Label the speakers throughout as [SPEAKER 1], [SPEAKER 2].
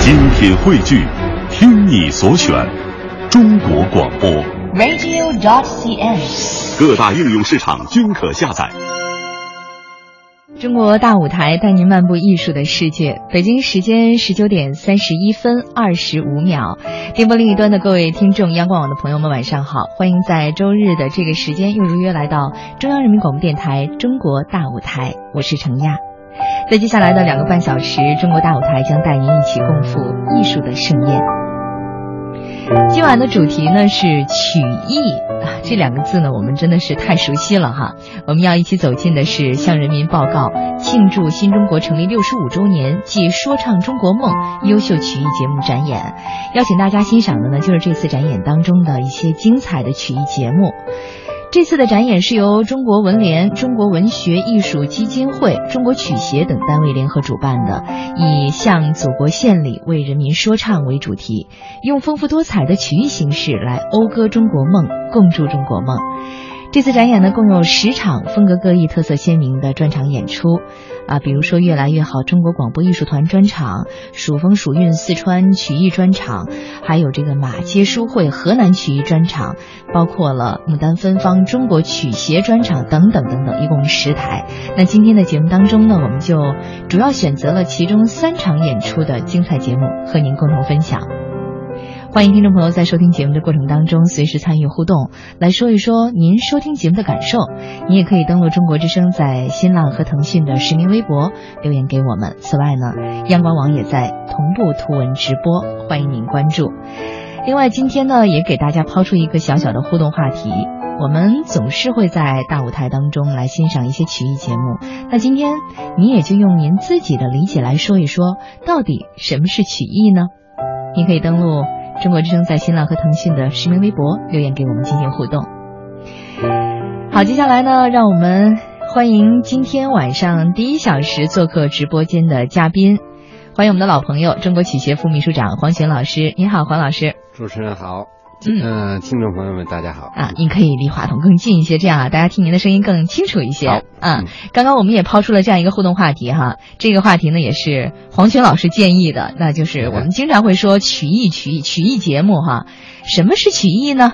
[SPEAKER 1] 精品汇聚，听你所选，中国广播。
[SPEAKER 2] radio.cn。
[SPEAKER 1] 各大应用市场均可下载。
[SPEAKER 2] 中国大舞台带您漫步艺术的世界。北京时间十九点三十一分二十五秒，电波另一端的各位听众、央广网的朋友们，晚上好！欢迎在周日的这个时间又如约来到中央人民广播电台中国大舞台，我是程亚。在接下来的两个半小时，中国大舞台将带您一起共赴艺术的盛宴。今晚的主题呢是曲艺啊，这两个字呢我们真的是太熟悉了哈。我们要一起走进的是向人民报告庆祝新中国成立六十五周年暨说唱中国梦优秀曲艺节目展演，邀请大家欣赏的呢就是这次展演当中的一些精彩的曲艺节目。这次的展演是由中国文联、中国文学艺术基金会、中国曲协等单位联合主办的，以“向祖国献礼，为人民说唱”为主题，用丰富多彩的曲艺形式来讴歌中国梦，共筑中国梦。这次展演呢，共有十场风格各异、特色鲜明的专场演出，啊，比如说“越来越好”中国广播艺术团专场、蜀风蜀韵四川曲艺专场，还有这个马街书会河南曲艺专场，包括了牡丹芬芳中国曲协专场等等等等，一共十台。那今天的节目当中呢，我们就主要选择了其中三场演出的精彩节目和您共同分享。欢迎听众朋友在收听节目的过程当中，随时参与互动，来说一说您收听节目的感受。您也可以登录中国之声在新浪和腾讯的实名微博留言给我们。此外呢，央广网也在同步图文直播，欢迎您关注。另外，今天呢也给大家抛出一个小小的互动话题。我们总是会在大舞台当中来欣赏一些曲艺节目，那今天你也就用您自己的理解来说一说，到底什么是曲艺呢？您可以登录中国之声在新浪和腾讯的实名微博留言给我们进行互动。好，接下来呢，让我们欢迎今天晚上第一小时做客直播间的嘉宾，欢迎我们的老朋友中国曲协副秘书长黄璇老师。您好，黄老师。
[SPEAKER 3] 主持人好，
[SPEAKER 2] 嗯
[SPEAKER 3] 嗯、听众朋友们大家好。
[SPEAKER 2] 啊，您可以离话筒更近一些，这样啊，大家听您的声音更清楚一些。
[SPEAKER 3] 好
[SPEAKER 2] 嗯
[SPEAKER 3] 嗯，
[SPEAKER 2] 刚刚我们也抛出了这样一个互动话题哈，这个话题呢也是黄泉老师建议的，那就是我们经常会说曲艺、曲艺、曲艺节目哈，什么是曲艺呢？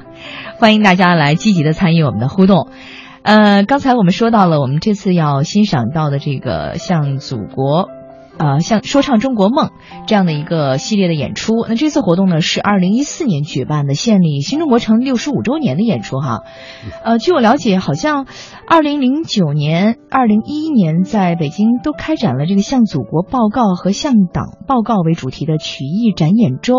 [SPEAKER 2] 欢迎大家来积极的参与我们的互动。呃，刚才我们说到了，我们这次要欣赏到的这个向祖国。呃，像说唱中国梦这样的一个系列的演出，那这次活动呢是二零一四年举办的献礼新中国成立六十五周年的演出哈。呃，据我了解，好像二零零九年、二零一一年在北京都开展了这个向祖国报告和向党报告为主题的曲艺展演周。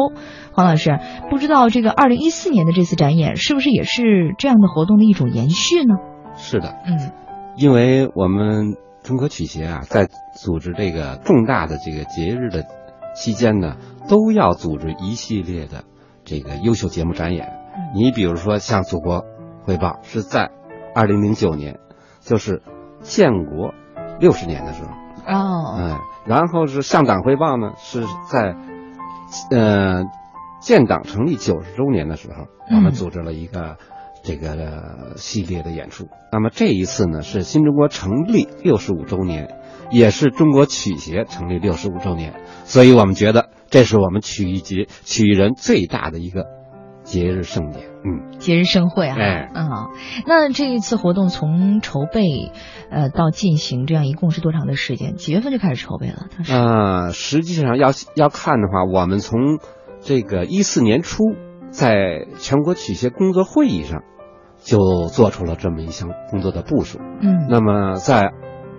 [SPEAKER 2] 黄老师，不知道这个二零一四年的这次展演是不是也是这样的活动的一种延续呢？
[SPEAKER 3] 是的，
[SPEAKER 2] 嗯
[SPEAKER 3] 因为我们中国曲协啊，在组织这个重大的这个节日的期间呢，都要组织一系列的这个优秀节目展演。你比如说向祖国汇报是在二零零九年，就是建国六十年的时候，
[SPEAKER 2] 哦，
[SPEAKER 3] 嗯，然后是向党汇报呢是在，呃，建党成立九十周年的时候，
[SPEAKER 2] 嗯
[SPEAKER 3] 我们组织了一个这个呃系列的演出。那么这一次呢是新中国成立六十五周年，也是中国曲协成立六十五周年，所以我们觉得这是我们曲艺节曲艺人最大的一个节日盛典。嗯，
[SPEAKER 2] 节日盛会啊，
[SPEAKER 3] 哎
[SPEAKER 2] 嗯，那这一次活动从筹备，呃，到进行，这样一共是多长的时间？几月份就开始筹备了？当时，
[SPEAKER 3] 呃，实际上要要看的话，我们从这个一四年初，在全国曲协工作会议上，就做出了这么一项工作的部署。
[SPEAKER 2] 嗯，
[SPEAKER 3] 那么在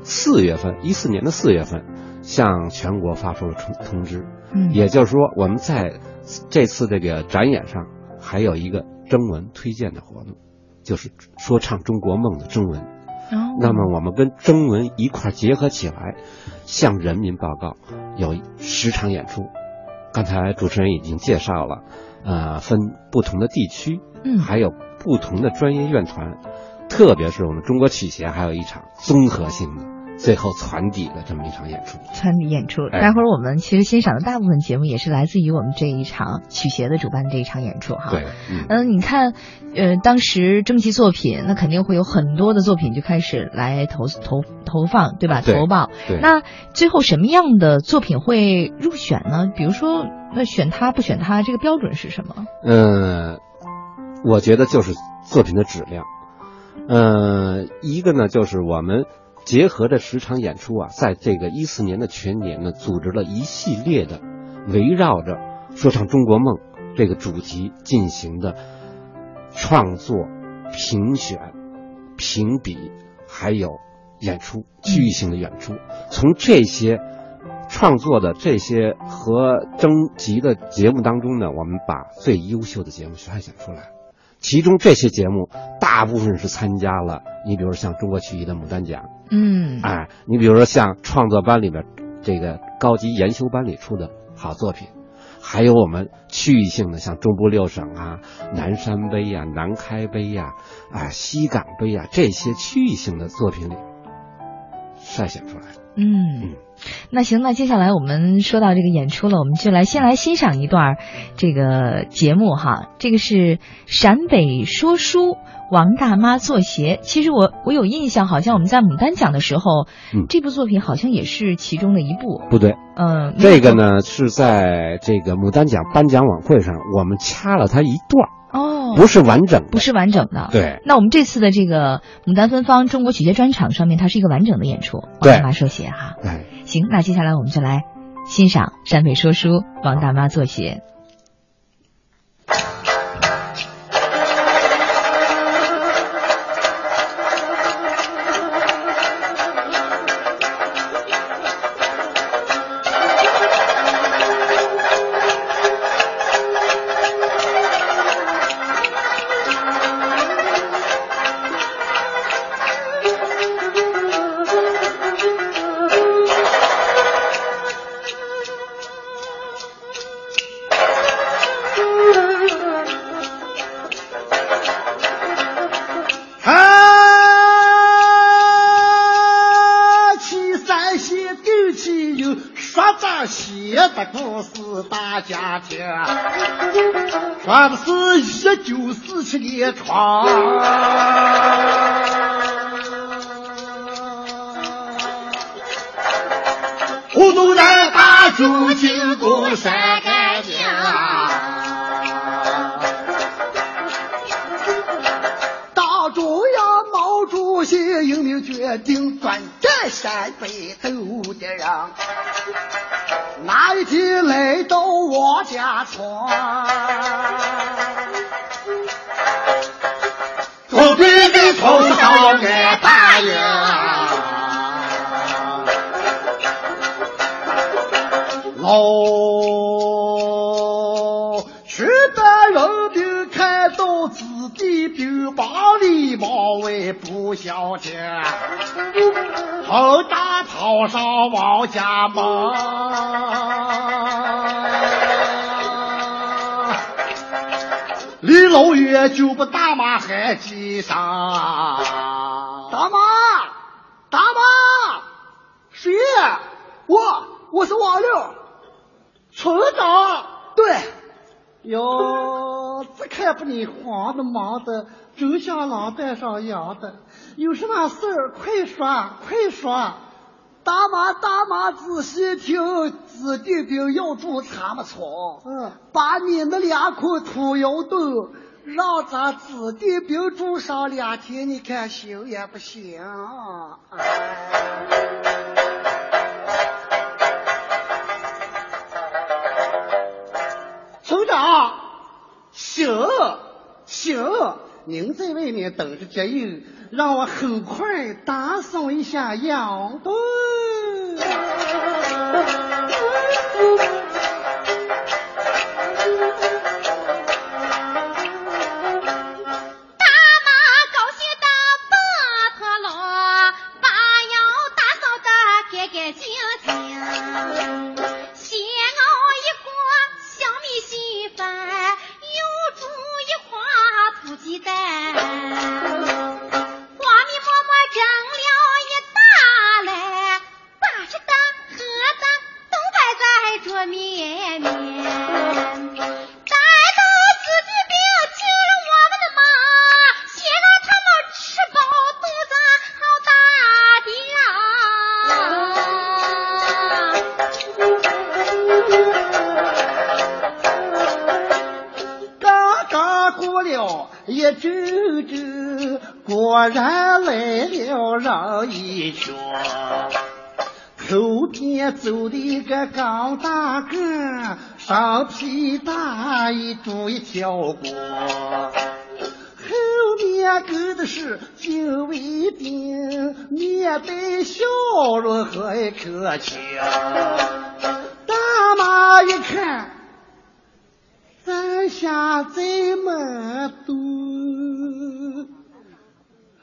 [SPEAKER 3] 四月份，一四年的四月份，向全国发出了通通知，
[SPEAKER 2] 嗯
[SPEAKER 3] 也就是说，我们在这次这个展演上还有一个征文推荐的活动，就是说唱中国梦的征文。
[SPEAKER 2] 哦
[SPEAKER 3] 那么我们跟征文一块儿结合起来，向人民报告有十场演出。刚才主持人已经介绍了，呃，分不同的地区，
[SPEAKER 2] 嗯
[SPEAKER 3] 还有不同的专业院团，特别是我们中国曲协还有一场综合性的最后传递的这么一场演出。
[SPEAKER 2] 川的演出。
[SPEAKER 3] 哎
[SPEAKER 2] 待会儿我们其实欣赏的大部分节目也是来自于我们这一场曲协的主办的这一场演出哈。
[SPEAKER 3] 对，嗯，
[SPEAKER 2] 嗯，你看，呃，当时征集作品，那肯定会有很多的作品就开始来投投投放，对吧？
[SPEAKER 3] 对
[SPEAKER 2] 投报。
[SPEAKER 3] 对。
[SPEAKER 2] 那最后什么样的作品会入选呢？比如说，那选他不选他，这个标准是什么？
[SPEAKER 3] 嗯，我觉得就是作品的质量。嗯，一个呢，就是我们结合着十场演出啊，在这个一四年的全年呢，组织了一系列的围绕着“说唱中国梦”这个主题进行的创作、评选、评比，还有演出区域性的演出。从这些创作的这些和征集的节目当中呢，我们把最优秀的节目筛选出来。其中这些节目大部分是参加了，你比如像中国曲艺的牡丹奖，
[SPEAKER 2] 嗯，
[SPEAKER 3] 哎，你比如说像创作班里边这个高级研修班里出的好作品，还有我们区域性的像中部六省啊、南山杯呀、南开杯呀、啊、西港杯呀、这些区域性的作品里筛选出来。
[SPEAKER 2] 嗯，那行，那接下来我们说到这个演出了，我们就来先来欣赏一段儿这个节目哈。这个是陕北说书王大妈作协。其实我我有印象，好像我们在牡丹奖的时候，
[SPEAKER 3] 嗯
[SPEAKER 2] 这部作品好像也是其中的一部。
[SPEAKER 3] 不对，
[SPEAKER 2] 嗯，
[SPEAKER 3] 这个呢是在这个牡丹奖颁奖晚会上，我们掐了它一段儿，
[SPEAKER 2] 哦，
[SPEAKER 3] 不是完整的。
[SPEAKER 2] 不是完整的。
[SPEAKER 3] 对
[SPEAKER 2] 那我们这次的这个牡丹芬芳中国曲协专场上面，它是一个完整的演出，王
[SPEAKER 3] 对
[SPEAKER 2] 大妈说协哈。
[SPEAKER 3] 哎，
[SPEAKER 2] 行，那接下来我们就来欣赏陕北说书王大妈作协。
[SPEAKER 4] 啊，去山西丢弃有说这些的故事大家听，说的是一九四七年闯。胡同人把酒经过山干净。党中央毛主席英明决定专占陕北斗的人，啊哪一天来到我家村？我对的头上俺大爷。老去的人民看到子弟兵把礼貌为哎不消停，头大跑上王家门。离老远就把大妈喊几声，大妈，大妈，谁？我，我是王六，村长。对，哟，这看把你慌的忙的，真像狼带上羊的，有什么事儿快说，快说。大妈，大妈，仔细听，子弟兵要住咱们村，嗯，把你们两口土窑洞，让咱子弟兵住上两天，你看行也不行啊？哎村长，行行，您在外面等着接应，让我很快打扫一下窑洞。
[SPEAKER 5] 大妈高兴的把头落，把窑打扫得干干净净。先熬一锅小米稀饭，又煮一筐土鸡蛋。花米馍馍蒸了一大来，
[SPEAKER 4] 一阵阵，果然来了让一圈。后面走的一个高大个，上皮大衣拄一条光。后面跟的是警卫兵，面带笑容和一颗情。大妈一看，咱家这么多，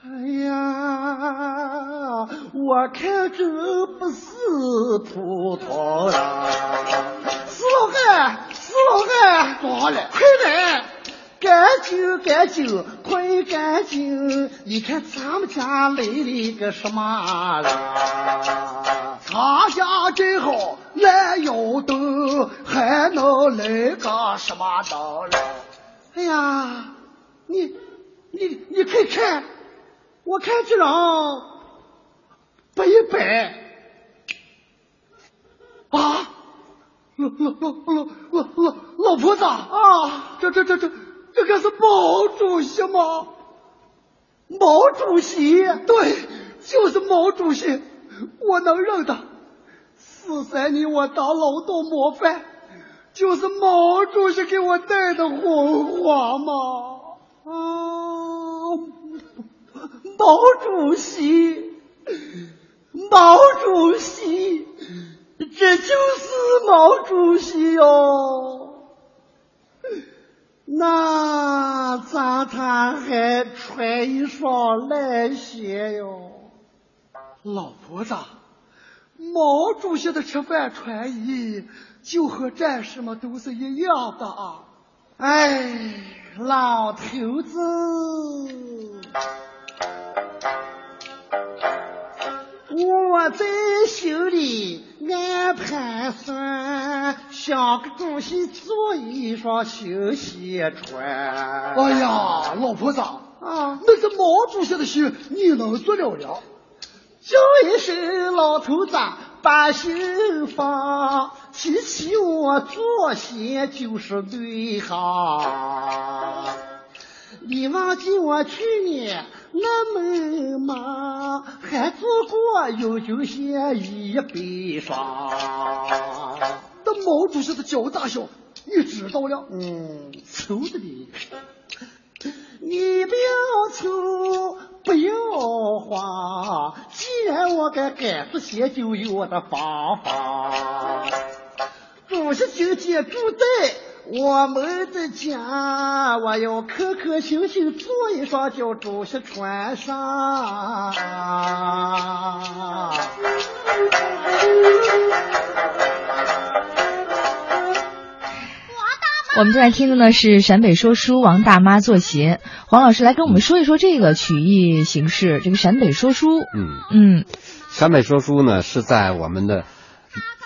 [SPEAKER 4] 哎呀，我看这不是葡萄啊！死老汉，死老汉，咋了？快来！赶紧，赶紧，快赶紧！你看咱们家来了个什么了？他家真好，来有灯，还能来个什么灯了？哎呀，你你你快看，我看这了，啊不一百啊！老老老老老老老婆子啊，这这这这这个是毛主席吗？毛主席，对，就是毛主席，我能认得。四三年我当劳动模范，就是毛主席给我带的红花嘛。啊，毛主席，毛主席。这就是毛主席哟、那咋他还穿一双烂鞋哟？老婆子，毛主席的吃饭穿衣就和战士们都是一样的啊！哎，老头子。我在心里暗盘算，想给主席做一双新鞋穿。哎呀，老婆子啊，那是毛主席的鞋，你能做了了？叫一声老头子把心放，提起我做鞋就是对行。你忘记我去年那么忙，还做过有球鞋一百双。那毛主席的脚大小，你知道了？嗯，愁的你。你不要愁，不要慌，既然我敢改这鞋，就有我的方法。主席今天住在我们的家，我要颗颗星星做一双叫主席穿上。
[SPEAKER 2] 我们正在听的呢是陕北说书王大妈作协，黄老师来跟我们说一说这个曲艺形式，这个陕北说书。
[SPEAKER 3] 嗯，
[SPEAKER 2] 嗯
[SPEAKER 3] 陕北说书呢是在我们的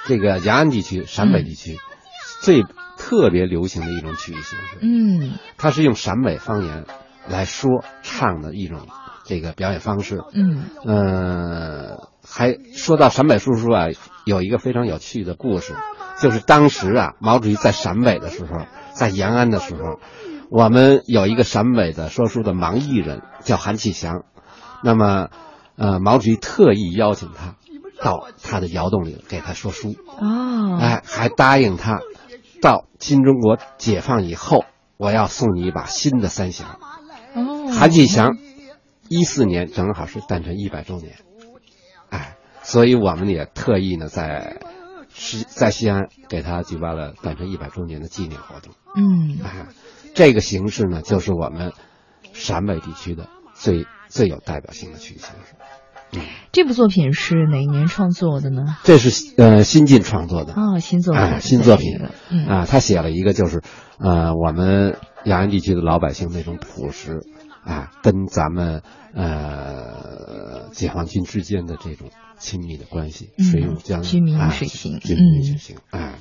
[SPEAKER 3] 这个雅安地区、陕北地区、最特别流行的一种曲艺形式。
[SPEAKER 2] 嗯
[SPEAKER 3] 它是用陕北方言来说唱的一种这个表演方式。
[SPEAKER 2] 嗯
[SPEAKER 3] 呃，还说到陕北说书啊，有一个非常有趣的故事，就是当时啊，毛主席在陕北的时候，在延安的时候，我们有一个陕北的说书的盲艺人叫韩启祥，那么，呃，毛主席特意邀请他到他的窑洞里给他说书。
[SPEAKER 6] 嗯
[SPEAKER 2] 哦，
[SPEAKER 3] 哎，还答应他，到新中国解放以后，我要送你一把新的三弦。
[SPEAKER 2] 哦，
[SPEAKER 6] 嗯
[SPEAKER 3] 韩继祥，一四年正好是诞辰一百周年，哎，所以我们也特意呢在西在西安给他举办了诞辰一百周年的纪念活动。
[SPEAKER 2] 嗯
[SPEAKER 3] 哎，这个形式呢，就是我们陕北地区的最最有代表性的曲艺形式。
[SPEAKER 2] 这部作品是哪一年创作的呢？
[SPEAKER 3] 这是呃新晋创作的，
[SPEAKER 2] 哦，新作品，
[SPEAKER 3] 哎，新作品
[SPEAKER 2] 这个嗯
[SPEAKER 3] 啊，他写了一个就是，呃，我们雅安地区的老百姓那种朴实，啊，跟咱们呃解放军之间的这种亲密的关系，
[SPEAKER 2] 嗯
[SPEAKER 3] 水乳交
[SPEAKER 2] 军民
[SPEAKER 3] 啊
[SPEAKER 2] 水情
[SPEAKER 3] 军民
[SPEAKER 2] 嗯
[SPEAKER 3] 水情，哎，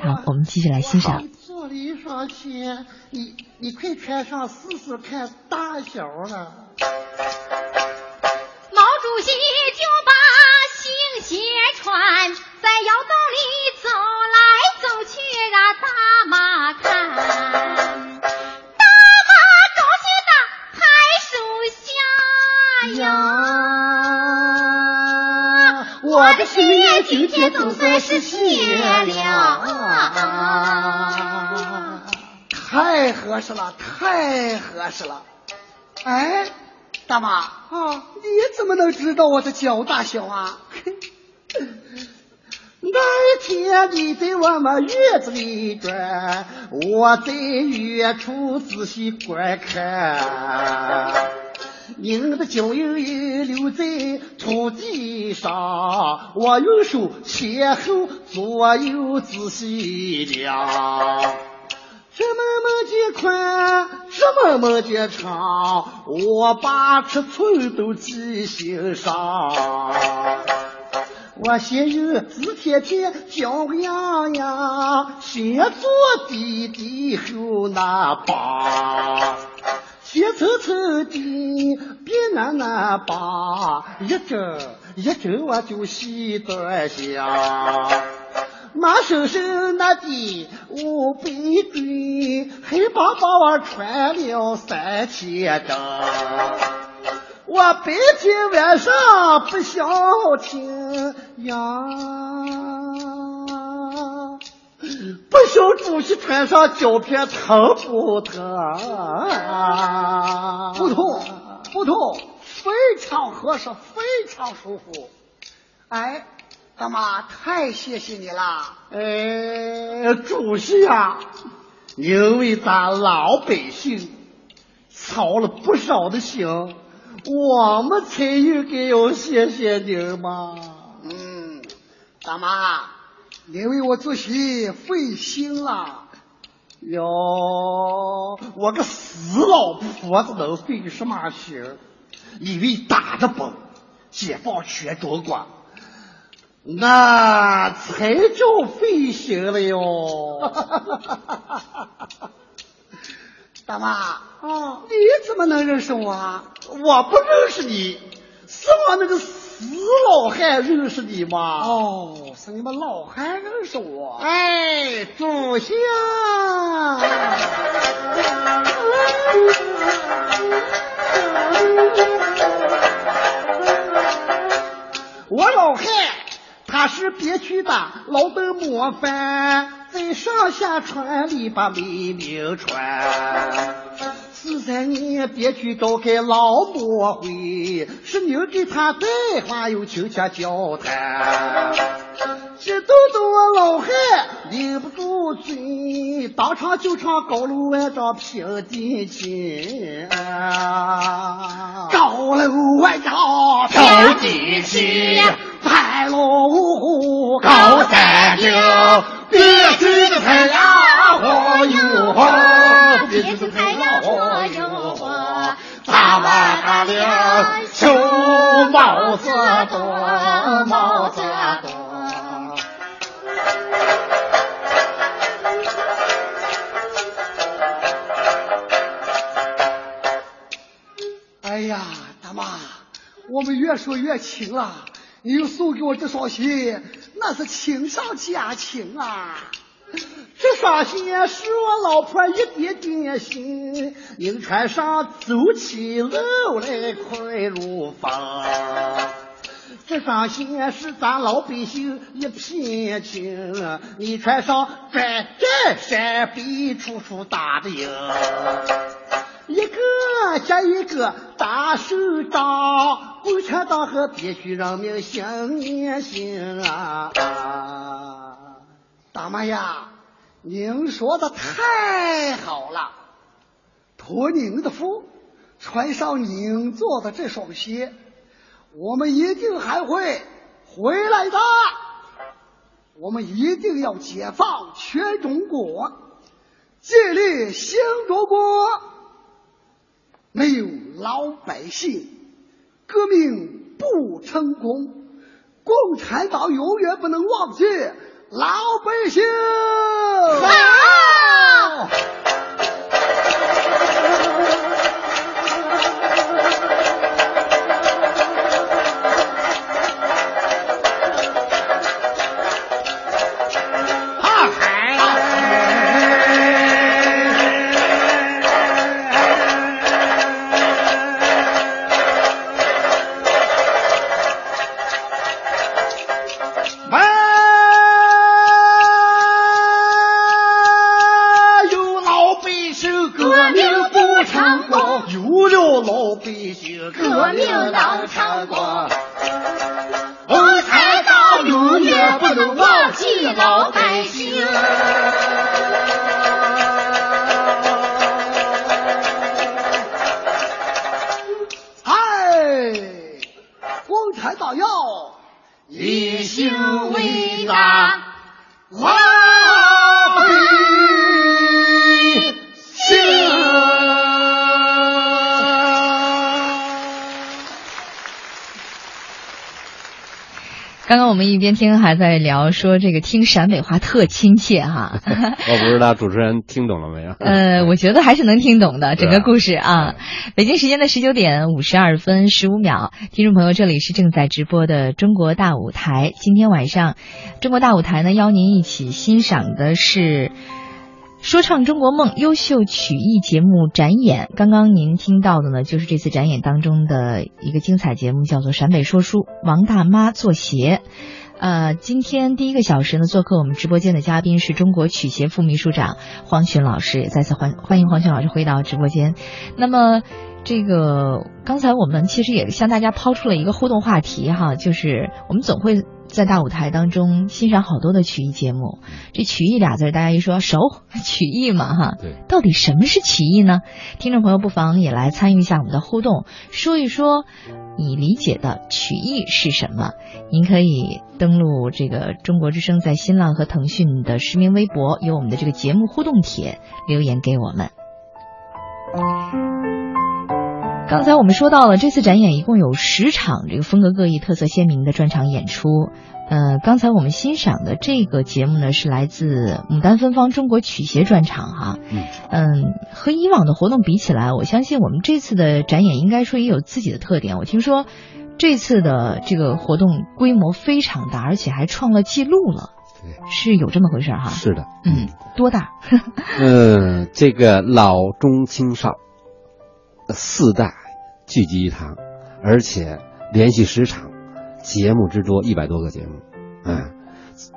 [SPEAKER 2] 好，我们继续来欣赏。
[SPEAKER 4] 做了一双鞋，你你快穿上试试看大小了。
[SPEAKER 5] 毛主席就把新鞋穿，在窑洞里走来走去啊，大妈看，大妈学今天总算是谢了。
[SPEAKER 4] 太合适了，太合适了。哎，大妈啊，你怎么能知道我的脚大小啊？ 那一天你在我们院子里转，我在远处仔细观看。您的脚印也留在土地上，我用手前后左右仔细量。这么么的宽，这么么的长，我把尺寸都记心上。我先有紫天天脚痒痒，先做弟弟后那把，先凑凑的别那那把，一整一整我就洗得香。马婶婶那的五百对，黑帮把我穿了三千针。我白天晚上不消停呀，不晓主席穿上胶片疼不疼？
[SPEAKER 7] 不痛，不痛，非常合适，非常舒服。
[SPEAKER 4] 哎，大妈，太谢谢你啦！
[SPEAKER 7] 哎，主席啊，因为咱老百姓操了不少的心。我们才应该要谢谢您嘛。
[SPEAKER 4] 嗯，大妈，您为我做席费心啊了。
[SPEAKER 7] 哟，我个死老婆子能费什么心？因为打着本，解放全中国，那才叫费心了哟。
[SPEAKER 4] 大妈，
[SPEAKER 7] 啊，
[SPEAKER 4] 你怎么能认识我啊？
[SPEAKER 7] 我不认识你，是我那个死老汉认识你吗？
[SPEAKER 4] 哦，是你们老汉认识我。
[SPEAKER 7] 哎，主席啊！
[SPEAKER 4] 我老汉他是别区的劳动模范。在上下船里把美名传，四三年别去召开老母会，是您给他带话有亲切交
[SPEAKER 8] 哎
[SPEAKER 4] 谈。这逗得我老汉忍不住嘴，当场就唱高楼万丈平地起，啊
[SPEAKER 7] 高楼万丈平地起，
[SPEAKER 4] 盘龙虎
[SPEAKER 7] 高山顶。别去的太阳我有我，
[SPEAKER 5] 别去的太阳我有我，
[SPEAKER 7] 大碗大量秋毛泽东，
[SPEAKER 5] 毛泽东。
[SPEAKER 4] 哎呀，大妈，我们越说越情了。你又送给我这双鞋，那是情上加情啊！
[SPEAKER 7] 这双鞋是我老婆一点点心，您穿上走起路来快如风。
[SPEAKER 4] 这双鞋是咱老百姓一片情，你穿上转战山北，处处打的赢。一个接一个打手仗，共产党和必须人民心连心啊！大妈呀，您说的太好了！托您的福，穿上您做的这双鞋，我们一定还会回来的。我们一定要解放全中国，建立新中国。没有老百姓，革命不成功。共产党永远不能忘记老百姓。
[SPEAKER 5] 好。
[SPEAKER 7] 老百姓
[SPEAKER 5] 革命能成功。
[SPEAKER 7] 红
[SPEAKER 5] 哎才
[SPEAKER 7] 菜
[SPEAKER 5] 道
[SPEAKER 7] 道
[SPEAKER 5] 路
[SPEAKER 7] 路
[SPEAKER 5] 也
[SPEAKER 7] 也
[SPEAKER 5] 不
[SPEAKER 7] 不
[SPEAKER 5] 能忘
[SPEAKER 7] 能忘
[SPEAKER 5] 记
[SPEAKER 7] 记
[SPEAKER 5] 老
[SPEAKER 7] 老
[SPEAKER 5] 百
[SPEAKER 7] 百
[SPEAKER 5] 姓
[SPEAKER 7] 姓。
[SPEAKER 4] 哎，光彩大耀，
[SPEAKER 7] 以
[SPEAKER 5] 兴
[SPEAKER 7] 兴
[SPEAKER 5] 为
[SPEAKER 7] 为
[SPEAKER 5] 大
[SPEAKER 7] 大，
[SPEAKER 5] 老
[SPEAKER 7] 老
[SPEAKER 5] 百
[SPEAKER 7] 百
[SPEAKER 5] 姓
[SPEAKER 7] 姓。
[SPEAKER 2] 刚刚我们一边听还在聊说这个听陕北话特亲切哈、
[SPEAKER 3] 我不知道主持人听懂了没有？
[SPEAKER 2] 呃，我觉得还是能听懂的整个故事啊
[SPEAKER 3] 啊对。
[SPEAKER 2] 北京时间的十九点五十二分十五秒，听众朋友，这里是正在直播的中国大舞台。今天晚上，中国大舞台呢邀您一起欣赏的是。说唱中国梦优秀曲艺节目展演，刚刚您听到的呢，就是这次展演当中的一个精彩节目，叫做《陕北说书》，王大妈做鞋。呃，今天第一个小时呢，做客我们直播间的嘉宾是中国曲协副秘书长黄群老师，也再次欢欢迎黄群老师回到直播间。那么，这个刚才我们其实也向大家抛出了一个互动话题哈，就是我们总会在大舞台当中欣赏好多的曲艺节目，这曲艺俩字儿大家一说熟， 曲艺嘛哈，
[SPEAKER 3] 对，
[SPEAKER 2] 到底什么是曲艺呢？听众朋友不妨也来参与一下我们的互动，说一说你理解的曲艺是什么。您可以登录这个中国之声在新浪和腾讯的实名微博，有我们的这个节目互动帖留言给我们。刚才我们说到了，这次展演一共有十场这个风格各异、特色鲜明的专场演出。呃，刚才我们欣赏的这个节目呢，是来自牡丹芬芳中国曲协专场哈、
[SPEAKER 3] 嗯
[SPEAKER 2] 嗯，和以往的活动比起来，我相信我们这次的展演应该说也有自己的特点。我听说这次的这个活动规模非常大，而且还创了记录了，
[SPEAKER 3] 对，
[SPEAKER 2] 是有这么回事儿哈、
[SPEAKER 3] 是的，
[SPEAKER 2] 嗯，多大？
[SPEAKER 3] 嗯，这个老中青少四代聚集一堂，而且连续十场，节目之多一百多个节目，啊、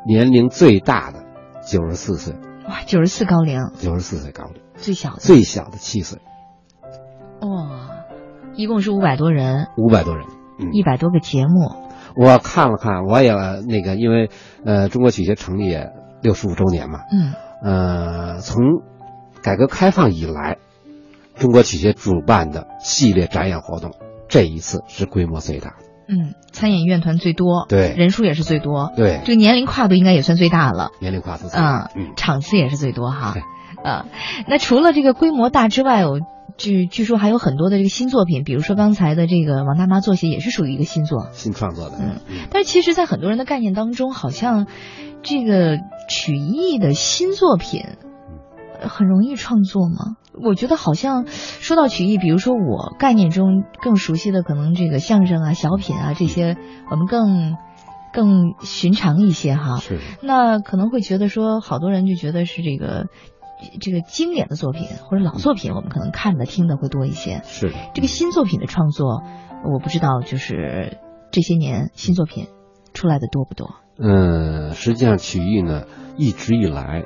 [SPEAKER 3] 年龄最大的九十四岁，
[SPEAKER 2] 哇，九十四高龄，
[SPEAKER 3] 九十四岁高龄，
[SPEAKER 2] 最小的
[SPEAKER 3] 最小的七岁，
[SPEAKER 2] 哇、一共是五百多人，
[SPEAKER 3] 五百多人。嗯
[SPEAKER 2] 一百多个节目，
[SPEAKER 3] 我看了看，我也那个，因为呃，中国曲协成立六十五周年嘛，
[SPEAKER 2] 嗯
[SPEAKER 3] 呃，从改革开放以来，中国曲协主办的系列展演活动，这一次是规模最大的。
[SPEAKER 2] 嗯，参演院团最多，
[SPEAKER 3] 对
[SPEAKER 2] 人数也是最多，
[SPEAKER 3] 对，
[SPEAKER 2] 这个年龄跨度应该也算最大了。
[SPEAKER 3] 年龄跨度最
[SPEAKER 2] 啊
[SPEAKER 3] 大。嗯，
[SPEAKER 2] 场次也是最多哈
[SPEAKER 3] 对。
[SPEAKER 2] 啊，那除了这个规模大之外，我据据说还有很多的这个新作品，比如说刚才的这个王大妈作协也是属于一个新作。
[SPEAKER 3] 新创作的。
[SPEAKER 2] 嗯
[SPEAKER 3] 嗯，
[SPEAKER 2] 但是其实，在很多人的概念当中，好像这个曲艺的新作品呃很容易创作吗？我觉得好像说到曲艺，比如说我概念中更熟悉的可能这个相声啊、小品啊这些，我们更更寻常一些哈。
[SPEAKER 3] 是的。
[SPEAKER 2] 那可能会觉得说，好多人就觉得是这个这个经典的作品或者老作品，我们可能看的听的会多一些。
[SPEAKER 3] 是的，
[SPEAKER 2] 这个新作品的创作，我不知道就是这些年新作品出来的多不多。
[SPEAKER 3] 嗯，实际上曲艺呢，一直以来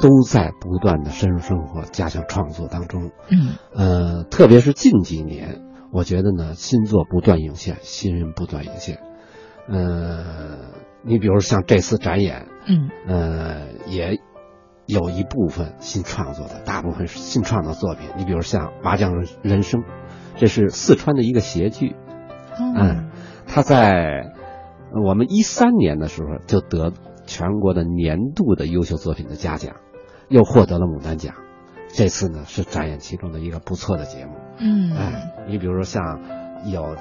[SPEAKER 3] 都在不断的深入生活、加强创作当中。
[SPEAKER 2] 嗯
[SPEAKER 3] 呃，特别是近几年，我觉得呢，新作不断涌现，新人不断涌现。呃，你比如像这次展演，
[SPEAKER 2] 嗯
[SPEAKER 3] 呃，也有一部分新创作的，大部分是新创作作品。你比如像《麻将人生》，这是四川的一个谐剧，嗯，它在呃我们一三年的时候就得全国的年度的优秀作品的嘉奖，又获得了牡丹奖。这次呢是展演其中的一个不错的节目。
[SPEAKER 2] 嗯
[SPEAKER 3] 哎，你比如说像有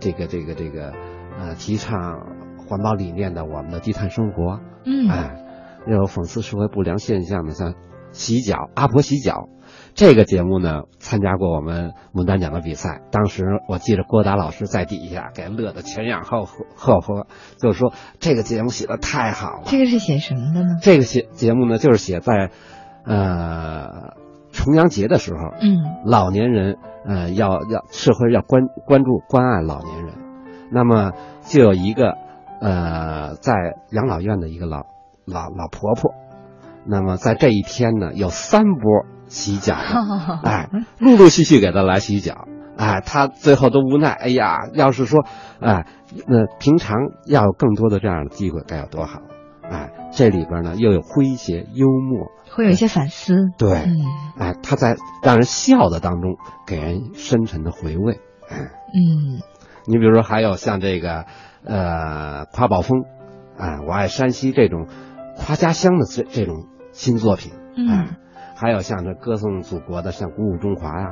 [SPEAKER 3] 这个这个这个呃提倡环保理念的我们的低碳生活，
[SPEAKER 2] 嗯
[SPEAKER 3] 哎，有讽刺社会不良现象的，像洗脚阿婆洗脚这个节目呢，参加过我们牡丹奖的比赛。当时我记得郭达老师在底下给乐得前仰后合后合，就是说这个节目写的太好了。
[SPEAKER 2] 这个是写什么的呢？
[SPEAKER 3] 这个写节目呢，就是写在呃重阳节的时候，
[SPEAKER 2] 嗯
[SPEAKER 3] 老年人，呃，要要社会要关关注关爱老年人，那么就有一个，呃，在养老院的一个老老老婆婆，那么在这一天呢，有三波洗脚的，哎，陆陆续续给他来洗脚，哎，他最后都无奈，哎呀，要是说，哎，那平常要有更多的这样的机会该有多好，哎，这里边呢又有诙谐幽默，
[SPEAKER 2] 会有一些反思。
[SPEAKER 3] 对，
[SPEAKER 2] 嗯
[SPEAKER 3] 哎，他在让人笑的当中给人深沉的回味，哎。
[SPEAKER 2] 嗯
[SPEAKER 3] 你比如说，还有像这个，呃，夸宝峰，啊，我爱山西这种夸家乡的这这种新作品，
[SPEAKER 2] 嗯
[SPEAKER 3] 还有像这歌颂祖国的，像鼓舞中华呀、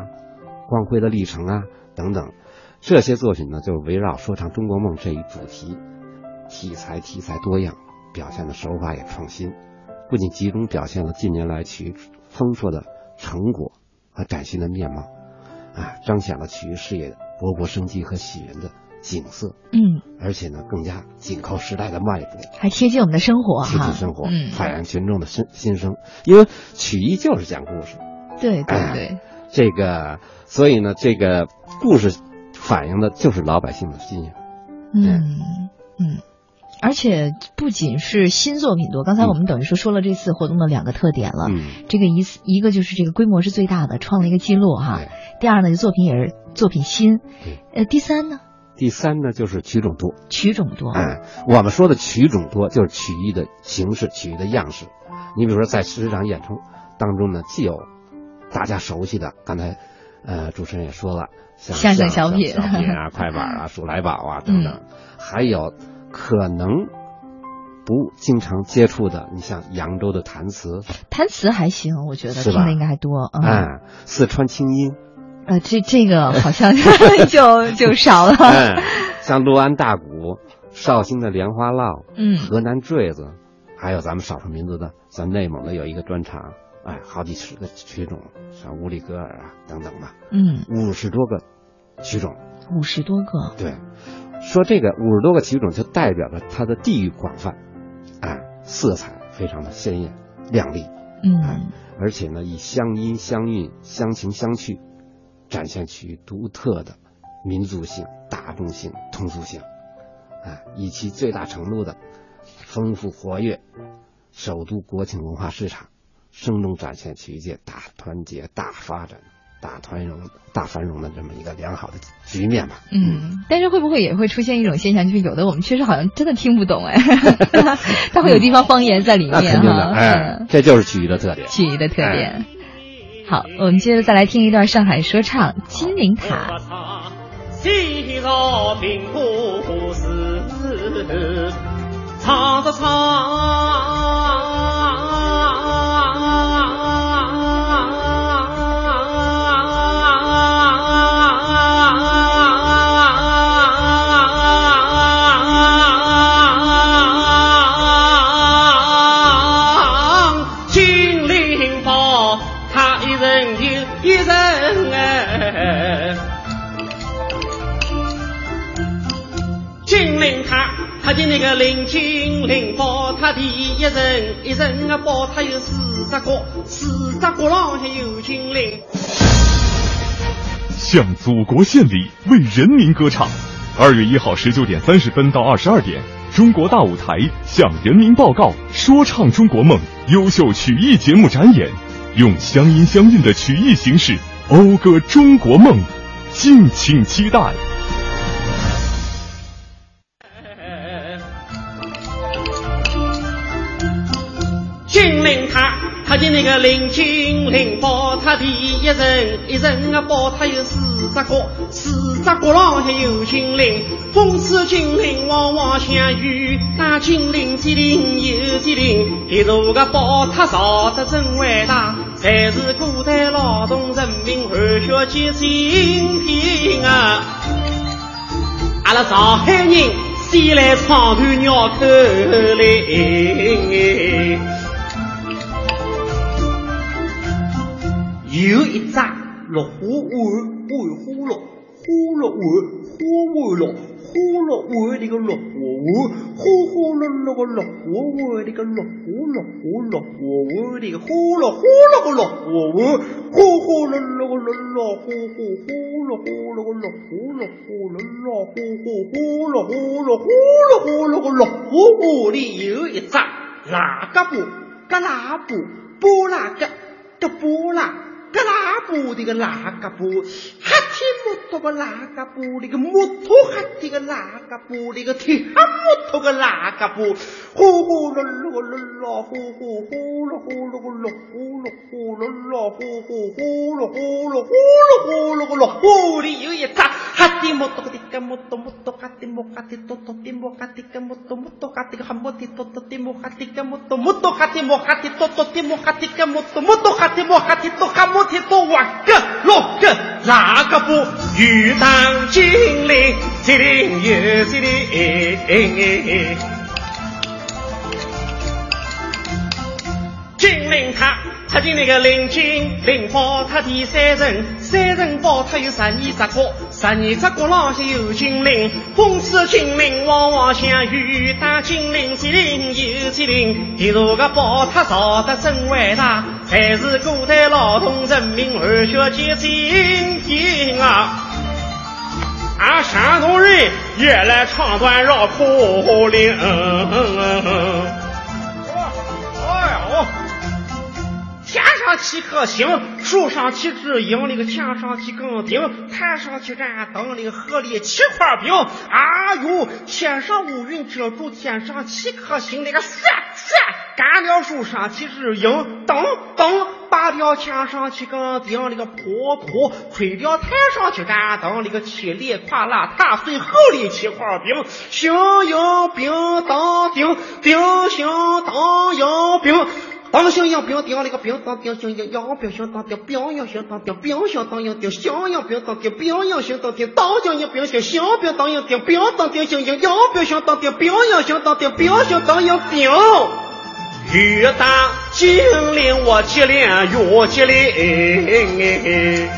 [SPEAKER 3] 光辉的历程啊等等，这些作品呢，就是围绕说唱中国梦这一主题，题材题材多样，表现的手法也创新，不仅集中表现了近年来曲艺丰硕的成果和崭新的面貌，啊，彰显了曲艺事业勃勃生机和喜人的景色，
[SPEAKER 2] 嗯，
[SPEAKER 3] 而且呢，更加紧扣时代的脉搏。
[SPEAKER 2] 还贴近我们的生活
[SPEAKER 3] 贴
[SPEAKER 2] 哈，
[SPEAKER 3] 近生活，
[SPEAKER 2] 嗯，
[SPEAKER 3] 反映群众的心心声，因为曲艺就是讲故事，
[SPEAKER 2] 对对
[SPEAKER 3] 哎
[SPEAKER 2] 对，
[SPEAKER 3] 这个，所以呢，这个故事反映的就是老百姓的信仰。
[SPEAKER 2] 嗯嗯。而且不仅是新作品多，刚才我们等于说说了这次活动的两个特点了。
[SPEAKER 3] 嗯，
[SPEAKER 2] 这个一次一个就是这个规模是最大的，创了一个记录哈。
[SPEAKER 3] 对。
[SPEAKER 2] 第二呢，作品也是作品新
[SPEAKER 3] 对。
[SPEAKER 2] 呃，第三呢，
[SPEAKER 3] 第三呢，就是曲种多。
[SPEAKER 2] 曲种多。
[SPEAKER 3] 哎，我们说的曲种多，就是曲艺的形式、曲艺的样式。你比如说，在十场演出当中呢，既有大家熟悉的，刚才呃主持人也说了，像
[SPEAKER 2] 相声
[SPEAKER 3] 小
[SPEAKER 2] 小品嗯
[SPEAKER 3] 小品 啊、快板啊、数来宝啊等等，还有可能不经常接触的，你像扬州的弹词，
[SPEAKER 2] 弹词还行，我觉得
[SPEAKER 3] 是
[SPEAKER 2] 听
[SPEAKER 3] 吧
[SPEAKER 2] 的应该还多。嗯，
[SPEAKER 3] 哎，四川清音，
[SPEAKER 2] 呃，这这个好像 就就少了。
[SPEAKER 3] 哎，像六安大鼓、绍兴的莲花落，
[SPEAKER 2] 嗯
[SPEAKER 3] 河南坠子，还有咱们少数民族的，像内蒙的有一个专场，哎，好几十个曲种，像乌里格尔啊等等吧，
[SPEAKER 2] 嗯，
[SPEAKER 3] 五十多个曲种。
[SPEAKER 2] 五十多个。
[SPEAKER 3] 对，说这个五十多个曲种就代表着它的地域广泛，哎，色彩非常的鲜艳亮丽，啊
[SPEAKER 2] 嗯
[SPEAKER 3] 而且呢，以乡音、乡韵、乡情、乡趣，展现其独特的民族性、大众性、通俗性，啊，以其最大程度的丰富活跃首都国情文化市场，生动展现曲艺界大团结、大发展、大团融、大繁荣的这么一个良好的局面吧。
[SPEAKER 2] 嗯，但是会不会也会出现一种现象，就是有的我们确实好像真的听不懂 哎，它会有地方方言在里
[SPEAKER 3] 那
[SPEAKER 2] 面
[SPEAKER 3] 肯定的，
[SPEAKER 2] 哈。
[SPEAKER 3] 哎
[SPEAKER 2] 嗯，
[SPEAKER 3] 这就是曲艺的特点。
[SPEAKER 2] 曲艺的特点。好，我们接着再来听一段上海说唱《金陵塔》。
[SPEAKER 8] 塔，西楼平不思，唱着唱，金陵宝塔一人一一人哎。金陵塔，它的那个陵金陵宝塔的一人一人啊宝塔有四十个，四十个浪还有金陵。
[SPEAKER 1] 向祖国献礼，为人民歌唱。二月一号十九点三十分到二十二点，中国大舞台向人民报告说唱中国梦优秀曲艺节目展演，用乡音乡韵的曲艺形式讴歌中国梦，敬请期待。
[SPEAKER 8] 金陵塔，它的那个陵金陵宝塔的一人一人啊宝塔有四十个，四十个浪还有金陵，风吹金陵汪汪响，雨打金陵，金陵有金陵，一座个宝塔造得真伟大，才是古代劳动人民汗血结晶品啊！阿拉上海人先来唱段绕口令。有一只绿花碗，碗花绿，花绿碗，花碗绿，花绿碗里个绿花碗，花花绿绿个绿花碗里个绿花绿花绿花碗里个花绿花绿个绿花碗，花花绿绿个绿绿花花花绿花绿个绿花绿花绿花绿花绿花绿花绿花绿个绿花碗里有一只喇叭布，个喇叭，拨喇叭。个波啦，个拉布的个拉个布，哈提木头个拉个布的个木头哈提个拉个布的个提哈木头个拉个布，呼呼噜噜噜噜，呼呼呼噜呼噜噜，呼噜呼噜噜，呼呼呼噜呼噜呼噜呼噜噜，呼里有一扎。哈提木头的个木头木头哈提木哈提多多提木哈提个木头木头哈提个哈木提多多提木哈提个木头木头哈提木哈提多多提木哈提个木头木头哈提木哈提多哈木提多哇个六个哪个不遇上精灵？精灵有精灵。金陵塔，塔进那个灵金灵宝塔第三层，三层宝塔有十二只角，十二只角浪向有金陵，风吹金陵汪汪响，雨打金陵金陵有金陵，第六个宝塔造得真伟大，才是古代劳动人民汗血结晶晶啊！俺山啊东人也来唱段绕口令。哎呦！天上七颗星，树上七只鹰，那个墙上七根钉，台上七盏灯，那个河里七块冰。哎呦，天上乌云遮住天上七颗星，那个闪闪干了树上七只鹰，噔噔拔掉墙上七根钉，那个破破吹掉台上七盏灯，那个七里垮啦踏碎后里七块冰，行迎冰当丁，丁行当迎冰。当行要兵当那个兵当兵行要兵行当兵兵要行当兵兵行当兵兵行要兵当兵兵要行当兵当行要兵行行兵当兵兵兵当兵行行要兵行当兵兵要行当兵兵行当兵兵。雨打金陵我金陵哟金陵。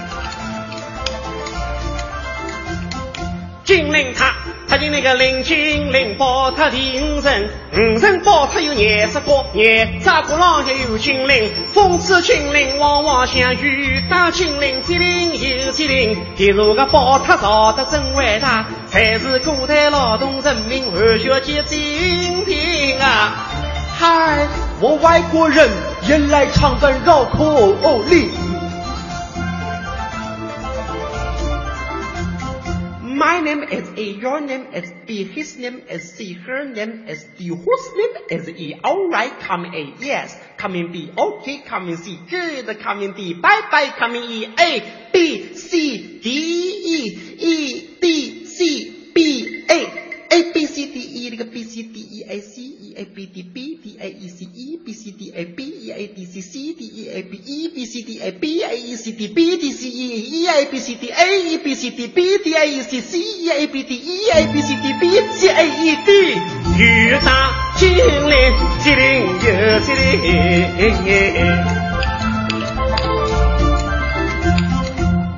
[SPEAKER 8] 金陵塔，它进那个灵金灵宝塔第五层，五层宝塔有廿只角，廿只角浪向有金陵，风吹金陵汪汪响，雨打金陵金陵有金陵，第六个宝塔造得真伟大，才是古代劳动人民汗血结晶品啊！嗨，我外国人也来唱段绕口哦令。My name is A, your name is B, his name is C, her name is D, whose name is E. Alright, come A, yes, come in B, okay, come in C, good, come in D, bye bye, come in E, A, B, C, D, E, E, D, C, B, A. A B C D E 那个 B C D E A C E A B D B D A E C E B C D A B E A D C C D E A B E B C D A B A E C D B D C E E A B C D A E B C D B D A E C C E A B D E A B C D B C A E D。雨打金陵，金陵有金陵。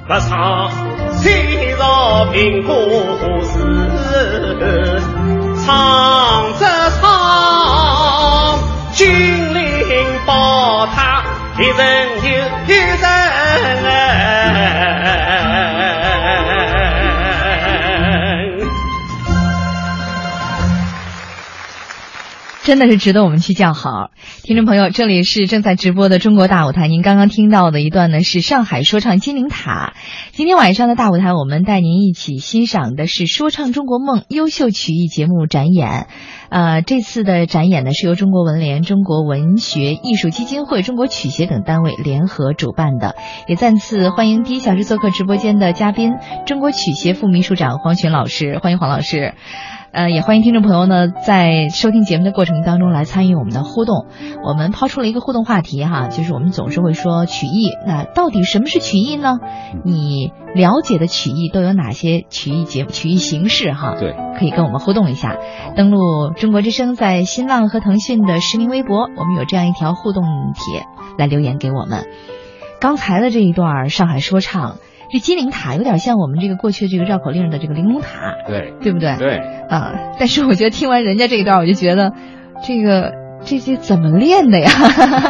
[SPEAKER 8] 不唱谁绕民歌诗，唱着唱，金陵宝塔一人又一人哎。
[SPEAKER 2] 真的是值得我们去叫好。听众朋友，这里是正在直播的中国大舞台，您刚刚听到的一段呢是上海说唱金陵塔。今天晚上的大舞台，我们带您一起欣赏的是《说唱中国梦》优秀曲艺节目展演。呃，这次的展演呢是由中国文联、中国文学艺术基金会、中国曲协等单位联合主办的，也再次欢迎第一小时做客直播间的嘉宾，中国曲协副秘书长黄群老师，欢迎黄老师。呃，也欢迎听众朋友呢，在收听节目的过程当中来参与我们的互动。我们抛出了一个互动话题哈，就是我们总是会说曲艺，那到底什么是曲艺呢？你了解的曲艺都有哪些曲艺节曲艺形式哈？
[SPEAKER 3] 对，
[SPEAKER 2] 可以跟我们互动一下。登录中国之声在新浪和腾讯的实名微博，我们有这样一条互动帖来留言给我们。刚才的这一段上海说唱，这金陵塔有点像我们这个过去这个绕口令的这个玲珑塔，
[SPEAKER 3] 对
[SPEAKER 2] 啊对不对？
[SPEAKER 3] 对，
[SPEAKER 2] 啊，但是我觉得听完人家这一段，我就觉得这个这这怎么练的呀？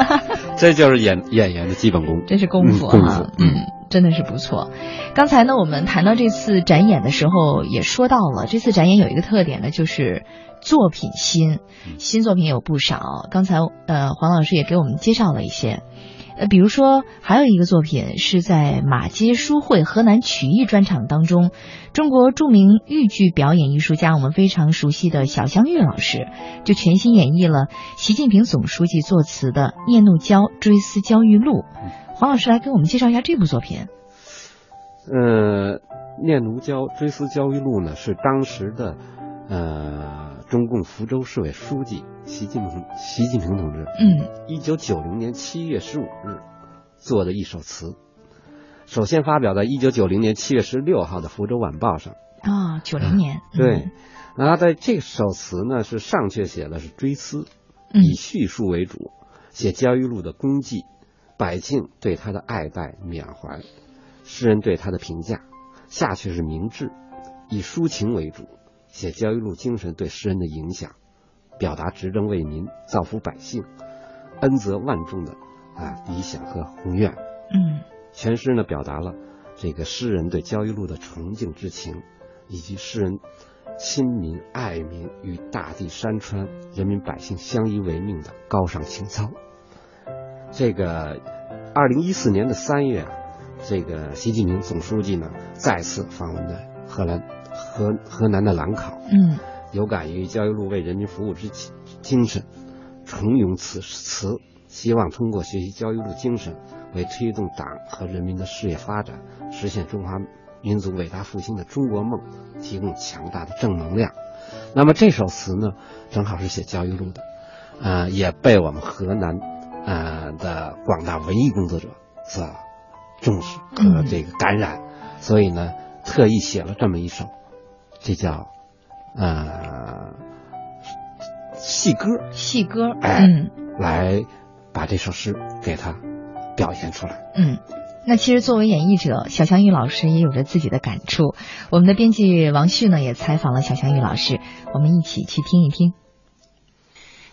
[SPEAKER 3] 这就是演演员的基本功。
[SPEAKER 2] 真是功夫
[SPEAKER 3] 嗯功
[SPEAKER 2] 啊
[SPEAKER 3] 夫，嗯
[SPEAKER 2] 真的是不错。刚才呢，我们谈到这次展演的时候也说到了，这次展演有一个特点呢，就是作品新，新作品有不少。刚才呃，黄老师也给我们介绍了一些。呃，比如说还有一个作品是在马街书会河南曲艺专场当中，中国著名豫剧表演艺术家我们非常熟悉的小香玉老师，就全新演绎了习近平总书记作词的《聂怒娇追思焦裕禄》。黄老师来给我们介绍一下这部作品。
[SPEAKER 3] 呃，《念奴娇·追思焦裕禄》呢，是当时的呃中共福州市委书记习近平习近平同志，
[SPEAKER 2] 嗯，
[SPEAKER 3] 一九九零年七月十五日做的一首词，首先发表在一九九零年七月十六号的《福州晚报》上。
[SPEAKER 2] 啊、九零年，
[SPEAKER 3] 对，然后在这首词呢，是上阙写的是追思，
[SPEAKER 2] 嗯
[SPEAKER 3] 以叙述为主，写焦裕禄的功绩，百姓对他的爱戴缅怀，诗人对他的评价。下阙是明志，以抒情为主，写焦裕禄精神对诗人的影响，表达执政为民、造福百姓、恩泽万众的啊理想和宏愿。
[SPEAKER 2] 嗯
[SPEAKER 3] 全诗呢表达了这个诗人对焦裕禄的崇敬之情，以及诗人亲民爱民与大地山川人民百姓相依为命的高尚情操。这个二零一四年的三月啊，这个习近平总书记呢再次访问的荷兰河河南的兰考，
[SPEAKER 2] 嗯
[SPEAKER 3] 有感于焦裕禄为人民服务之精精神，重咏此词，希望通过学习焦裕禄精神，为推动党和人民的事业发展，实现中华民族伟大复兴的中国梦，提供强大的正能量。那么这首词呢，正好是写焦裕禄的，呃，也被我们河南呃的广大文艺工作者所重视和这个感染，所以呢，特意写了这么一首，这叫呃戏歌，
[SPEAKER 2] 戏歌，
[SPEAKER 3] 哎
[SPEAKER 2] 嗯
[SPEAKER 3] 来把这首诗给它表现出来。
[SPEAKER 2] 嗯。那其实作为演绎者，小香玉老师也有着自己的感触。我们的编辑王旭呢也采访了小香玉老师，我们一起去听一听。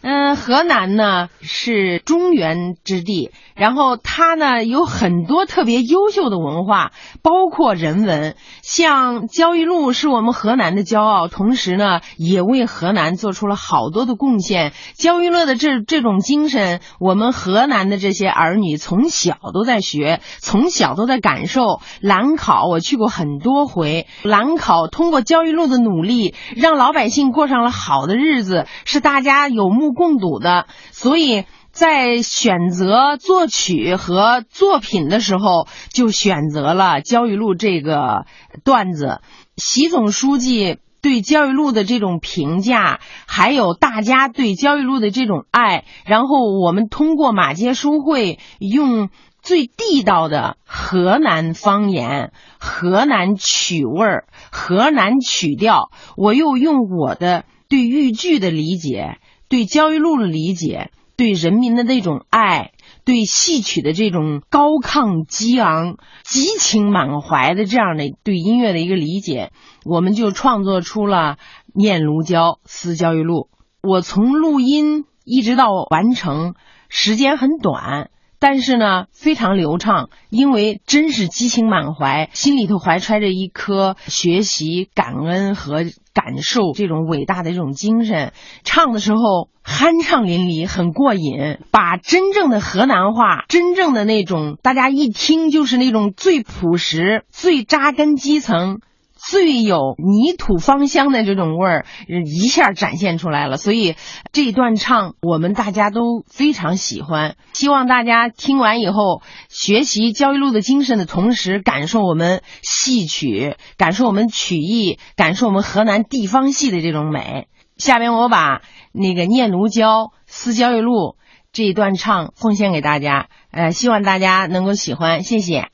[SPEAKER 9] 嗯，河南呢是中原之地，然后它呢有很多特别优秀的文化，包括人文。像焦裕禄是我们河南的骄傲，同时呢也为河南做出了好多的贡献。焦裕禄的这这种精神，我们河南的这些儿女从小都在学，从小都在感受。兰考我去过很多回，兰考通过焦裕禄的努力，让老百姓过上了好的日子，是大家有目共睹的。所以在选择作曲和作品的时候，就选择了焦裕禄这个段子。习总书记对焦裕禄的这种评价，还有大家对焦裕禄的这种爱，然后我们通过马街书会用。最地道的河南方言、河南曲味儿、河南曲调，我又用我的对豫剧的理解、对焦裕禄的理解、对人民的那种爱、对戏曲的这种高亢激昂、激情满怀的这样的对音乐的一个理解，我们就创作出了《念奴娇·思焦裕禄》。我从录音一直到完成，时间很短，但是呢非常流畅，因为真是激情满怀，心里头怀揣着一颗学习、感恩和感受这种伟大的这种精神。唱的时候酣畅淋漓，很过瘾，把真正的河南话，真正的那种大家一听就是那种最朴实、最扎根基层。最有泥土芳香的这种味儿，呃一下展现出来了。所以这一段唱，我们大家都非常喜欢。希望大家听完以后，学习焦裕禄的精神的同时，感受我们戏曲，感受我们曲艺，感受我们河南地方戏的这种美。下面我把那个《念奴娇·思焦裕禄》这一段唱奉献给大家，呃，希望大家能够喜欢，谢谢。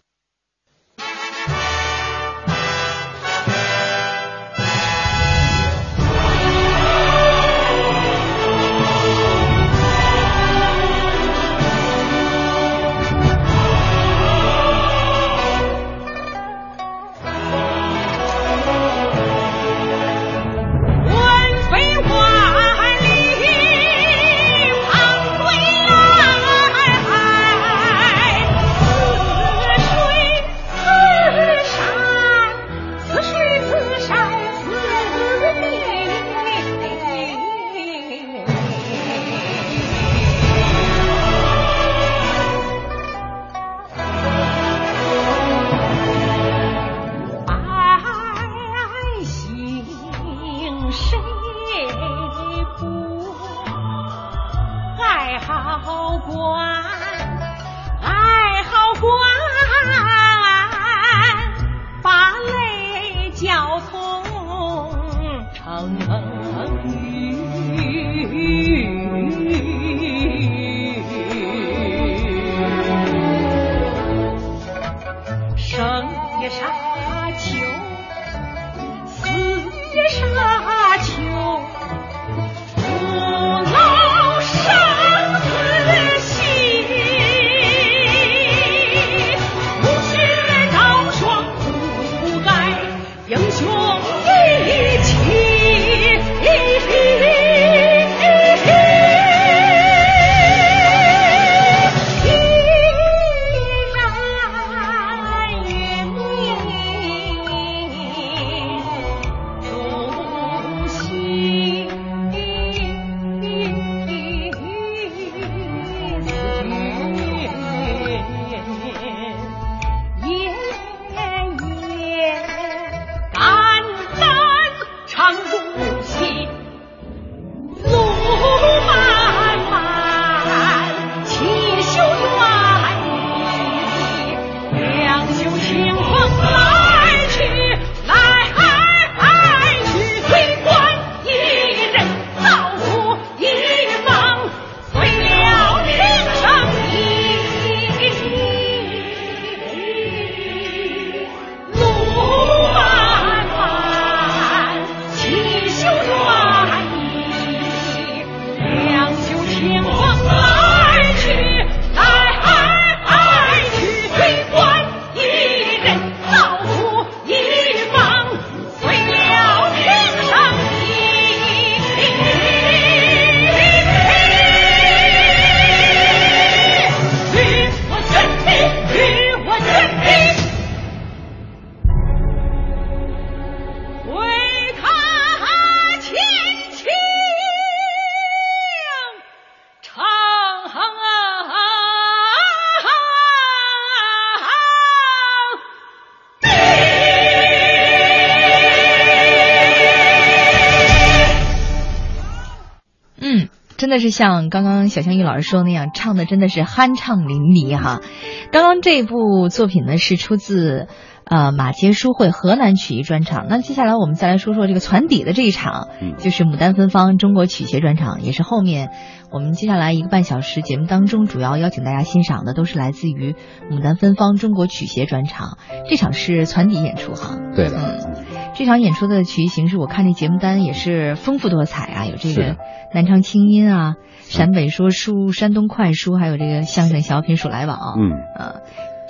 [SPEAKER 5] 闻飞花里旁归来，此处
[SPEAKER 2] 嗯的是像刚刚小香玉老师说的那样，唱的真的是酣畅淋漓哈。刚刚这部作品呢是出自呃马杰书会河南曲艺专场。那接下来我们再来说说这个船底的这一场，
[SPEAKER 3] 嗯
[SPEAKER 2] 就是牡丹芬芳中国曲协专场，也是后面我们接下来一个半小时节目当中主要邀请大家欣赏的都是来自于牡丹芬芳中国曲协专场。这场是船底演出哈。
[SPEAKER 3] 对的，
[SPEAKER 2] 嗯，这场演出的曲艺形式，我看这节目单也是丰富多彩啊，有这
[SPEAKER 3] 是
[SPEAKER 2] 个
[SPEAKER 3] 的
[SPEAKER 2] 南昌清音啊、陕北说书、山东快书，还有这个相声小品数来宝。
[SPEAKER 3] 嗯。
[SPEAKER 2] 啊，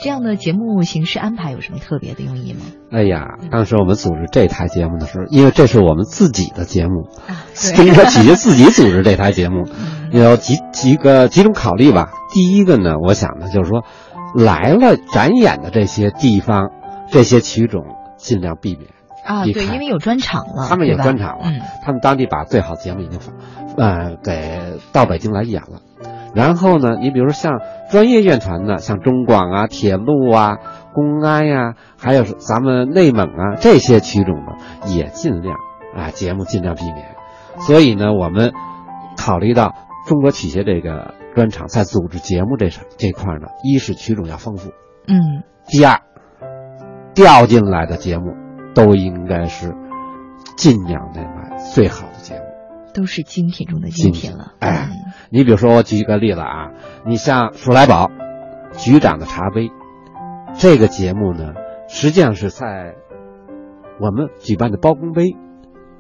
[SPEAKER 2] 这样的节目形式安排有什么特别的用意吗？
[SPEAKER 3] 哎呀，当时我们组织这台节目的时候，因为这是我们自己的节目，
[SPEAKER 2] 啊，
[SPEAKER 3] 中国企业自己组织这台节目，有几几个几种考虑吧。第一个呢，我想呢，就是说，来了展演的这些地方，这些曲种尽量避免。
[SPEAKER 2] 啊，
[SPEAKER 3] 一
[SPEAKER 2] 对，
[SPEAKER 3] 看
[SPEAKER 2] 因为有专场了，
[SPEAKER 3] 他们也
[SPEAKER 2] 对吧
[SPEAKER 3] 专场了
[SPEAKER 2] 嗯，
[SPEAKER 3] 他们当地把最好的节目已经放，呃，给到北京来演了。然后呢，你比如说像专业院团呢，像中广啊、铁路啊、公安呀、还有咱们内蒙啊这些区种呢，也尽量啊节目尽量避免。所以呢，我们考虑到中国曲协这个专场在组织节目这这块呢，一是曲种要丰富，
[SPEAKER 2] 嗯，
[SPEAKER 3] 第二，调进来的节目都应该是尽量的买最好的节目。
[SPEAKER 2] 都是精品中的精
[SPEAKER 3] 精
[SPEAKER 2] 品
[SPEAKER 3] 品
[SPEAKER 2] 了。
[SPEAKER 3] 哎
[SPEAKER 2] 嗯，
[SPEAKER 3] 你比如说，我举一个例子啊，你像鼠来宝《局长的茶杯》这个节目呢，实际上是在我们举办的包公杯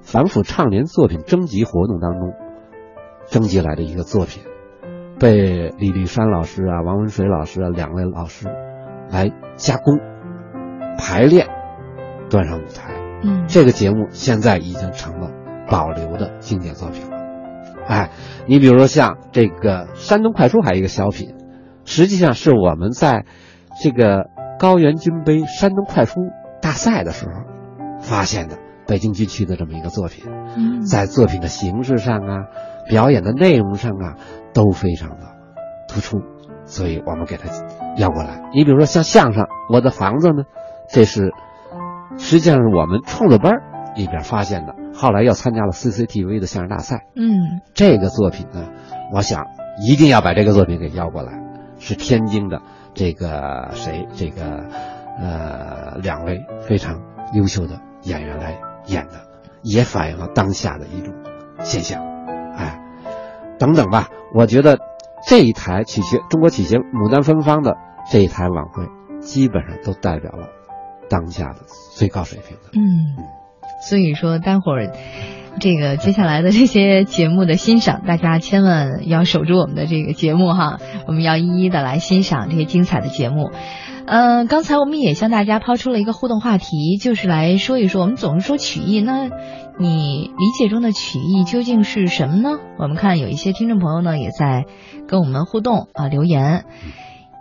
[SPEAKER 3] 反腐倡廉作品征集活动当中征集来的一个作品，被李立山老师啊、王文水老师啊两位老师来加工、排练，端上舞台。
[SPEAKER 2] 嗯，
[SPEAKER 3] 这个节目现在已经成了保留的经典作品了。哎，你比如说像这个山东快书还有一个小品，实际上是我们在这个高原军杯山东快书大赛的时候发现的北京军区的这么一个作品，
[SPEAKER 2] 嗯
[SPEAKER 3] 在作品的形式上啊，表演的内容上啊，都非常的突出，所以我们给它要过来。你比如说像相声《我的房子》呢，这是实际上是我们创作班儿里边发现的，后来又参加了 CCTV 的相声大赛。
[SPEAKER 2] 嗯
[SPEAKER 3] 这个作品呢，我想一定要把这个作品给邀过来，是天津的这个谁这个呃两位非常优秀的演员来演的，也反映了当下的一种现象，哎，等等吧，我觉得这一台曲协中国曲协牡丹芬芳的这一台晚会，基本上都代表了当下的最高水平的。
[SPEAKER 2] 嗯，所以说待会儿。这个接下来的这些节目的欣赏，大家千万要守住我们的这个节目哈，我们要一一的来欣赏这些精彩的节目。呃，刚才我们也向大家抛出了一个互动话题，就是来说一说，我们总是说曲艺，那你理解中的曲艺究竟是什么呢？我们看有一些听众朋友呢也在跟我们互动啊、留言。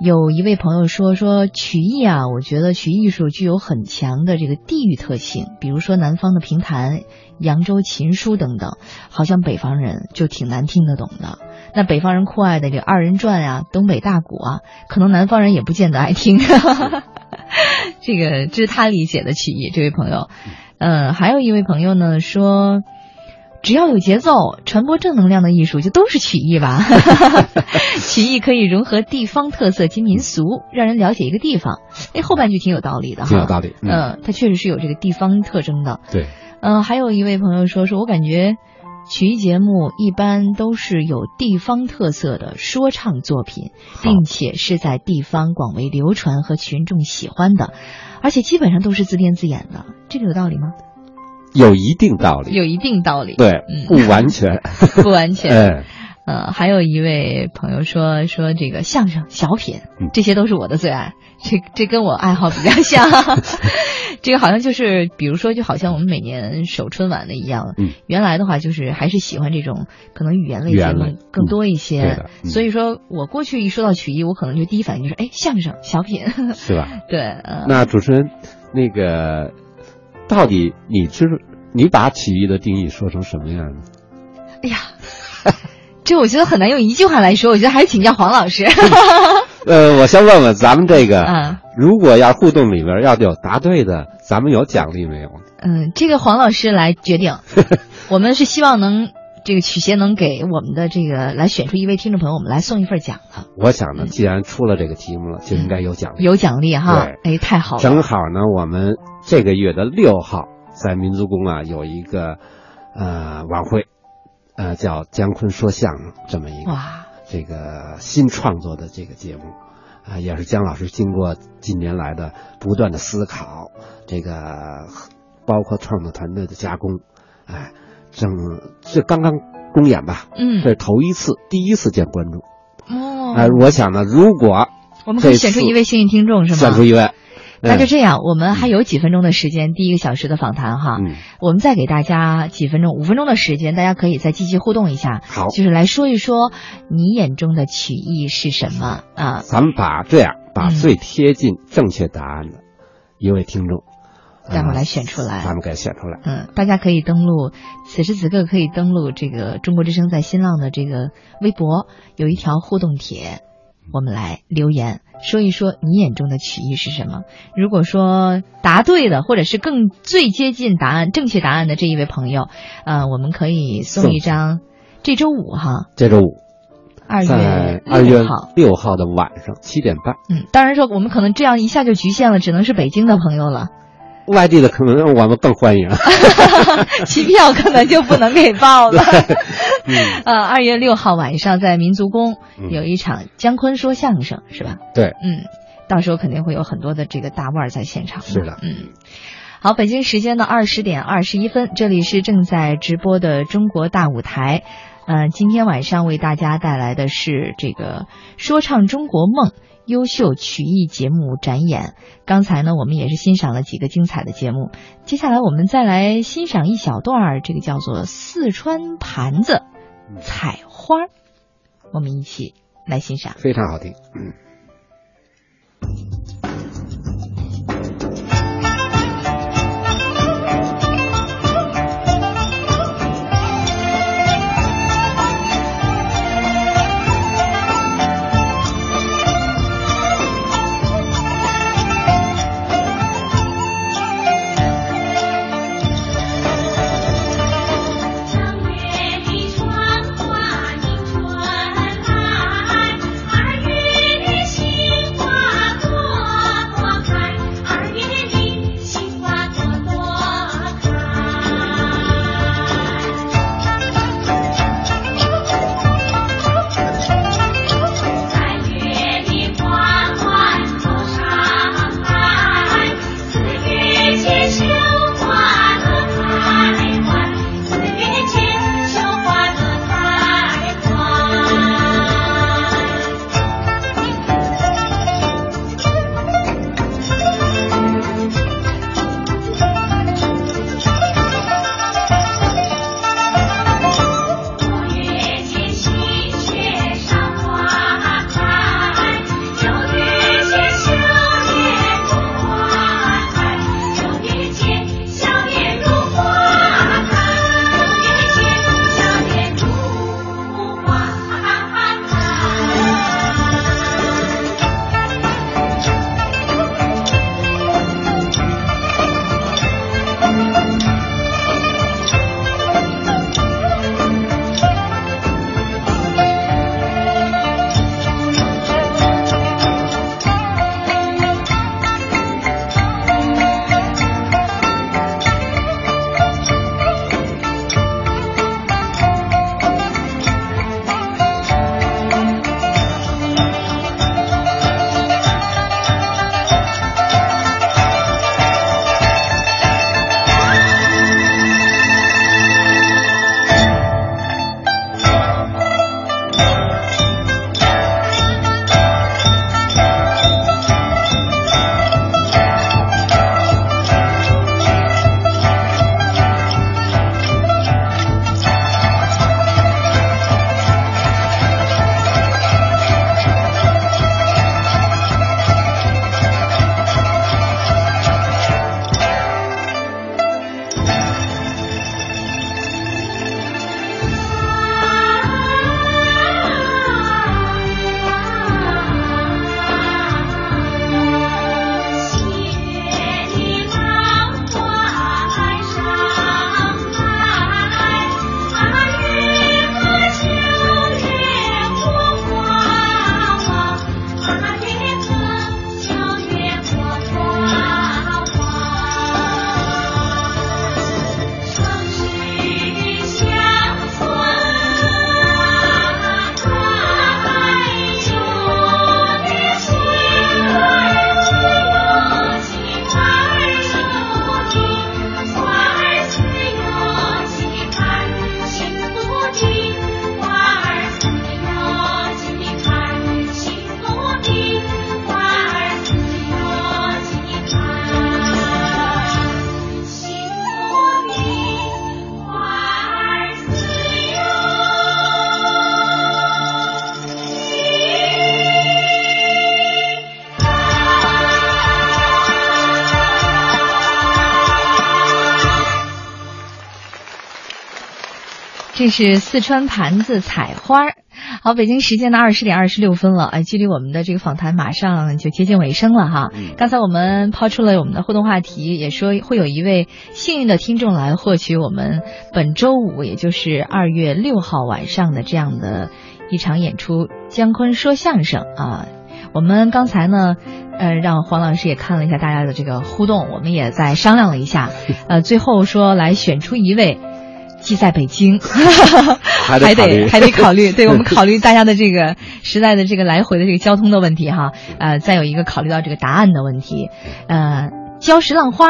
[SPEAKER 2] 有一位朋友说说曲艺啊，我觉得曲艺术具有很强的这个地域特性，比如说南方的评弹、扬州琴书等等，好像北方人就挺难听得懂的。那北方人酷爱的这个二人转啊、东北大鼓啊，可能南方人也不见得爱听。 这个这是他理解的曲艺，这位朋友。呃，还有一位朋友呢说，只要有节奏，传播正能量的艺术就都是曲艺吧。 曲艺可以融合地方特色及民俗，让人了解一个地方。哎，后半句挺有道理的哈，
[SPEAKER 3] 挺有道理嗯
[SPEAKER 2] 呃，它确实是有这个地方特征的。
[SPEAKER 3] 对，
[SPEAKER 2] 嗯，还有一位朋友说，说我感觉曲艺节目一般都是有地方特色的说唱作品，并且是在地方广为流传和群众喜欢的，而且基本上都是自编自演的，这个有道理吗？
[SPEAKER 3] 有一定道理。
[SPEAKER 2] 有一定道理，
[SPEAKER 3] 对
[SPEAKER 2] 嗯，
[SPEAKER 3] 不 完全，
[SPEAKER 2] 不完全。
[SPEAKER 3] 哎，
[SPEAKER 2] 呃，还有一位朋友说说这个相声、小品
[SPEAKER 3] 嗯，
[SPEAKER 2] 这些都是我的最爱。这这跟我爱好比较 像，这个好像就是，比如说，就好像我们每年守春晚的一样。
[SPEAKER 3] 嗯
[SPEAKER 2] 原来的话就是还是喜欢这种可能语言类
[SPEAKER 3] 语
[SPEAKER 2] 节
[SPEAKER 3] 言
[SPEAKER 2] 目
[SPEAKER 3] 类
[SPEAKER 2] 更多一
[SPEAKER 3] 对
[SPEAKER 2] 些
[SPEAKER 3] 的。嗯
[SPEAKER 2] 所以说我过去一说到曲艺，我可能就第一反应就是哎相声、小品。
[SPEAKER 3] 是吧？
[SPEAKER 2] 对，呃，
[SPEAKER 3] 那主持人，那个到底你知你把曲艺的定义说成什么样呢？
[SPEAKER 2] 哎呀，这我觉得很难用一句话来说，我觉得还是请教黄老 师。
[SPEAKER 3] 呃，我先问问咱们这个，
[SPEAKER 2] 嗯
[SPEAKER 3] 如果要互动里边要有答对的，咱们有奖励没有？
[SPEAKER 2] 嗯，这个黄老师来决定。我们是希望能这个曲协能给我们的这个来选出一位听众朋友，我们来送一份奖了，
[SPEAKER 3] 我想呢，既然出了这个题目了，就应该有奖励。
[SPEAKER 2] 有奖励哈！哎，太好了，
[SPEAKER 3] 正好呢，我们这个月的六号在民族宫啊有一个呃晚会，呃叫姜昆说相声这么一个
[SPEAKER 2] 哇，
[SPEAKER 3] 这个新创作的这个节目。啊，也是姜老师经过近年来的不断的思考，这个包括创作团队的加工，哎，正这刚刚公演吧，
[SPEAKER 2] 嗯
[SPEAKER 3] 这是头一次，第一次见观众。
[SPEAKER 2] 哦，
[SPEAKER 3] 哎、我想呢，如果
[SPEAKER 2] 我们可以
[SPEAKER 3] 这
[SPEAKER 2] 选出
[SPEAKER 3] 次
[SPEAKER 2] 一位幸运听众是吗？
[SPEAKER 3] 选出一位，
[SPEAKER 2] 那就
[SPEAKER 3] 嗯
[SPEAKER 2] 这样，我们还有几分钟的时间，第一个小时的访谈哈，
[SPEAKER 3] 嗯
[SPEAKER 2] 我们再给大家几分钟，五分钟的时间，大家可以再积极互动一下，
[SPEAKER 3] 好，
[SPEAKER 2] 就是来说一说你眼中的曲艺是什么啊？
[SPEAKER 3] 咱们把这样把
[SPEAKER 2] 嗯
[SPEAKER 3] 最贴近正确答案的一位听众，
[SPEAKER 2] 待会儿
[SPEAKER 3] 啊
[SPEAKER 2] 嗯来选出来
[SPEAKER 3] 咱们给选出来。
[SPEAKER 2] 嗯，大家可以登录，此时此刻可以登录这个中国之声在新浪的这个微博，有一条互动帖，我们来留言说一说你眼中的曲艺是什么。如果说答对的，或者是更最接近答案、正确答案的这一位朋友，呃，我们可以送一张，这周五哈，
[SPEAKER 3] 这周五
[SPEAKER 2] 二
[SPEAKER 3] 在
[SPEAKER 2] 月
[SPEAKER 3] 二月
[SPEAKER 2] 六号。
[SPEAKER 3] 六号的晚上七点半，
[SPEAKER 2] 嗯，当然说我们可能这样一下就局限了，只能是北京的朋友了，
[SPEAKER 3] 外地的可能我们更欢迎。啊
[SPEAKER 2] 嗯机票可能就不能给报了。呃，二月六号晚上在民族宫
[SPEAKER 3] 嗯
[SPEAKER 2] 有一场姜昆说相声，是吧？
[SPEAKER 3] 对，
[SPEAKER 2] 嗯，到时候肯定会有很多的这个大腕儿在现场。
[SPEAKER 3] 是的
[SPEAKER 2] 嗯。好，北京时间的二十点二十一分，这里是正在直播的中国大舞台。呃，今天晚上为大家带来的是这个说唱中国梦优秀曲艺节目展演。刚才呢，我们也是欣赏了几个精彩的节目，接下来我们再来欣赏一小段儿这个叫做四川盘子
[SPEAKER 3] 嗯
[SPEAKER 2] 采花儿，我们一起来欣赏。
[SPEAKER 3] 非常好听。
[SPEAKER 5] 正月的窗花迎春来，二月的
[SPEAKER 2] 这是四川盘子采花儿。好，北京时间的二十点二十六分了，哎，距离我们的这个访谈马上就接近尾声了哈。
[SPEAKER 3] 嗯
[SPEAKER 2] 刚才我们抛出了我们的互动话题，也说会有一位幸运的听众来获取我们本周五，也就是二月六号晚上的这样的一场演出——姜昆说相声啊。我们刚才呢，呃，让黄老师也看了一下大家的这个互动，我们也在商量了一下，呃，最后说来选出一位。既在北 京，还
[SPEAKER 3] 得考
[SPEAKER 2] 得
[SPEAKER 3] 虑
[SPEAKER 2] 还得考虑，对我们 考虑大家的这个实在的这个来回的这个交通的问题哈，呃，再有一个考虑到这个答案的问题，呃，礁石浪花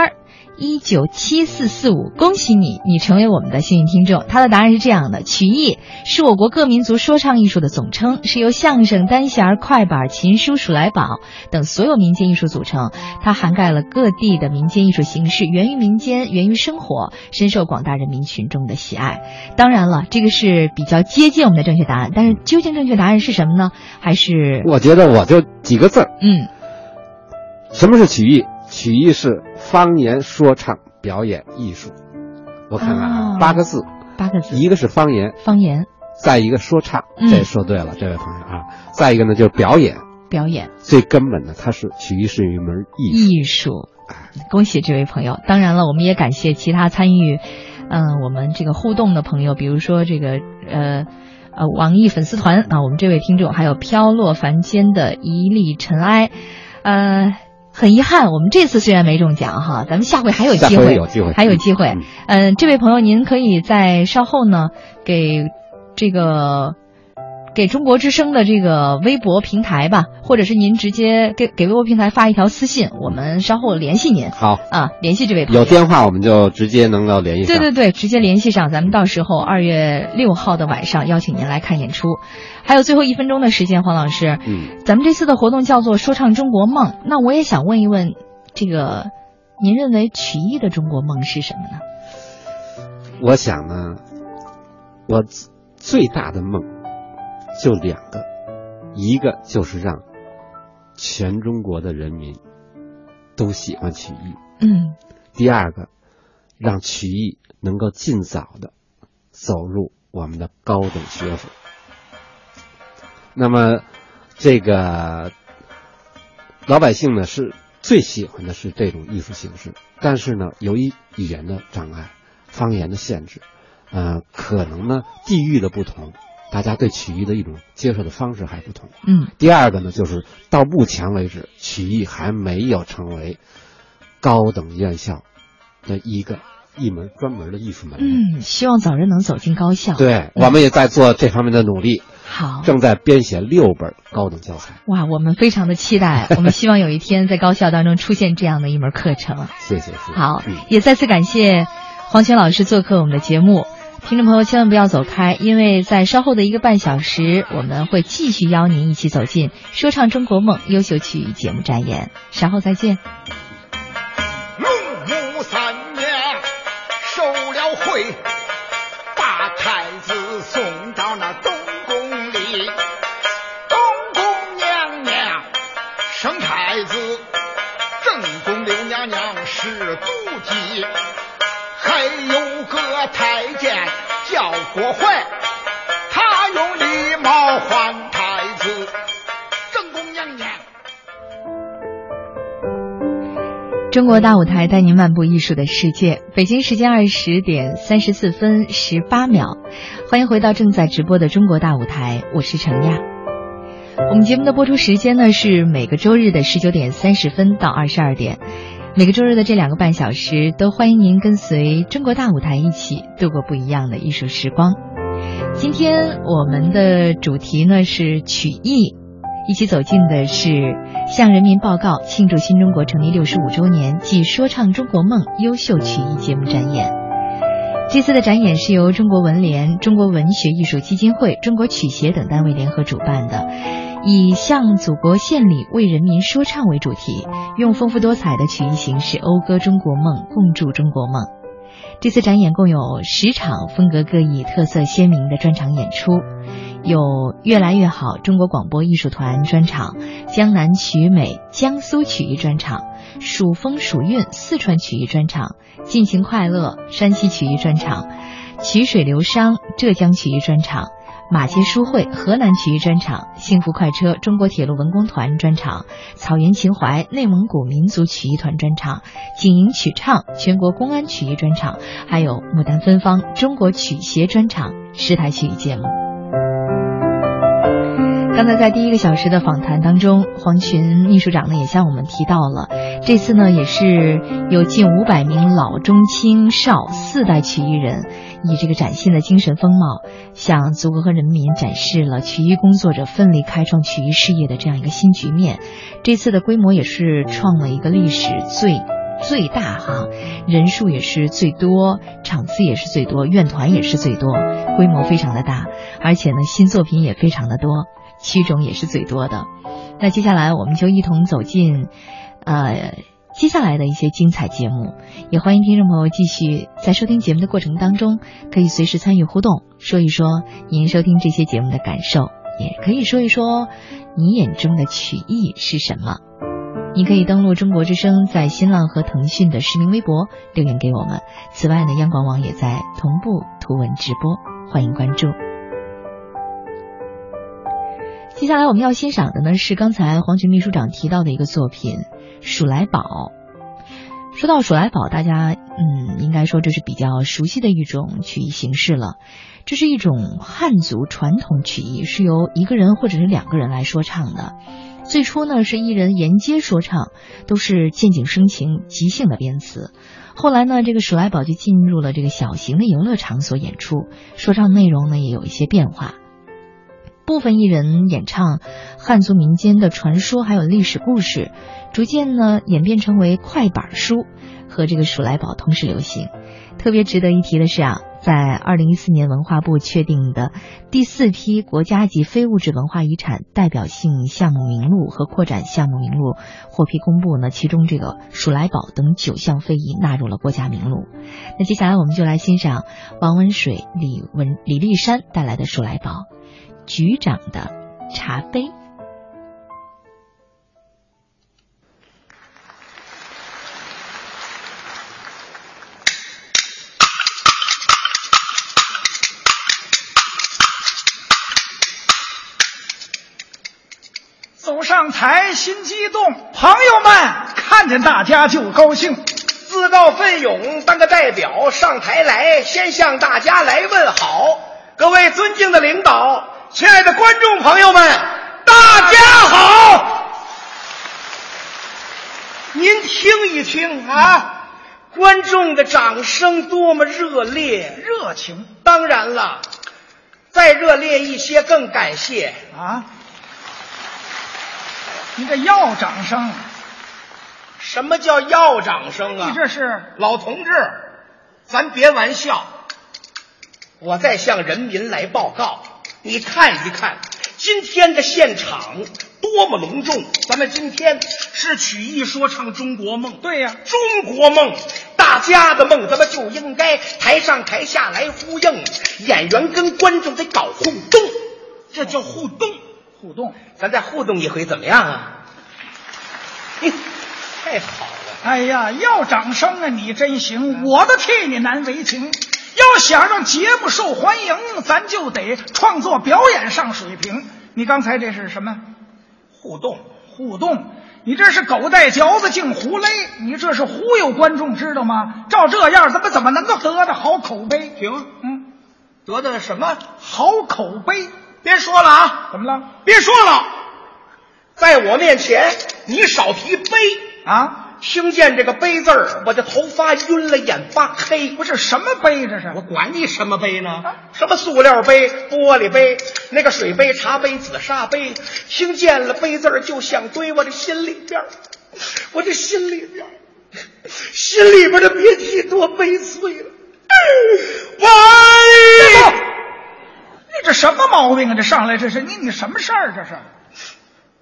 [SPEAKER 2] 一九七四四五，恭喜你，你成为我们的幸运听众。他的答案是这样的：曲艺是我国各民族说唱艺术的总称，是由相声、单弦儿、快板儿、琴书、数来宝等所有民间艺术组成。它涵盖了各地的民间艺术形式，源于民间，源于生活，深受广大人民群众的喜爱。当然了，这个是比较接近我们的正确答案，但是究竟正确答案是什么呢？还是
[SPEAKER 3] 我觉得我就几个字儿，
[SPEAKER 2] 嗯，
[SPEAKER 3] 什么是曲艺？曲艺是方言说唱表演艺术。我看看啊，
[SPEAKER 2] 哦
[SPEAKER 3] 八个字，
[SPEAKER 2] 八个字，
[SPEAKER 3] 一个是方言，
[SPEAKER 2] 方言
[SPEAKER 3] 再一个说唱，
[SPEAKER 2] 嗯
[SPEAKER 3] 这说对了，这位朋友啊。再一个呢，就是表演，
[SPEAKER 2] 表演。
[SPEAKER 3] 最根本的，它是曲艺是一门艺术。
[SPEAKER 2] 艺术。恭喜这位朋友！当然了，我们也感谢其他参与，嗯，我们这个互动的朋友，比如说这个呃呃网易粉丝团啊，我们这位听众，还有飘落凡间的一粒尘埃，呃。很遗憾，我们这次虽然没中奖哈，咱们下回还有
[SPEAKER 3] 下
[SPEAKER 2] 机
[SPEAKER 3] 回
[SPEAKER 2] 会，
[SPEAKER 3] 有机会
[SPEAKER 2] 还有机会。嗯
[SPEAKER 3] 嗯、
[SPEAKER 2] 这位朋友，您可以在稍后呢，给这个给中国之声的这个微博平台吧，或者是您直接给给微博平台发一条私信，我们稍后联系您
[SPEAKER 3] 好，
[SPEAKER 2] 啊，联系这位朋友
[SPEAKER 3] 有。电话我们就直接能够联系上。
[SPEAKER 2] 对对对，直接联系上，咱们到时候二月六号的晚上邀请您来看演出。还有最后一分钟的时间，黄老师，
[SPEAKER 3] 嗯，
[SPEAKER 2] 咱们这次的活动叫做“说唱中国梦”，那我也想问一问，这个您认为曲艺的中国梦是什么呢？
[SPEAKER 3] 我想呢，我最大的梦就两个，一个就是让全中国的人民都喜欢曲艺，
[SPEAKER 2] 嗯
[SPEAKER 3] 第二个让曲艺能够尽早的走入我们的高等学府。那么，这个老百姓呢是最喜欢的是这种艺术形式，但是呢，由于语言的障碍、方言的限制，呃，可能呢地域的不同，大家对曲艺的一种接受的方式还不同。
[SPEAKER 2] 嗯
[SPEAKER 3] 第二个呢，就是到目前为止，曲艺还没有成为高等院校的一个一门专门的艺术门类。
[SPEAKER 2] 嗯，希望早日能走进高校。，嗯
[SPEAKER 3] 对，我们也在做这方面的努力，
[SPEAKER 2] 好。
[SPEAKER 3] 正在编写六本高等教材。
[SPEAKER 2] 哇，我们非常的期待，我们希望有一天在高校当中出现这样的一门课程。
[SPEAKER 3] 谢谢，谢谢。
[SPEAKER 2] 好
[SPEAKER 3] 嗯，
[SPEAKER 2] 也再次感谢黄泉老师做客我们的节目。听众朋友千万不要走开，因为在稍后的一个半小时，我们会继续邀您一起走进《说唱中国梦》优秀曲艺节目展演。稍后再见。
[SPEAKER 10] 孟母三娘受了贿，把太子送到那东宫里。东宫娘娘生太子，正宫刘娘娘是妒忌，还有个太监叫郭槐，他用礼貌换太子。正宫娘娘。
[SPEAKER 2] 中国大舞台带您漫步艺术的世界。北京时间二十点三十四分十八秒，欢迎回到正在直播的中国大舞台，我是程亚。我们节目的播出时间呢是每个周日的十九点三十分到二十二点。每个周日的这两个半小时，都欢迎您跟随中国大舞台一起度过不一样的艺术时光。今天我们的主题呢是曲艺，一起走进的是向人民报告庆祝新中国成立六十五周年暨说唱中国梦优秀曲艺节目展演。这次的展演是由中国文联、中国文学艺术基金会、中国曲协等单位联合主办的，以向祖国献礼、为人民说唱为主题，用丰富多彩的曲艺形式讴歌中国梦，共筑中国梦。这次展演共有十场风格各异、特色鲜明的专场演出，有“越来越好”中国广播艺术团专场、江南曲美、江苏曲艺专场、蜀风蜀韵四川曲艺专场、尽情快乐山西曲艺专场、曲水流觞浙江曲艺专场。马街书会河南曲艺专场、幸福快车中国铁路文工团专场、草原情怀内蒙古民族曲艺团专场、景营曲唱全国公安曲艺专场，还有牡丹芬芳中国曲协专场十台曲艺节目。刚才在第一个小时的访谈当中，黄群秘书长呢也向我们提到了，这次呢也是有近五百名老中青少四代曲艺人，以这个崭新的精神风貌，向祖国和人民展示了曲艺工作者奋力开创曲艺事业的这样一个新局面。这次的规模也是创了一个历史最。最大哈，人数也是最多，场次也是最多，院团也是最多，规模非常的大，而且呢，新作品也非常的多。曲种也是最多的。那接下来我们就一同走进，呃，接下来的一些精彩节目。也欢迎听众朋友继续在收听节目的过程当中，可以随时参与互动，说一说您收听这些节目的感受，也可以说一说你眼中的曲艺是什么。你可以登录中国之声在新浪和腾讯的实名微博留言给我们。此外呢，央广网也在同步图文直播，欢迎关注。接下来我们要欣赏的呢是刚才黄群秘书长提到的一个作品《鼠来宝》。说到鼠来宝，大家嗯应该说这是比较熟悉的一种曲艺形式了。这是一种汉族传统曲艺，是由一个人或者是两个人来说唱的。最初呢是一人沿街说唱，都是见景生情、即兴的编词。后来呢，这个鼠来宝就进入了这个小型的游乐场所演出，说唱内容呢也有一些变化。部分艺人演唱汉族民间的传说，还有历史故事，逐渐呢演变成为快板书和这个鼠来宝同时流行。特别值得一提的是啊，在二零一四年文化部确定的第四批国家级非物质文化遗产代表性项目名录和扩展项目名录获批公布呢，其中这个鼠来宝等九项非遗纳入了国家名录。那接下来我们就来欣赏王文水、李文、李立山带来的鼠来宝。局长的茶杯。
[SPEAKER 11] 走上台，心激动，朋友们看见大家就高兴。
[SPEAKER 12] 自告奋勇当个代表上台来，先向大家来问好。各位尊敬的领导。亲爱的观众朋友们，大家好！您听一听啊，观众的掌声多么热烈、
[SPEAKER 11] 热情！
[SPEAKER 12] 当然了，再热烈一些更感谢
[SPEAKER 11] 啊！你这要掌声？
[SPEAKER 12] 什么叫要掌声啊？
[SPEAKER 11] 你这是
[SPEAKER 12] 老同志，咱别玩笑，我在向人民来报告。你看一看今天的现场多么隆重！咱们今天是曲艺说唱《中国梦》，
[SPEAKER 11] 对呀、啊，
[SPEAKER 12] 《中国梦》，大家的梦，咱们就应该台上台下来呼应，演员跟观众得搞互动，这叫互动，
[SPEAKER 11] 互动，
[SPEAKER 12] 咱再互动一回怎么样啊？嗯、太好了！
[SPEAKER 11] 哎呀，要掌声啊！你真
[SPEAKER 12] 嗯
[SPEAKER 11] 行，我都替你难为情。要想让节目受欢迎，咱就得创作表演上水平。你刚才这是什么？
[SPEAKER 12] 互动，
[SPEAKER 11] 互动！你这是狗带嚼子净胡勒，你这是忽悠观众，知道吗？照这样，咱们怎么能够得到好口碑？
[SPEAKER 12] 停，嗯，得到什么
[SPEAKER 11] 好口碑？
[SPEAKER 12] 别说了啊！
[SPEAKER 11] 怎么了？
[SPEAKER 12] 别说了，在我面前你少提碑
[SPEAKER 11] 啊！
[SPEAKER 12] 听见这个“杯”字儿，我就头发晕了，眼发黑。
[SPEAKER 11] 不是什么杯，这是
[SPEAKER 12] 我管你什么杯呢？啊、什么塑料杯、玻璃杯、那个水杯、茶杯、紫砂杯，听见了“杯”字儿就想堆我这心里边，我这心里边，心里边的别提多悲催了。喂，
[SPEAKER 11] 你这什么毛病啊？这上来这是你你什么事儿？这是。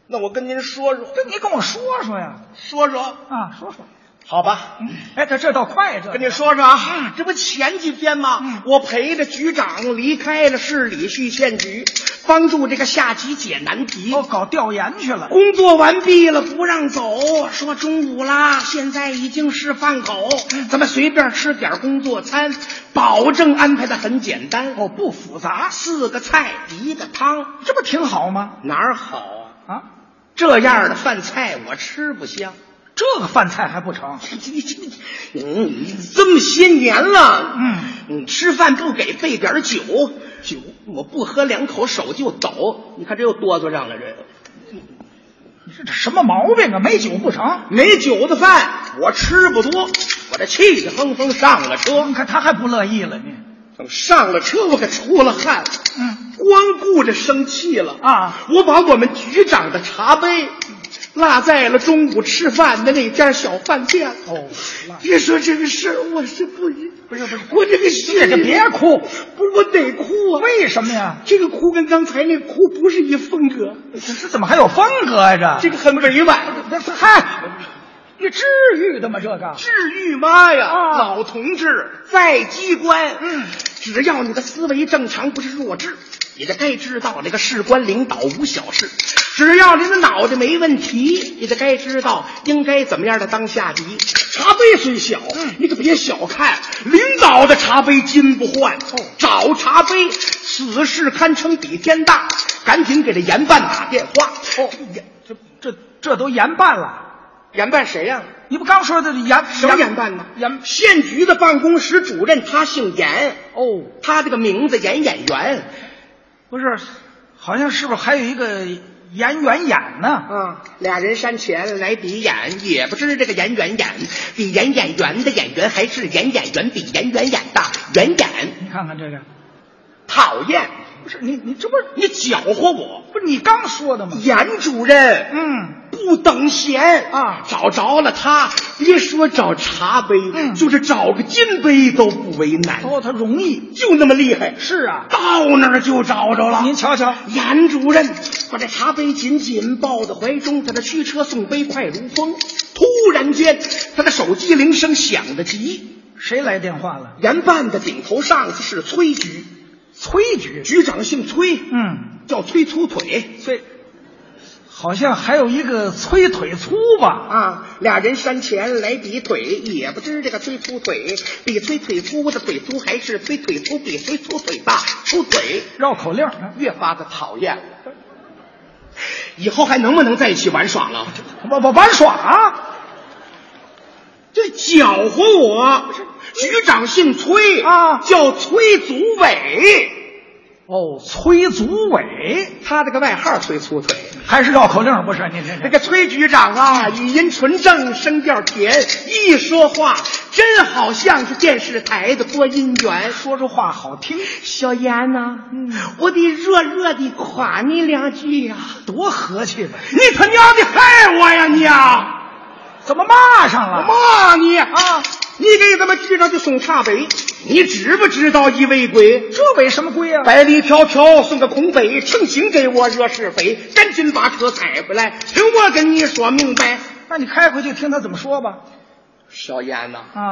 [SPEAKER 12] 那我跟您说说，
[SPEAKER 11] 这你跟我说说呀，
[SPEAKER 12] 说说
[SPEAKER 11] 啊，说说，
[SPEAKER 12] 好吧，
[SPEAKER 11] 哎，这这倒快，这嗯
[SPEAKER 12] 跟你说说啊，这不前几天吗？我陪着局长离开了市里胥县局，帮助这个下级解难题。
[SPEAKER 11] 哦，搞调研去了。
[SPEAKER 12] 工作完毕了，不让走，说中午啦，现在已经是饭口，咱们随便吃点工作餐，保证安排的很简单
[SPEAKER 11] 哦，不复杂，
[SPEAKER 12] 四个菜一个汤，
[SPEAKER 11] 这不挺好吗？
[SPEAKER 12] 哪儿好啊？
[SPEAKER 11] 啊，
[SPEAKER 12] 这样的饭菜我吃不香。
[SPEAKER 11] 这个饭菜还不成？
[SPEAKER 12] 你你你这么些年了，
[SPEAKER 11] 嗯，
[SPEAKER 12] 你吃饭不给备点酒，酒我不喝两口手就抖，你看这又哆嗦上了这。
[SPEAKER 11] 你这这什么毛病啊？没酒不成？
[SPEAKER 12] 没酒的饭我吃不多，我这气得哼哼上了车
[SPEAKER 11] 你。看他还不乐意了，你
[SPEAKER 12] 等上了车，我可出了汗。
[SPEAKER 11] 嗯，
[SPEAKER 12] 光顾着生气了
[SPEAKER 11] 啊！
[SPEAKER 12] 我把我们局长的茶杯落在了中午吃饭的那家小饭店。
[SPEAKER 11] 哦落
[SPEAKER 12] 别说这个事儿，我是不不
[SPEAKER 11] 是不是
[SPEAKER 12] 我这个心
[SPEAKER 11] 这
[SPEAKER 12] 里
[SPEAKER 11] 别哭
[SPEAKER 12] 不是我得哭啊！
[SPEAKER 11] 为什么呀？
[SPEAKER 12] 这个哭跟刚才那哭不是一风格，
[SPEAKER 11] 这这怎么还有风格呀、
[SPEAKER 12] 这
[SPEAKER 11] 这
[SPEAKER 12] 个很委婉。
[SPEAKER 11] 这这嗨，你至于的吗？这个
[SPEAKER 12] 治愈妈呀，
[SPEAKER 11] 啊
[SPEAKER 12] 老同志在机关，
[SPEAKER 11] 嗯，
[SPEAKER 12] 只要你的思维正常，不是弱智，你就该知道这个事关领导无小事；只要你的脑袋没问题，你就该知道应该怎么样的当下级。茶杯虽小，
[SPEAKER 11] 嗯
[SPEAKER 12] 你可别小看领导的茶杯，金不换。
[SPEAKER 11] 哦
[SPEAKER 12] 找茶杯，此事堪称比天大，赶紧给这严办打电话。哦，
[SPEAKER 11] 这这这都严办了。
[SPEAKER 12] 严办谁呀、
[SPEAKER 11] 你不刚说的严
[SPEAKER 12] 什么严办呢？
[SPEAKER 11] 严
[SPEAKER 12] 县局的办公室主任，他姓严，
[SPEAKER 11] 哦，
[SPEAKER 12] 他这个名字严演员。
[SPEAKER 11] 不是，好像是不是还有一个严元演呢？
[SPEAKER 12] 啊，俩人山前来比演，也不知这个演员演比演演员的演员还是演演员比演员演的演演，
[SPEAKER 11] 你看看这个，
[SPEAKER 12] 讨厌！
[SPEAKER 11] 不是你你这不是
[SPEAKER 12] 你搅和我，
[SPEAKER 11] 不是你刚说的吗？
[SPEAKER 12] 严主任，
[SPEAKER 11] 嗯，
[SPEAKER 12] 不等闲
[SPEAKER 11] 啊
[SPEAKER 12] 找着了他，别说找茶杯，
[SPEAKER 11] 嗯
[SPEAKER 12] 就是找个金杯都不为难，
[SPEAKER 11] 哦，他容易。
[SPEAKER 12] 就那么厉害。
[SPEAKER 11] 是啊，
[SPEAKER 12] 到那儿就找着了。
[SPEAKER 11] 您瞧瞧，
[SPEAKER 12] 严主任把这茶杯紧紧抱在怀中，他的驱车送杯快如风。突然间，他的手机铃声响得急。
[SPEAKER 11] 谁来电话了？
[SPEAKER 12] 严办的顶头上司是崔局，
[SPEAKER 11] 崔局。
[SPEAKER 12] 局长姓崔，
[SPEAKER 11] 嗯，
[SPEAKER 12] 叫崔粗腿
[SPEAKER 11] 崔，好像还有一个崔腿粗吧？
[SPEAKER 12] 啊。俩人山前来比腿，也不知这个崔粗腿比崔腿粗的腿粗，还是崔腿粗比崔粗腿大粗腿。
[SPEAKER 11] 绕口令儿。
[SPEAKER 12] 越发的讨厌了。以后还能不能在一起玩耍了？
[SPEAKER 11] 我我玩耍啊
[SPEAKER 12] 这搅和我！局长姓崔
[SPEAKER 11] 啊
[SPEAKER 12] 叫崔祖伟，
[SPEAKER 11] 哦，崔祖伟
[SPEAKER 12] 他这个外号崔粗腿。
[SPEAKER 11] 还是绕口令儿不是？你这
[SPEAKER 12] 这
[SPEAKER 11] 这
[SPEAKER 12] 个崔局长啊，语音纯正，声调甜，一说话真好像是电视台的播音员。
[SPEAKER 11] 说出话好听，嗯
[SPEAKER 12] 小燕呐、我得弱弱的夸你两句呀、
[SPEAKER 11] 多和气呗！
[SPEAKER 12] 你他娘的害我呀你啊！
[SPEAKER 11] 怎么骂上了？
[SPEAKER 12] 骂你啊！你给咱们局长就送茶杯，你知不知道一为鬼？
[SPEAKER 11] 这为什么归啊？
[SPEAKER 12] 百里迢迢送个空杯，成心给我惹是非，赶紧把车踩回来，听我跟你说明白。
[SPEAKER 11] 那你开回去听他怎么说吧。
[SPEAKER 12] 小燕呐、
[SPEAKER 11] 啊，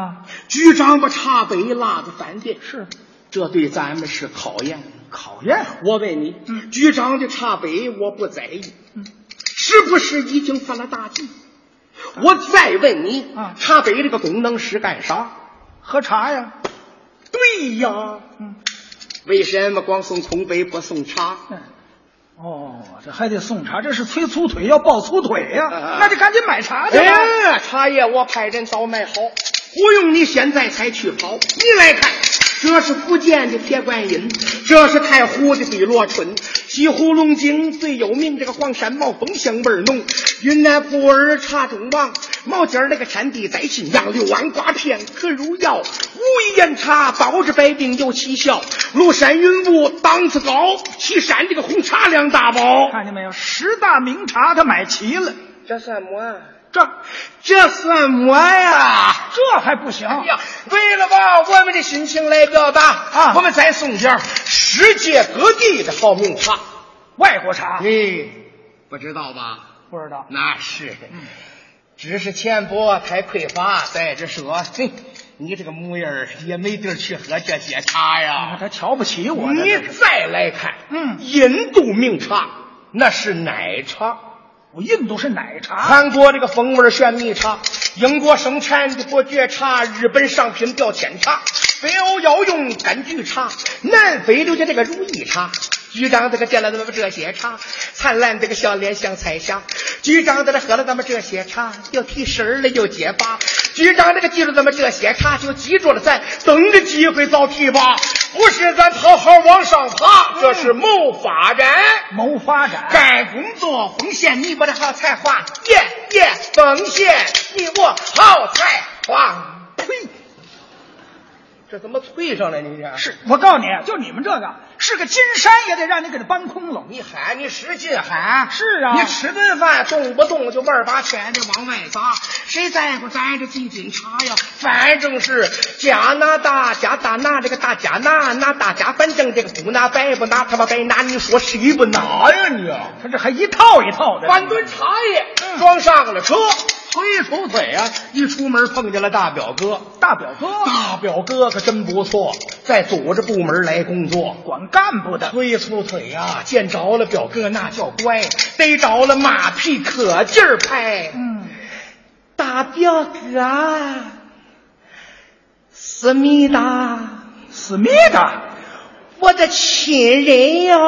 [SPEAKER 12] 局长把茶杯落在饭店，
[SPEAKER 11] 是
[SPEAKER 12] 这对咱们是考验。
[SPEAKER 11] 讨厌。
[SPEAKER 12] 我问你，
[SPEAKER 11] 嗯
[SPEAKER 12] 局长的茶杯我不在意，是不是已经犯了大忌？我再问你
[SPEAKER 11] 啊，
[SPEAKER 12] 茶杯这个功能是干啥？
[SPEAKER 11] 喝茶呀，
[SPEAKER 12] 对呀，
[SPEAKER 11] 嗯，
[SPEAKER 12] 为什么光送空杯不送茶？
[SPEAKER 11] 嗯，哦，这还得送茶，这是催粗腿要抱粗腿呀、
[SPEAKER 12] 啊
[SPEAKER 11] 那就赶紧买茶去吧。
[SPEAKER 12] 哎，茶叶我派人倒卖好，不用你现在才去跑。你来看，这是福建的铁观音，这是太湖的碧螺春，西湖龙井最有名这个黄山毛峰香味儿浓，云南普洱茶中王，毛尖儿那个产地在新阳，六安瓜片可入药，武夷岩茶包治百病有奇效，麓山云雾档次高，岐山这个红茶两大包。
[SPEAKER 11] 看见没有，十大名茶他买齐了，
[SPEAKER 12] 这算么啊？
[SPEAKER 11] 这
[SPEAKER 12] 这算么呀？
[SPEAKER 11] 这还不行。
[SPEAKER 12] 哎呀，为了把我们的心情来表达
[SPEAKER 11] 啊
[SPEAKER 12] 我们再送点儿世界各地的好名茶。
[SPEAKER 11] 外国茶
[SPEAKER 12] 哎，不知道吧？
[SPEAKER 11] 不知道，
[SPEAKER 12] 那是，只是钱薄太匮乏。再者说，嘿，你这个模样儿也没地儿去喝这些茶哎呀。他瞧不起
[SPEAKER 11] 我呢
[SPEAKER 12] 你
[SPEAKER 11] 这是
[SPEAKER 12] 再来看，嗯，印度名茶那是奶茶。我印度是奶茶，韩国这个风味炫蜜茶，英国生产的伯爵茶，日本上品标签茶，非欧要用柑橘茶，南非留下这个如意茶。局长这个见了咱们这些茶，灿烂这个笑脸像彩霞。局长在这喝了咱们这些茶，又提神儿了又解乏。局长这个记住咱们这些茶，就记住了咱等着机会早提吧。不是咱好好往上爬，这是谋发展，嗯谋发展。干工作奉献你我的好才华，耶耶奉献你我好才华。呸！这怎么退上来？你这
[SPEAKER 11] 是我告诉你，就你们这个是个金山也得让你给它搬空了。
[SPEAKER 12] 你喊，你使劲喊。
[SPEAKER 11] 是啊，
[SPEAKER 12] 你吃顿饭动不动就万把钱的往外砸，谁在乎咱这几斤茶呀？反正是加拿大，加大拿这个大加拿，拿大家，反正这个不拿白不拿，他妈白拿，你说谁不拿呀你？他这还一套一套的。半吨茶
[SPEAKER 11] 嗯
[SPEAKER 12] 叶装上了车，推出嘴啊，一出门碰见了大表哥。大表哥，大表哥可真不错，在组织部门来工作，管干部的。推粗腿呀、啊见着了表哥那叫乖，逮着了马屁可劲儿拍。嗯，大表哥啊，思密达，思密达。我的亲人哎呀、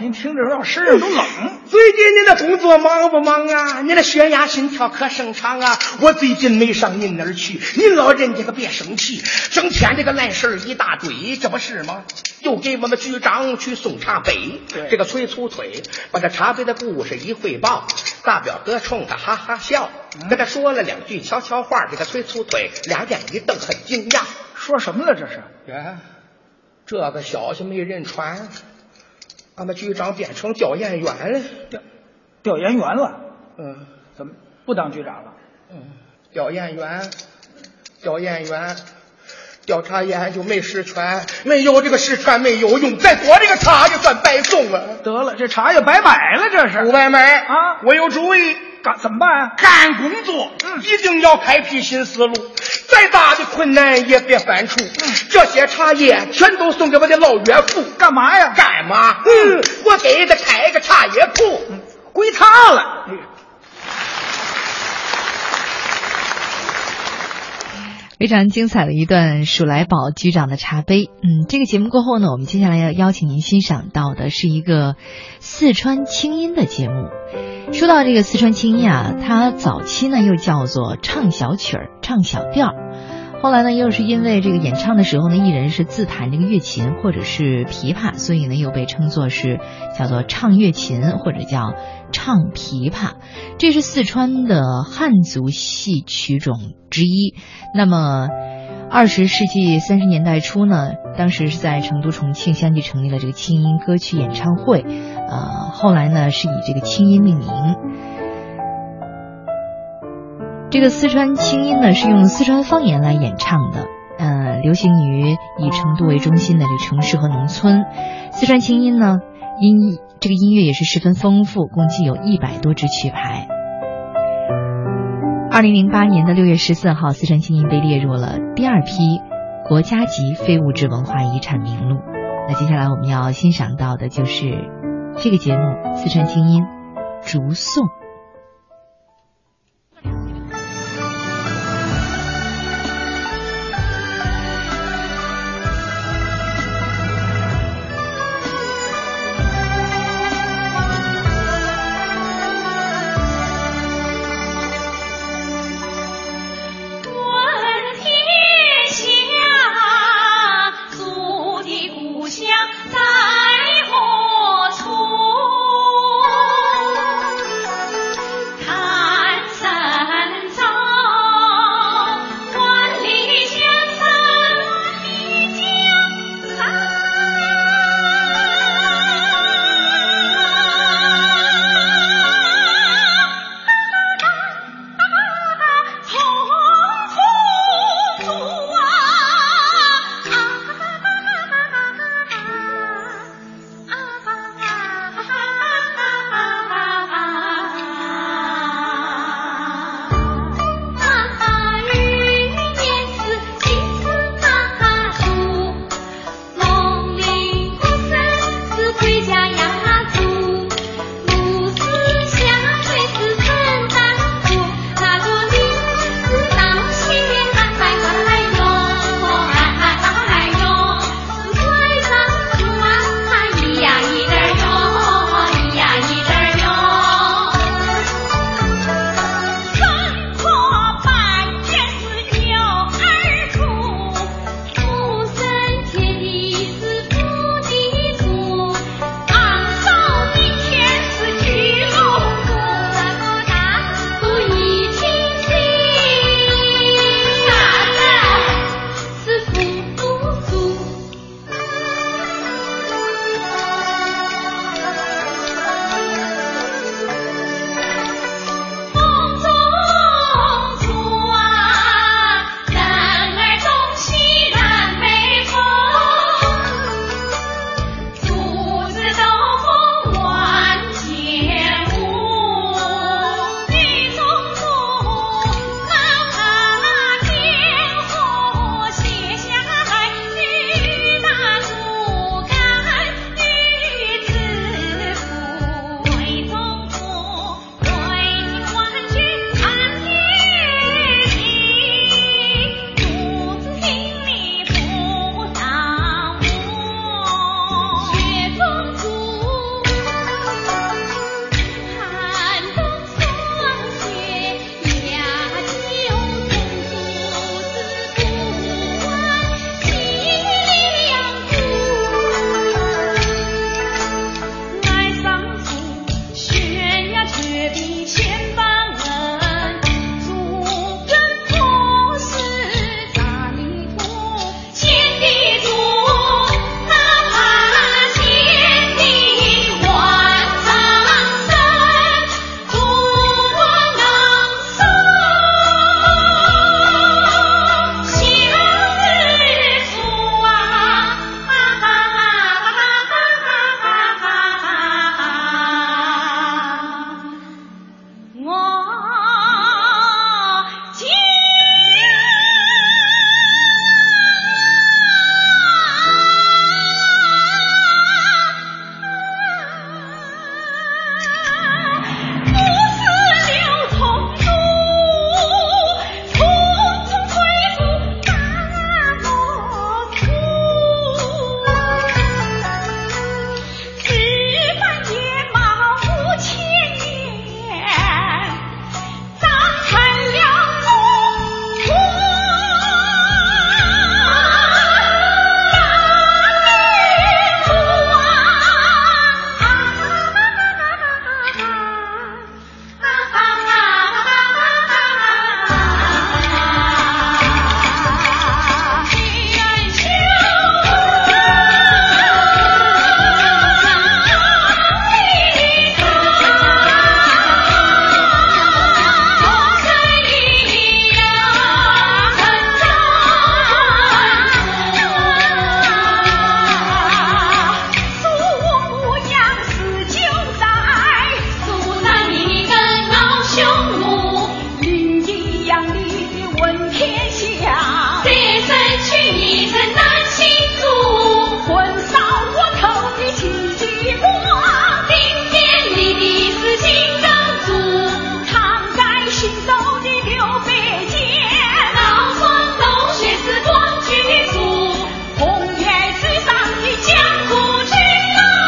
[SPEAKER 12] 您听着让身上都冷。 最近您的工作忙不忙啊？您的血压、心跳可正常啊？我最近没上您那儿去，您老人家可别生气，整天这个烂事儿一大堆，这不是吗？又给我们局长去送茶杯，这个催粗腿把这茶杯的故事一汇报，大表哥冲他哈哈笑，跟他说了两句悄悄话，给他催粗腿俩眼一瞪，很惊讶，说什么了这是？这个消息没人传，俺们局长变成调研员了。调调研员了？嗯，怎么不当局长了？嗯，调研员，调研员，调查研究没实权，没有这个实权没有用，再多这个茶就算白送了。得了，这茶也白买了，这是不白买啊！我有主意。干怎么办、啊？干工作，嗯，一定要开辟新思路，再大的困难也别犯怵。这些茶叶全都送给我的老岳父，干嘛呀？干嘛？嗯，我给他开个茶叶铺，归他了。
[SPEAKER 2] 非常精彩的一段数来宝局长的茶杯。嗯，这个节目过后呢，我们接下来要邀请您欣赏到的是一个四川清音的节目。说到这个四川清音啊，它早期呢又叫做唱小曲儿、唱小调儿，后来呢又是因为这个演唱的时候呢，艺人是自弹这个乐琴或者是琵琶，所以呢又被称作是叫做唱乐琴或者叫唱琵琶。这是四川的汉族戏曲种之一。那么，二十世纪三十年代初呢，当时是在成都、重庆相继成立了这个清音歌曲演唱会，呃，后来呢是以这个清音命名。这个四川清音呢是用四川方言来演唱的，呃，流行于以成都为中心的这城市和农村。四川清音呢，音这个音乐也是十分丰富，共计有一百多支曲牌。二零零八年的六月十四号，四川清音被列入了第二批国家级非物质文化遗产名录。那接下来我们要欣赏到的就是这个节目《四川清音竹颂》。
[SPEAKER 5] 问天下，祖的故乡在何处？
[SPEAKER 6] 啊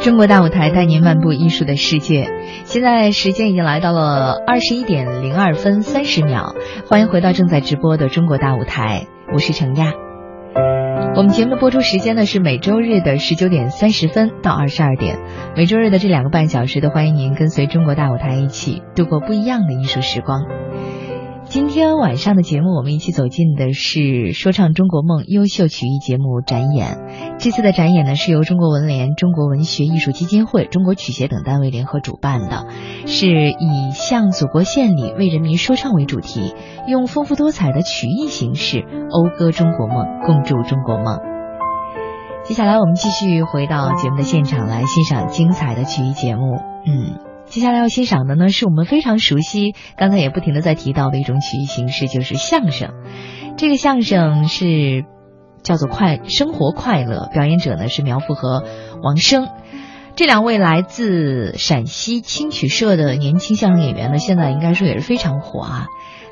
[SPEAKER 2] 中国大舞台带您漫步艺术的世界。现在时间已经来到了二十一点零二分三十秒，欢迎回到正在直播的中国大舞台，我是程亚。我们节目的播出时间呢是每周日的十九点三十分到二十二点，每周日的这两个半小时都欢迎您跟随中国大舞台一起度过不一样的艺术时光。今天晚上的节目，我们一起走进的是说唱中国梦优秀曲艺节目展演。这次的展演呢，是由中国文联、中国文学艺术基金会、中国曲协等单位联合主办的，是以向祖国献礼、为人民说唱为主题，用丰富多彩的曲艺形式讴歌中国梦，共筑中国梦。接下来，我们继续回到节目的现场来欣赏精彩的曲艺节目。嗯。接下来要欣赏的呢，是我们非常熟悉，刚才也不停的在提到的一种曲艺形式，就是相声。这个相声是叫做快生活快乐，表演者呢是苗阜和王声。这两位来自陕西青曲社的年轻相声演员呢，现在应该说也是非常火啊。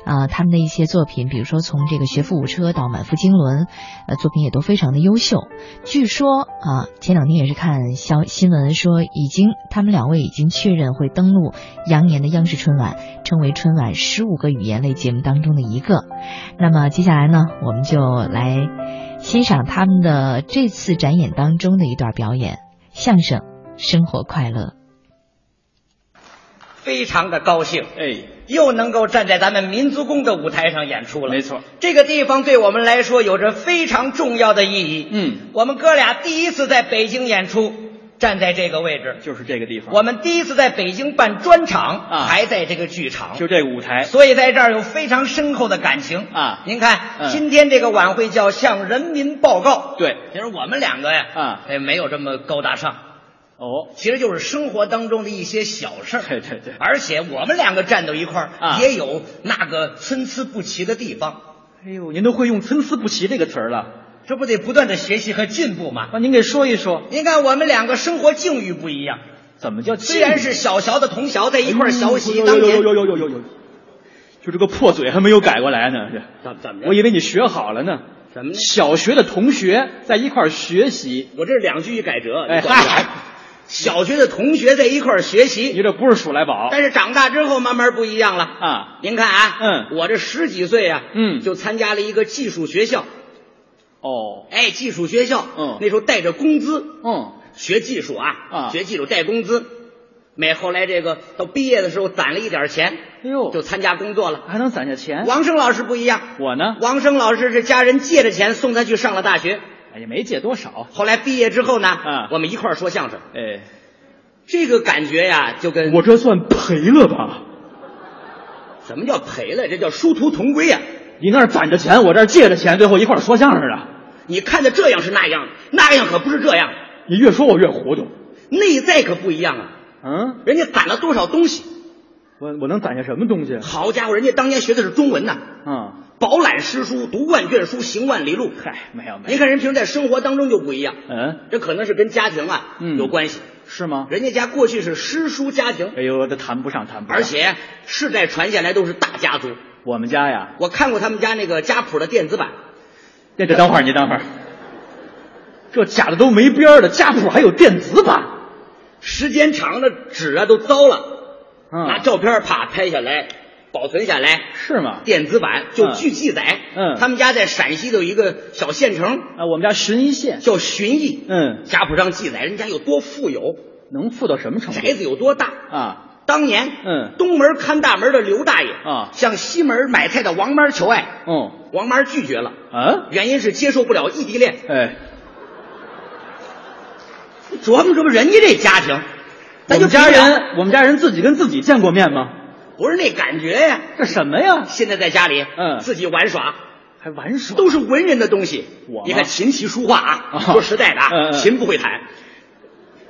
[SPEAKER 2] 啊、呃，他们的一些作品，比如说从这个学富五车到满腹经纶，呃，作品也都非常的优秀。据说啊、呃，前两天也是看消新闻说，已经他们两位已经确认会登陆羊年的央视春晚，成为春晚十五个语言类节目当中的一个。那么接下来呢，我们就来欣赏他们的这次展演当中的一段表演——相声《生活快乐》。
[SPEAKER 13] 非常的高兴，
[SPEAKER 14] 哎，
[SPEAKER 13] 又能够站在咱们民族宫的舞台上演出了。
[SPEAKER 14] 没错，
[SPEAKER 13] 这个地方对我们来说有着非常重要的意义。
[SPEAKER 14] 嗯，
[SPEAKER 13] 我们哥俩第一次在北京演出，站在这个位置，
[SPEAKER 14] 就是这个地方。
[SPEAKER 13] 我们第一次在北京办专场，
[SPEAKER 14] 啊
[SPEAKER 13] 还在这个剧场，
[SPEAKER 14] 就这个舞台，
[SPEAKER 13] 所以在这儿有非常深厚的感情
[SPEAKER 14] 啊
[SPEAKER 13] 您看，
[SPEAKER 14] 嗯
[SPEAKER 13] 今天这个晚会叫向人民报告。
[SPEAKER 14] 对，
[SPEAKER 13] 其实我们两个呀，
[SPEAKER 14] 啊
[SPEAKER 13] 哎，没有这么高大上，
[SPEAKER 14] 哦，
[SPEAKER 13] 其实就是生活当中的一些小事儿。
[SPEAKER 14] 对对对，
[SPEAKER 13] 而且我们两个站到一块儿、
[SPEAKER 14] 啊
[SPEAKER 13] 也有那个参差不齐的地方，
[SPEAKER 14] 哎呦，您都会用“参差不齐”这个词儿了，
[SPEAKER 13] 这不得不断的学习和进步吗？
[SPEAKER 14] 那啊您给说一说，
[SPEAKER 13] 您看，我们两个生活境遇不一样，
[SPEAKER 14] 怎么叫哎
[SPEAKER 13] 虽然是小学的同学，在一块儿学习，当
[SPEAKER 14] 有有
[SPEAKER 13] 年
[SPEAKER 14] 有有有有有，就这个破嘴还没有改过来呢，这
[SPEAKER 13] 怎怎
[SPEAKER 14] 我以为你学好了呢。
[SPEAKER 13] 怎么呢
[SPEAKER 14] 小学的同学在一块儿学习，
[SPEAKER 13] 我这两句一改折
[SPEAKER 14] 哎嗨，
[SPEAKER 13] 小学的同学在一块儿学习，
[SPEAKER 14] 你这不是数来宝
[SPEAKER 13] 但是长大之后慢慢不一样了。
[SPEAKER 14] 啊？
[SPEAKER 13] 您看啊，
[SPEAKER 14] 嗯
[SPEAKER 13] 我这十几岁啊，
[SPEAKER 14] 嗯
[SPEAKER 13] 就参加了一个技术学校，
[SPEAKER 14] 哦，
[SPEAKER 13] 哎，技术学校，
[SPEAKER 14] 嗯
[SPEAKER 13] 那时候带着工资，
[SPEAKER 14] 嗯，
[SPEAKER 13] 学技术啊，
[SPEAKER 14] 啊
[SPEAKER 13] 学技术带工资。每后来这个到毕业的时候攒了一点钱，
[SPEAKER 14] 哎呦
[SPEAKER 13] 就参加工作了。
[SPEAKER 14] 还能攒下钱？
[SPEAKER 13] 王生老师不一样，
[SPEAKER 14] 我呢，
[SPEAKER 13] 王生老师是家人借着钱送他去上了大学。
[SPEAKER 14] 哎也没借多少，
[SPEAKER 13] 后来毕业之后呢，
[SPEAKER 14] 啊
[SPEAKER 13] 我们一块儿说相声，
[SPEAKER 14] 哎，
[SPEAKER 13] 这个感觉呀，就跟
[SPEAKER 14] 我这算赔了吧？
[SPEAKER 13] 什么叫赔了，这叫殊途同归呀、啊
[SPEAKER 14] 你那儿攒着钱，我这儿借着钱，最后一块儿说相声的。
[SPEAKER 13] 你看的这样是那样，那样可不是这样，
[SPEAKER 14] 你越说我越糊涂。
[SPEAKER 13] 内在可不一样啊。
[SPEAKER 14] 嗯，
[SPEAKER 13] 人家攒了多少东西？
[SPEAKER 14] 我我能攒下什么东西？啊
[SPEAKER 13] 好家伙，人家当年学的是中文呐、
[SPEAKER 14] 嗯，
[SPEAKER 13] 饱览诗书，读万卷书，行万里路。
[SPEAKER 14] 嗨，没有没
[SPEAKER 13] 您
[SPEAKER 14] 有。
[SPEAKER 13] 看人平时在生活当中就不一样，
[SPEAKER 14] 嗯，
[SPEAKER 13] 这可能是跟家庭啊、
[SPEAKER 14] 嗯
[SPEAKER 13] 有关系。
[SPEAKER 14] 是吗？
[SPEAKER 13] 人家家过去是诗书家庭，
[SPEAKER 14] 哎呦，这谈不上，谈不上。
[SPEAKER 13] 而且世代传下来都是大家族。
[SPEAKER 14] 我们家呀，
[SPEAKER 13] 我看过他们家那个家谱的电子版，
[SPEAKER 14] 这这等会儿，你等会儿，这假的都没边儿了，家谱还有电子版。
[SPEAKER 13] 时间长了纸啊都糟了，
[SPEAKER 14] 嗯
[SPEAKER 13] 拿照片啪拍下来，保存下来，
[SPEAKER 14] 是吗？
[SPEAKER 13] 电子版就
[SPEAKER 14] 嗯
[SPEAKER 13] 据记载。
[SPEAKER 14] 嗯
[SPEAKER 13] 他们家在陕西的有一个小县城
[SPEAKER 14] 啊，我们家旬一县，
[SPEAKER 13] 叫旬邑，
[SPEAKER 14] 嗯，
[SPEAKER 13] 家谱上记载人家有多富有，
[SPEAKER 14] 能富到什么程度？
[SPEAKER 13] 宅子有多大。
[SPEAKER 14] 啊，
[SPEAKER 13] 当年，
[SPEAKER 14] 嗯
[SPEAKER 13] 东门看大门的刘大爷
[SPEAKER 14] 啊
[SPEAKER 13] 向西门买菜的王妈求爱，
[SPEAKER 14] 嗯，
[SPEAKER 13] 王妈拒绝了，
[SPEAKER 14] 啊，
[SPEAKER 13] 原因是接受不了异地恋。
[SPEAKER 14] 哎，
[SPEAKER 13] 琢磨琢磨人家这家庭，
[SPEAKER 14] 我
[SPEAKER 13] 咱就
[SPEAKER 14] 们家
[SPEAKER 13] 评价
[SPEAKER 14] 人，我们家人自己跟自己见过面吗？
[SPEAKER 13] 不是那感觉呀。
[SPEAKER 14] 这什么呀？
[SPEAKER 13] 现在在家里，
[SPEAKER 14] 嗯
[SPEAKER 13] 自己玩耍
[SPEAKER 14] 还玩耍？
[SPEAKER 13] 都是文人的东西
[SPEAKER 14] 我吗。
[SPEAKER 13] 你看琴棋书画啊
[SPEAKER 14] 啊，
[SPEAKER 13] 说实在的
[SPEAKER 14] 嗯
[SPEAKER 13] 啊，
[SPEAKER 14] 嗯
[SPEAKER 13] 琴不会弹，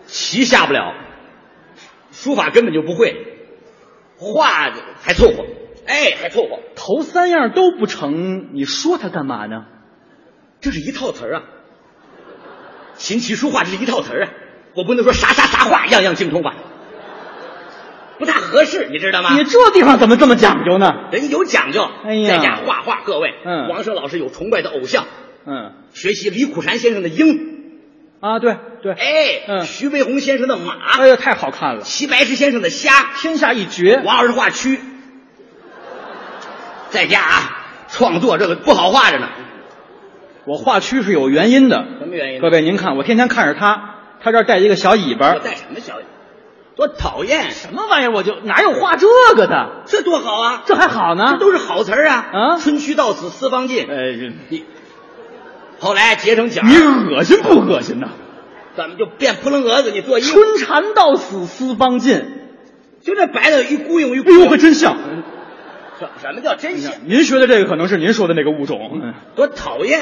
[SPEAKER 13] 棋下不了，书法根本就不会，画还凑合，哎，还凑合。
[SPEAKER 14] 头三样都不成，你说他干嘛呢？
[SPEAKER 13] 这是一套词儿啊，琴棋书画这是一套词儿啊，我不能说啥啥啥画，样样精通吧，不大合适，你知道吗？
[SPEAKER 14] 你这地方怎么这么讲究呢？
[SPEAKER 13] 人家有讲究，
[SPEAKER 14] 哎呀
[SPEAKER 13] 在家画画，各位，
[SPEAKER 14] 嗯
[SPEAKER 13] 王胜老师有崇拜的偶像，
[SPEAKER 14] 嗯，
[SPEAKER 13] 学习李苦禅先生的鹰，
[SPEAKER 14] 啊，对对，
[SPEAKER 13] 哎，
[SPEAKER 14] 嗯，
[SPEAKER 13] 徐悲鸿先生的马，
[SPEAKER 14] 哎呀，太好看了，
[SPEAKER 13] 齐白石先生的虾，
[SPEAKER 14] 天下一绝，
[SPEAKER 13] 王老师画蛆，在家啊创作这个不好画着呢，
[SPEAKER 14] 我画蛆是有原因的，
[SPEAKER 13] 什么原因呢？
[SPEAKER 14] 各位您看，我天天看着他，他这儿带一个小尾巴
[SPEAKER 13] 我，带什么小眼？多讨厌！
[SPEAKER 14] 什么玩意儿？我就哪有画这个的？
[SPEAKER 13] 这多好啊！
[SPEAKER 14] 这还好呢
[SPEAKER 13] 这都是好词儿啊！
[SPEAKER 14] 啊
[SPEAKER 13] 春去到死丝方尽。
[SPEAKER 14] 呃，
[SPEAKER 13] 你后来结成茧儿，
[SPEAKER 14] 你恶心不恶心呐？
[SPEAKER 13] 怎么就变扑棱蛾子？你做衣服，
[SPEAKER 14] 春蚕到死丝方尽，
[SPEAKER 13] 就这白的一孤影一孤
[SPEAKER 14] 哎呦，
[SPEAKER 13] 影。
[SPEAKER 14] 还真像。
[SPEAKER 13] 什什么叫真相？
[SPEAKER 14] 哎
[SPEAKER 13] 嗯
[SPEAKER 14] 您学的这个可能是您说的那个物种，
[SPEAKER 13] 多讨厌！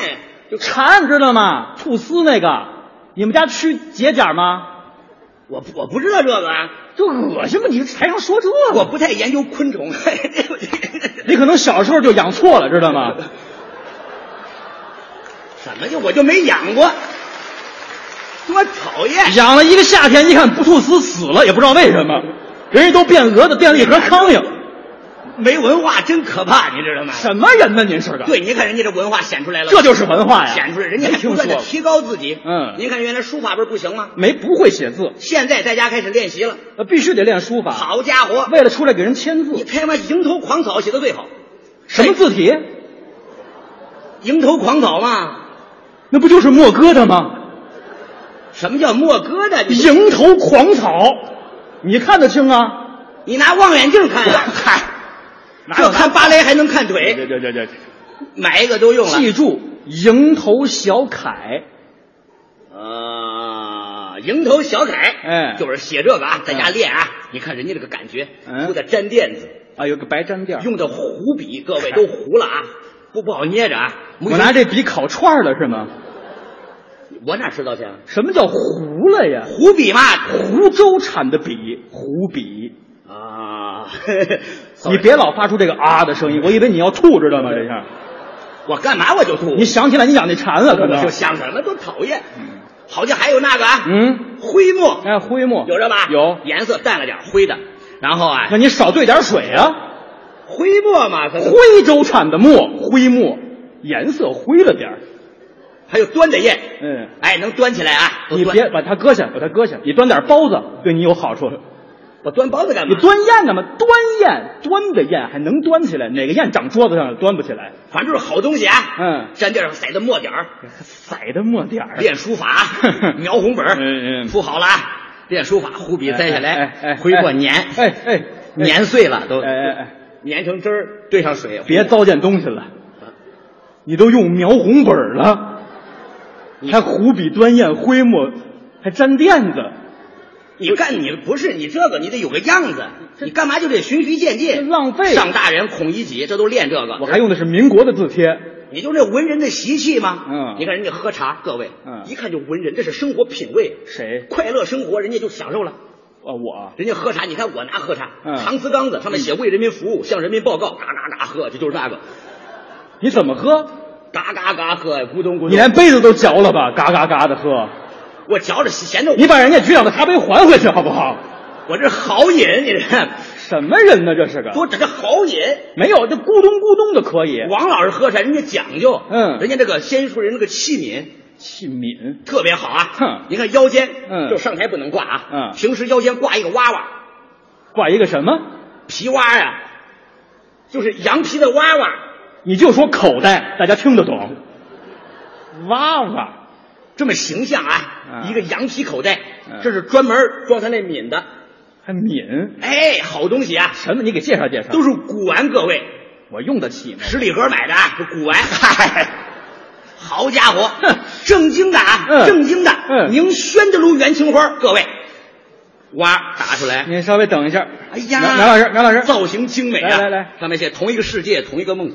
[SPEAKER 14] 就蝉知道吗？吐丝那个，你们家吃节茧吗？
[SPEAKER 13] 我不我不知道这个啊，
[SPEAKER 14] 就恶心吧！你台上说这
[SPEAKER 13] 我不太研究昆 虫。
[SPEAKER 14] 你可能小时候就养错了，知道吗？
[SPEAKER 13] 什么叫我就没养过？多讨厌！
[SPEAKER 14] 养了一个夏天，一看不吐丝死了，也不知道为什么，人家都变蛾子，变了一盒苍蝇，
[SPEAKER 13] 没文化真可怕，你知道吗？
[SPEAKER 14] 什么人呢？您是个？
[SPEAKER 13] 对，您看人家这文化显出来了，
[SPEAKER 14] 这就是文化呀
[SPEAKER 13] 显出来，人家还
[SPEAKER 14] 听
[SPEAKER 13] 不断的
[SPEAKER 14] 说
[SPEAKER 13] 提高自己。
[SPEAKER 14] 嗯
[SPEAKER 13] 您看原来书法不是不行吗？
[SPEAKER 14] 没不会写字，
[SPEAKER 13] 现在在家开始练习了，
[SPEAKER 14] 呃必须得练书法。
[SPEAKER 13] 好家伙，
[SPEAKER 14] 为了出来给人签
[SPEAKER 13] 你
[SPEAKER 14] 字，
[SPEAKER 13] 开妈蝇头狂草写的最好，
[SPEAKER 14] 什么字体？
[SPEAKER 13] 蝇头狂草嘛？
[SPEAKER 14] 那不就是墨疙瘩吗？
[SPEAKER 13] 什么叫墨疙瘩？你
[SPEAKER 14] 蝇头狂草，你看得清啊？
[SPEAKER 13] 你拿望远镜看 啊！嗨，
[SPEAKER 14] 有
[SPEAKER 13] 这看芭蕾还能看腿，
[SPEAKER 14] 这这这这，
[SPEAKER 13] 买一个都用了。
[SPEAKER 14] 记住，蝇头小楷，
[SPEAKER 13] 啊，蝇头小楷，
[SPEAKER 14] 哎
[SPEAKER 13] 就是写这个啊，在家练啊。你看人家这个感觉，
[SPEAKER 14] 嗯
[SPEAKER 13] 涂的粘垫子，
[SPEAKER 14] 啊，有个白毡垫儿。哎
[SPEAKER 13] 用的糊笔，各位都糊了啊，不不好捏着啊。
[SPEAKER 14] 我拿这笔烤串儿了是吗？
[SPEAKER 13] 我哪知道去啊？
[SPEAKER 14] 什么叫糊了呀？
[SPEAKER 13] 糊笔嘛，
[SPEAKER 14] 湖州产的笔，湖笔。
[SPEAKER 13] 啊，
[SPEAKER 14] 你别老发出这个啊的声音，我以为你要吐，知道吗？这下
[SPEAKER 13] 我干嘛我就吐，
[SPEAKER 14] 你想起来你养那蝉了，可
[SPEAKER 13] 我
[SPEAKER 14] 能啊
[SPEAKER 13] 就。想什么都讨厌。好像还有那个啊，
[SPEAKER 14] 嗯，
[SPEAKER 13] 灰墨
[SPEAKER 14] 哎，灰墨
[SPEAKER 13] 有这吧？
[SPEAKER 14] 有。
[SPEAKER 13] 颜色淡了点，灰的。然后啊
[SPEAKER 14] 那，你少兑点水啊。
[SPEAKER 13] 灰墨嘛，它
[SPEAKER 14] 徽州产的墨，灰墨，颜色灰了点儿。
[SPEAKER 13] 还有端的叶，
[SPEAKER 14] 嗯，
[SPEAKER 13] 哎，能端起来啊！都
[SPEAKER 14] 你
[SPEAKER 13] 端
[SPEAKER 14] 别把它搁下，把它搁下。你端点包子，对你有好处。
[SPEAKER 13] 我端包子干嘛？
[SPEAKER 14] 你端砚干嘛？端砚，端的砚还能端起来，哪个砚长桌子上了端不起来？
[SPEAKER 13] 反正就是好东西啊。
[SPEAKER 14] 嗯
[SPEAKER 13] 沾地上撒的墨点儿，
[SPEAKER 14] 塞的墨点儿。，
[SPEAKER 13] 练书法啊 描红本
[SPEAKER 14] 嗯
[SPEAKER 13] 儿，
[SPEAKER 14] 嗯
[SPEAKER 13] 铺好了啊，练书法，湖笔摘下
[SPEAKER 14] 哎哎哎
[SPEAKER 13] 来，挥过粘，
[SPEAKER 14] 哎哎哎
[SPEAKER 13] 粘碎了都，
[SPEAKER 14] 哎哎哎，
[SPEAKER 13] 粘成汁儿，兑上水，
[SPEAKER 14] 别糟践东西了，你都用描红本儿了，
[SPEAKER 13] 嗯
[SPEAKER 14] 还湖笔端砚徽墨，还沾垫子，
[SPEAKER 13] 你干你不是你这个，你得有个样子，你干嘛就得循序渐
[SPEAKER 14] 嗯这
[SPEAKER 13] 进？
[SPEAKER 14] 浪费
[SPEAKER 13] 上大人孔乙己，这都练这个，
[SPEAKER 14] 我还用的是民国的字帖，
[SPEAKER 13] 你就这文人的习气吗？
[SPEAKER 14] 嗯
[SPEAKER 13] 你看人家喝茶，各位，
[SPEAKER 14] 嗯
[SPEAKER 13] 一看就文人，这是生活品味，
[SPEAKER 14] 谁
[SPEAKER 13] 快乐生活，人家就享受了。
[SPEAKER 14] 啊我
[SPEAKER 13] 人家喝茶，你看我拿喝茶，
[SPEAKER 14] 嗯
[SPEAKER 13] 搪瓷缸子上面写为人民服务，向人民报告，嘎嘎嘎喝，这就是那个，
[SPEAKER 14] 你怎么喝？
[SPEAKER 13] 嘎嘎嘎喝，咕咚咕咚。
[SPEAKER 14] 你连杯子都嚼了吧，嘎嘎嘎的喝，
[SPEAKER 13] 我嚼着闲着我，
[SPEAKER 14] 你把人家局长的茶杯还回去好不好？
[SPEAKER 13] 我这好饮，你这
[SPEAKER 14] 什么人呢这是个？
[SPEAKER 13] 多这这好饮。
[SPEAKER 14] 没有，这咕咚咕咚的可以。
[SPEAKER 13] 王老师喝出来，人家讲究，
[SPEAKER 14] 嗯
[SPEAKER 13] 人家这个先说人那个器皿
[SPEAKER 14] 器皿，
[SPEAKER 13] 特别好啊，
[SPEAKER 14] 哼
[SPEAKER 13] 你看腰间，
[SPEAKER 14] 嗯
[SPEAKER 13] 就上台不能挂啊，
[SPEAKER 14] 嗯
[SPEAKER 13] 平时腰间挂一个娃娃，
[SPEAKER 14] 挂一个什么？
[SPEAKER 13] 皮娃呀、就是羊皮的娃娃，
[SPEAKER 14] 你就说口袋，大家听得懂。娃娃，
[SPEAKER 13] 这么形象啊，
[SPEAKER 14] 嗯
[SPEAKER 13] 一个羊皮口袋，
[SPEAKER 14] 嗯
[SPEAKER 13] 这是专门装他那敏的。
[SPEAKER 14] 还抿
[SPEAKER 13] 哎，好东西啊，
[SPEAKER 14] 什么？你给介绍介绍。
[SPEAKER 13] 都是古玩，各位，
[SPEAKER 14] 我用得起吗？
[SPEAKER 13] 十里河买的啊，这古玩。好家伙，正经的啊，
[SPEAKER 14] 嗯
[SPEAKER 13] 正经的，
[SPEAKER 14] 嗯
[SPEAKER 13] 凝宣德炉元青花，各位，哇，打出来，
[SPEAKER 14] 您稍微等一下。
[SPEAKER 13] 哎呀，
[SPEAKER 14] 苗苗老师，苗老师，
[SPEAKER 13] 造型精美啊！
[SPEAKER 14] 来来来
[SPEAKER 13] 上面写“同一个世界，同一个梦”，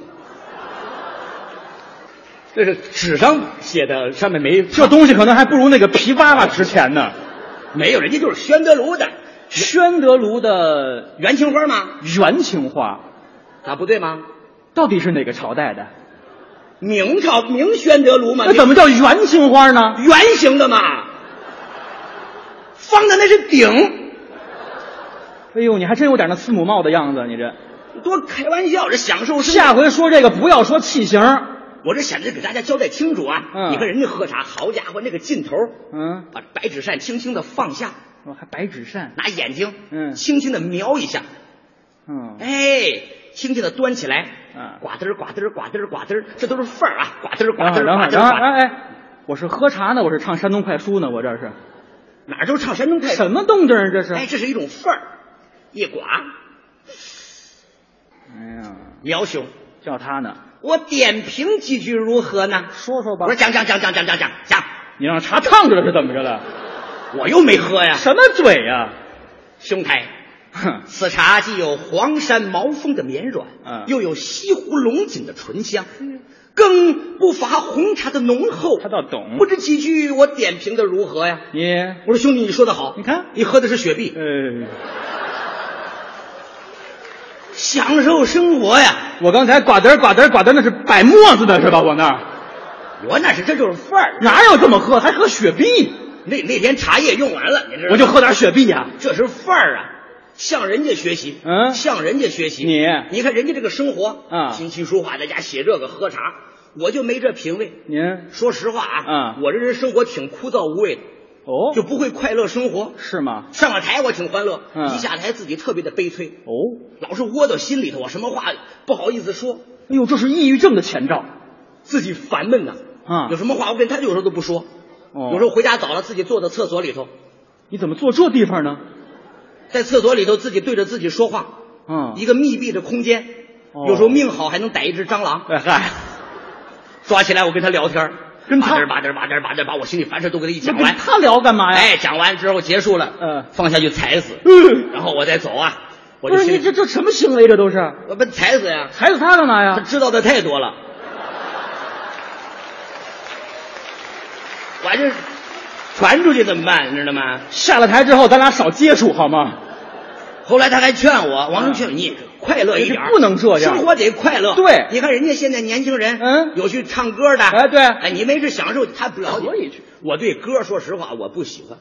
[SPEAKER 13] 这是纸上写的，上面没
[SPEAKER 14] 这东西可能还不如那个皮娃娃值钱呢。
[SPEAKER 13] 没有，人家就是宣德炉的
[SPEAKER 14] 宣德炉的
[SPEAKER 13] 元青花吗？
[SPEAKER 14] 元青花
[SPEAKER 13] 啊，不对吗？
[SPEAKER 14] 到底是哪个朝代的？
[SPEAKER 13] 明朝明宣德炉嘛，
[SPEAKER 14] 那怎么叫元青花呢？
[SPEAKER 13] 圆形的嘛？方的那是顶，
[SPEAKER 14] 哎呦，你还真有点那慈母帽的样子，你这。
[SPEAKER 13] 多开玩笑，这享受生活
[SPEAKER 14] 下回说这个不要说器型，嗯
[SPEAKER 13] 我这想着给大家交代清楚啊。你看人家喝茶，好家伙，那个劲头，嗯，把白纸扇轻轻的放下，
[SPEAKER 14] 我哦还白纸扇，
[SPEAKER 13] 拿眼睛，嗯，轻轻的瞄一下，嗯，哎，轻轻的端起来，
[SPEAKER 14] 嗯
[SPEAKER 13] 啊，呱嘚儿呱嘚儿呱嘚儿呱嘚儿，这都是范儿啊，呱嘚儿呱
[SPEAKER 14] 等会
[SPEAKER 13] 嘚
[SPEAKER 14] 儿，
[SPEAKER 13] 儿
[SPEAKER 14] 等会
[SPEAKER 13] 呱嘚儿呱嘚
[SPEAKER 14] 儿，等会儿，
[SPEAKER 13] 儿，
[SPEAKER 14] 哎哎，我是喝茶呢，我是唱山东快书呢，我这是
[SPEAKER 13] 哪儿就唱山东快书
[SPEAKER 14] 什么动静啊？这是？
[SPEAKER 13] 哎，这是一种范儿，一呱，
[SPEAKER 14] 哎呀，
[SPEAKER 13] 苗兄
[SPEAKER 14] 叫他呢，
[SPEAKER 13] 我点评几句如何呢？说说吧。我说讲讲讲讲讲讲讲讲，
[SPEAKER 14] 你让茶烫着了是怎么着了？
[SPEAKER 13] 我又没喝呀。
[SPEAKER 14] 什么嘴啊呀？
[SPEAKER 13] 兄台，此茶既有黄山毛峰的绵软，
[SPEAKER 14] 嗯
[SPEAKER 13] 又有西湖龙井的醇香，更不乏红茶的浓厚。他
[SPEAKER 14] 倒懂。
[SPEAKER 13] 不知几句我点评的如何呀？
[SPEAKER 14] 你，
[SPEAKER 13] 我说兄弟，你说的好。你
[SPEAKER 14] 看，
[SPEAKER 13] 你喝的是雪碧，
[SPEAKER 14] 呃，
[SPEAKER 13] 享受生活呀。
[SPEAKER 14] 我刚才呱嘚儿呱嘚儿呱嘚儿，那是摆沫子的是吧？我那儿
[SPEAKER 13] 我那是这就是范儿，
[SPEAKER 14] 哪有这么喝？还喝雪碧？
[SPEAKER 13] 那那天茶叶用完了，你知道吗
[SPEAKER 14] 我就喝点雪碧呀
[SPEAKER 13] 这是范儿啊，向人家学习，
[SPEAKER 14] 嗯
[SPEAKER 13] 向人家学习。
[SPEAKER 14] 你
[SPEAKER 13] 你看人家这个生活
[SPEAKER 14] 啊
[SPEAKER 13] 琴棋书画，在家写这个喝茶，我就没这品味。
[SPEAKER 14] 您
[SPEAKER 13] 说实话啊，我这人生活挺枯燥无味的，
[SPEAKER 14] 哦，
[SPEAKER 13] 就不会快乐生活。
[SPEAKER 14] 是吗？
[SPEAKER 13] 上了台我挺欢乐，
[SPEAKER 14] 嗯
[SPEAKER 13] 一下台自己特别的悲催，
[SPEAKER 14] 哦，
[SPEAKER 13] 老是窝到心里头，我什么话不好意思说，
[SPEAKER 14] 哎呦，这是抑郁症的前兆。
[SPEAKER 13] 自己烦闷呐。
[SPEAKER 14] 啊
[SPEAKER 13] 有什么话我跟他有时候都不说，
[SPEAKER 14] 哦
[SPEAKER 13] 有时候回家早了自己坐到厕所里头，
[SPEAKER 14] 你怎么坐这地方呢？
[SPEAKER 13] 在厕所里头自己对着自己说话，
[SPEAKER 14] 嗯，
[SPEAKER 13] 一个密闭的空间，
[SPEAKER 14] 哦
[SPEAKER 13] 有时候命好还能逮一只蟑螂，
[SPEAKER 14] 哎嗨，
[SPEAKER 13] 抓起来我跟他聊天儿，
[SPEAKER 14] 跟他
[SPEAKER 13] 吧嘚儿吧嘚儿吧嘚儿吧嘚儿把我心里烦事都给他一
[SPEAKER 14] 那
[SPEAKER 13] 讲
[SPEAKER 14] 跟
[SPEAKER 13] 完，
[SPEAKER 14] 他聊干嘛呀？
[SPEAKER 13] 哎，讲完之后结束了，嗯，放下去踩死，
[SPEAKER 14] 嗯
[SPEAKER 13] 然后我再走啊，我
[SPEAKER 14] 不
[SPEAKER 13] 就是心
[SPEAKER 14] 你
[SPEAKER 13] 里
[SPEAKER 14] 这这什么行为？这都是
[SPEAKER 13] 我被踩死呀，
[SPEAKER 14] 踩死他干嘛
[SPEAKER 13] 他
[SPEAKER 14] 呀？
[SPEAKER 13] 知道的太多了，我还是传出去怎么办，你知道吗？
[SPEAKER 14] 下了台之后，咱俩少接触好吗？
[SPEAKER 13] 后来他还劝我，王成劝你快乐一点儿，
[SPEAKER 14] 不能这样
[SPEAKER 13] 生活得快乐。
[SPEAKER 14] 对
[SPEAKER 13] 你看人家现在年轻人，嗯，有去唱歌的，
[SPEAKER 14] 哎对
[SPEAKER 13] 哎，你没去享受，他不了解。可以去。我对歌说实话，我不喜欢，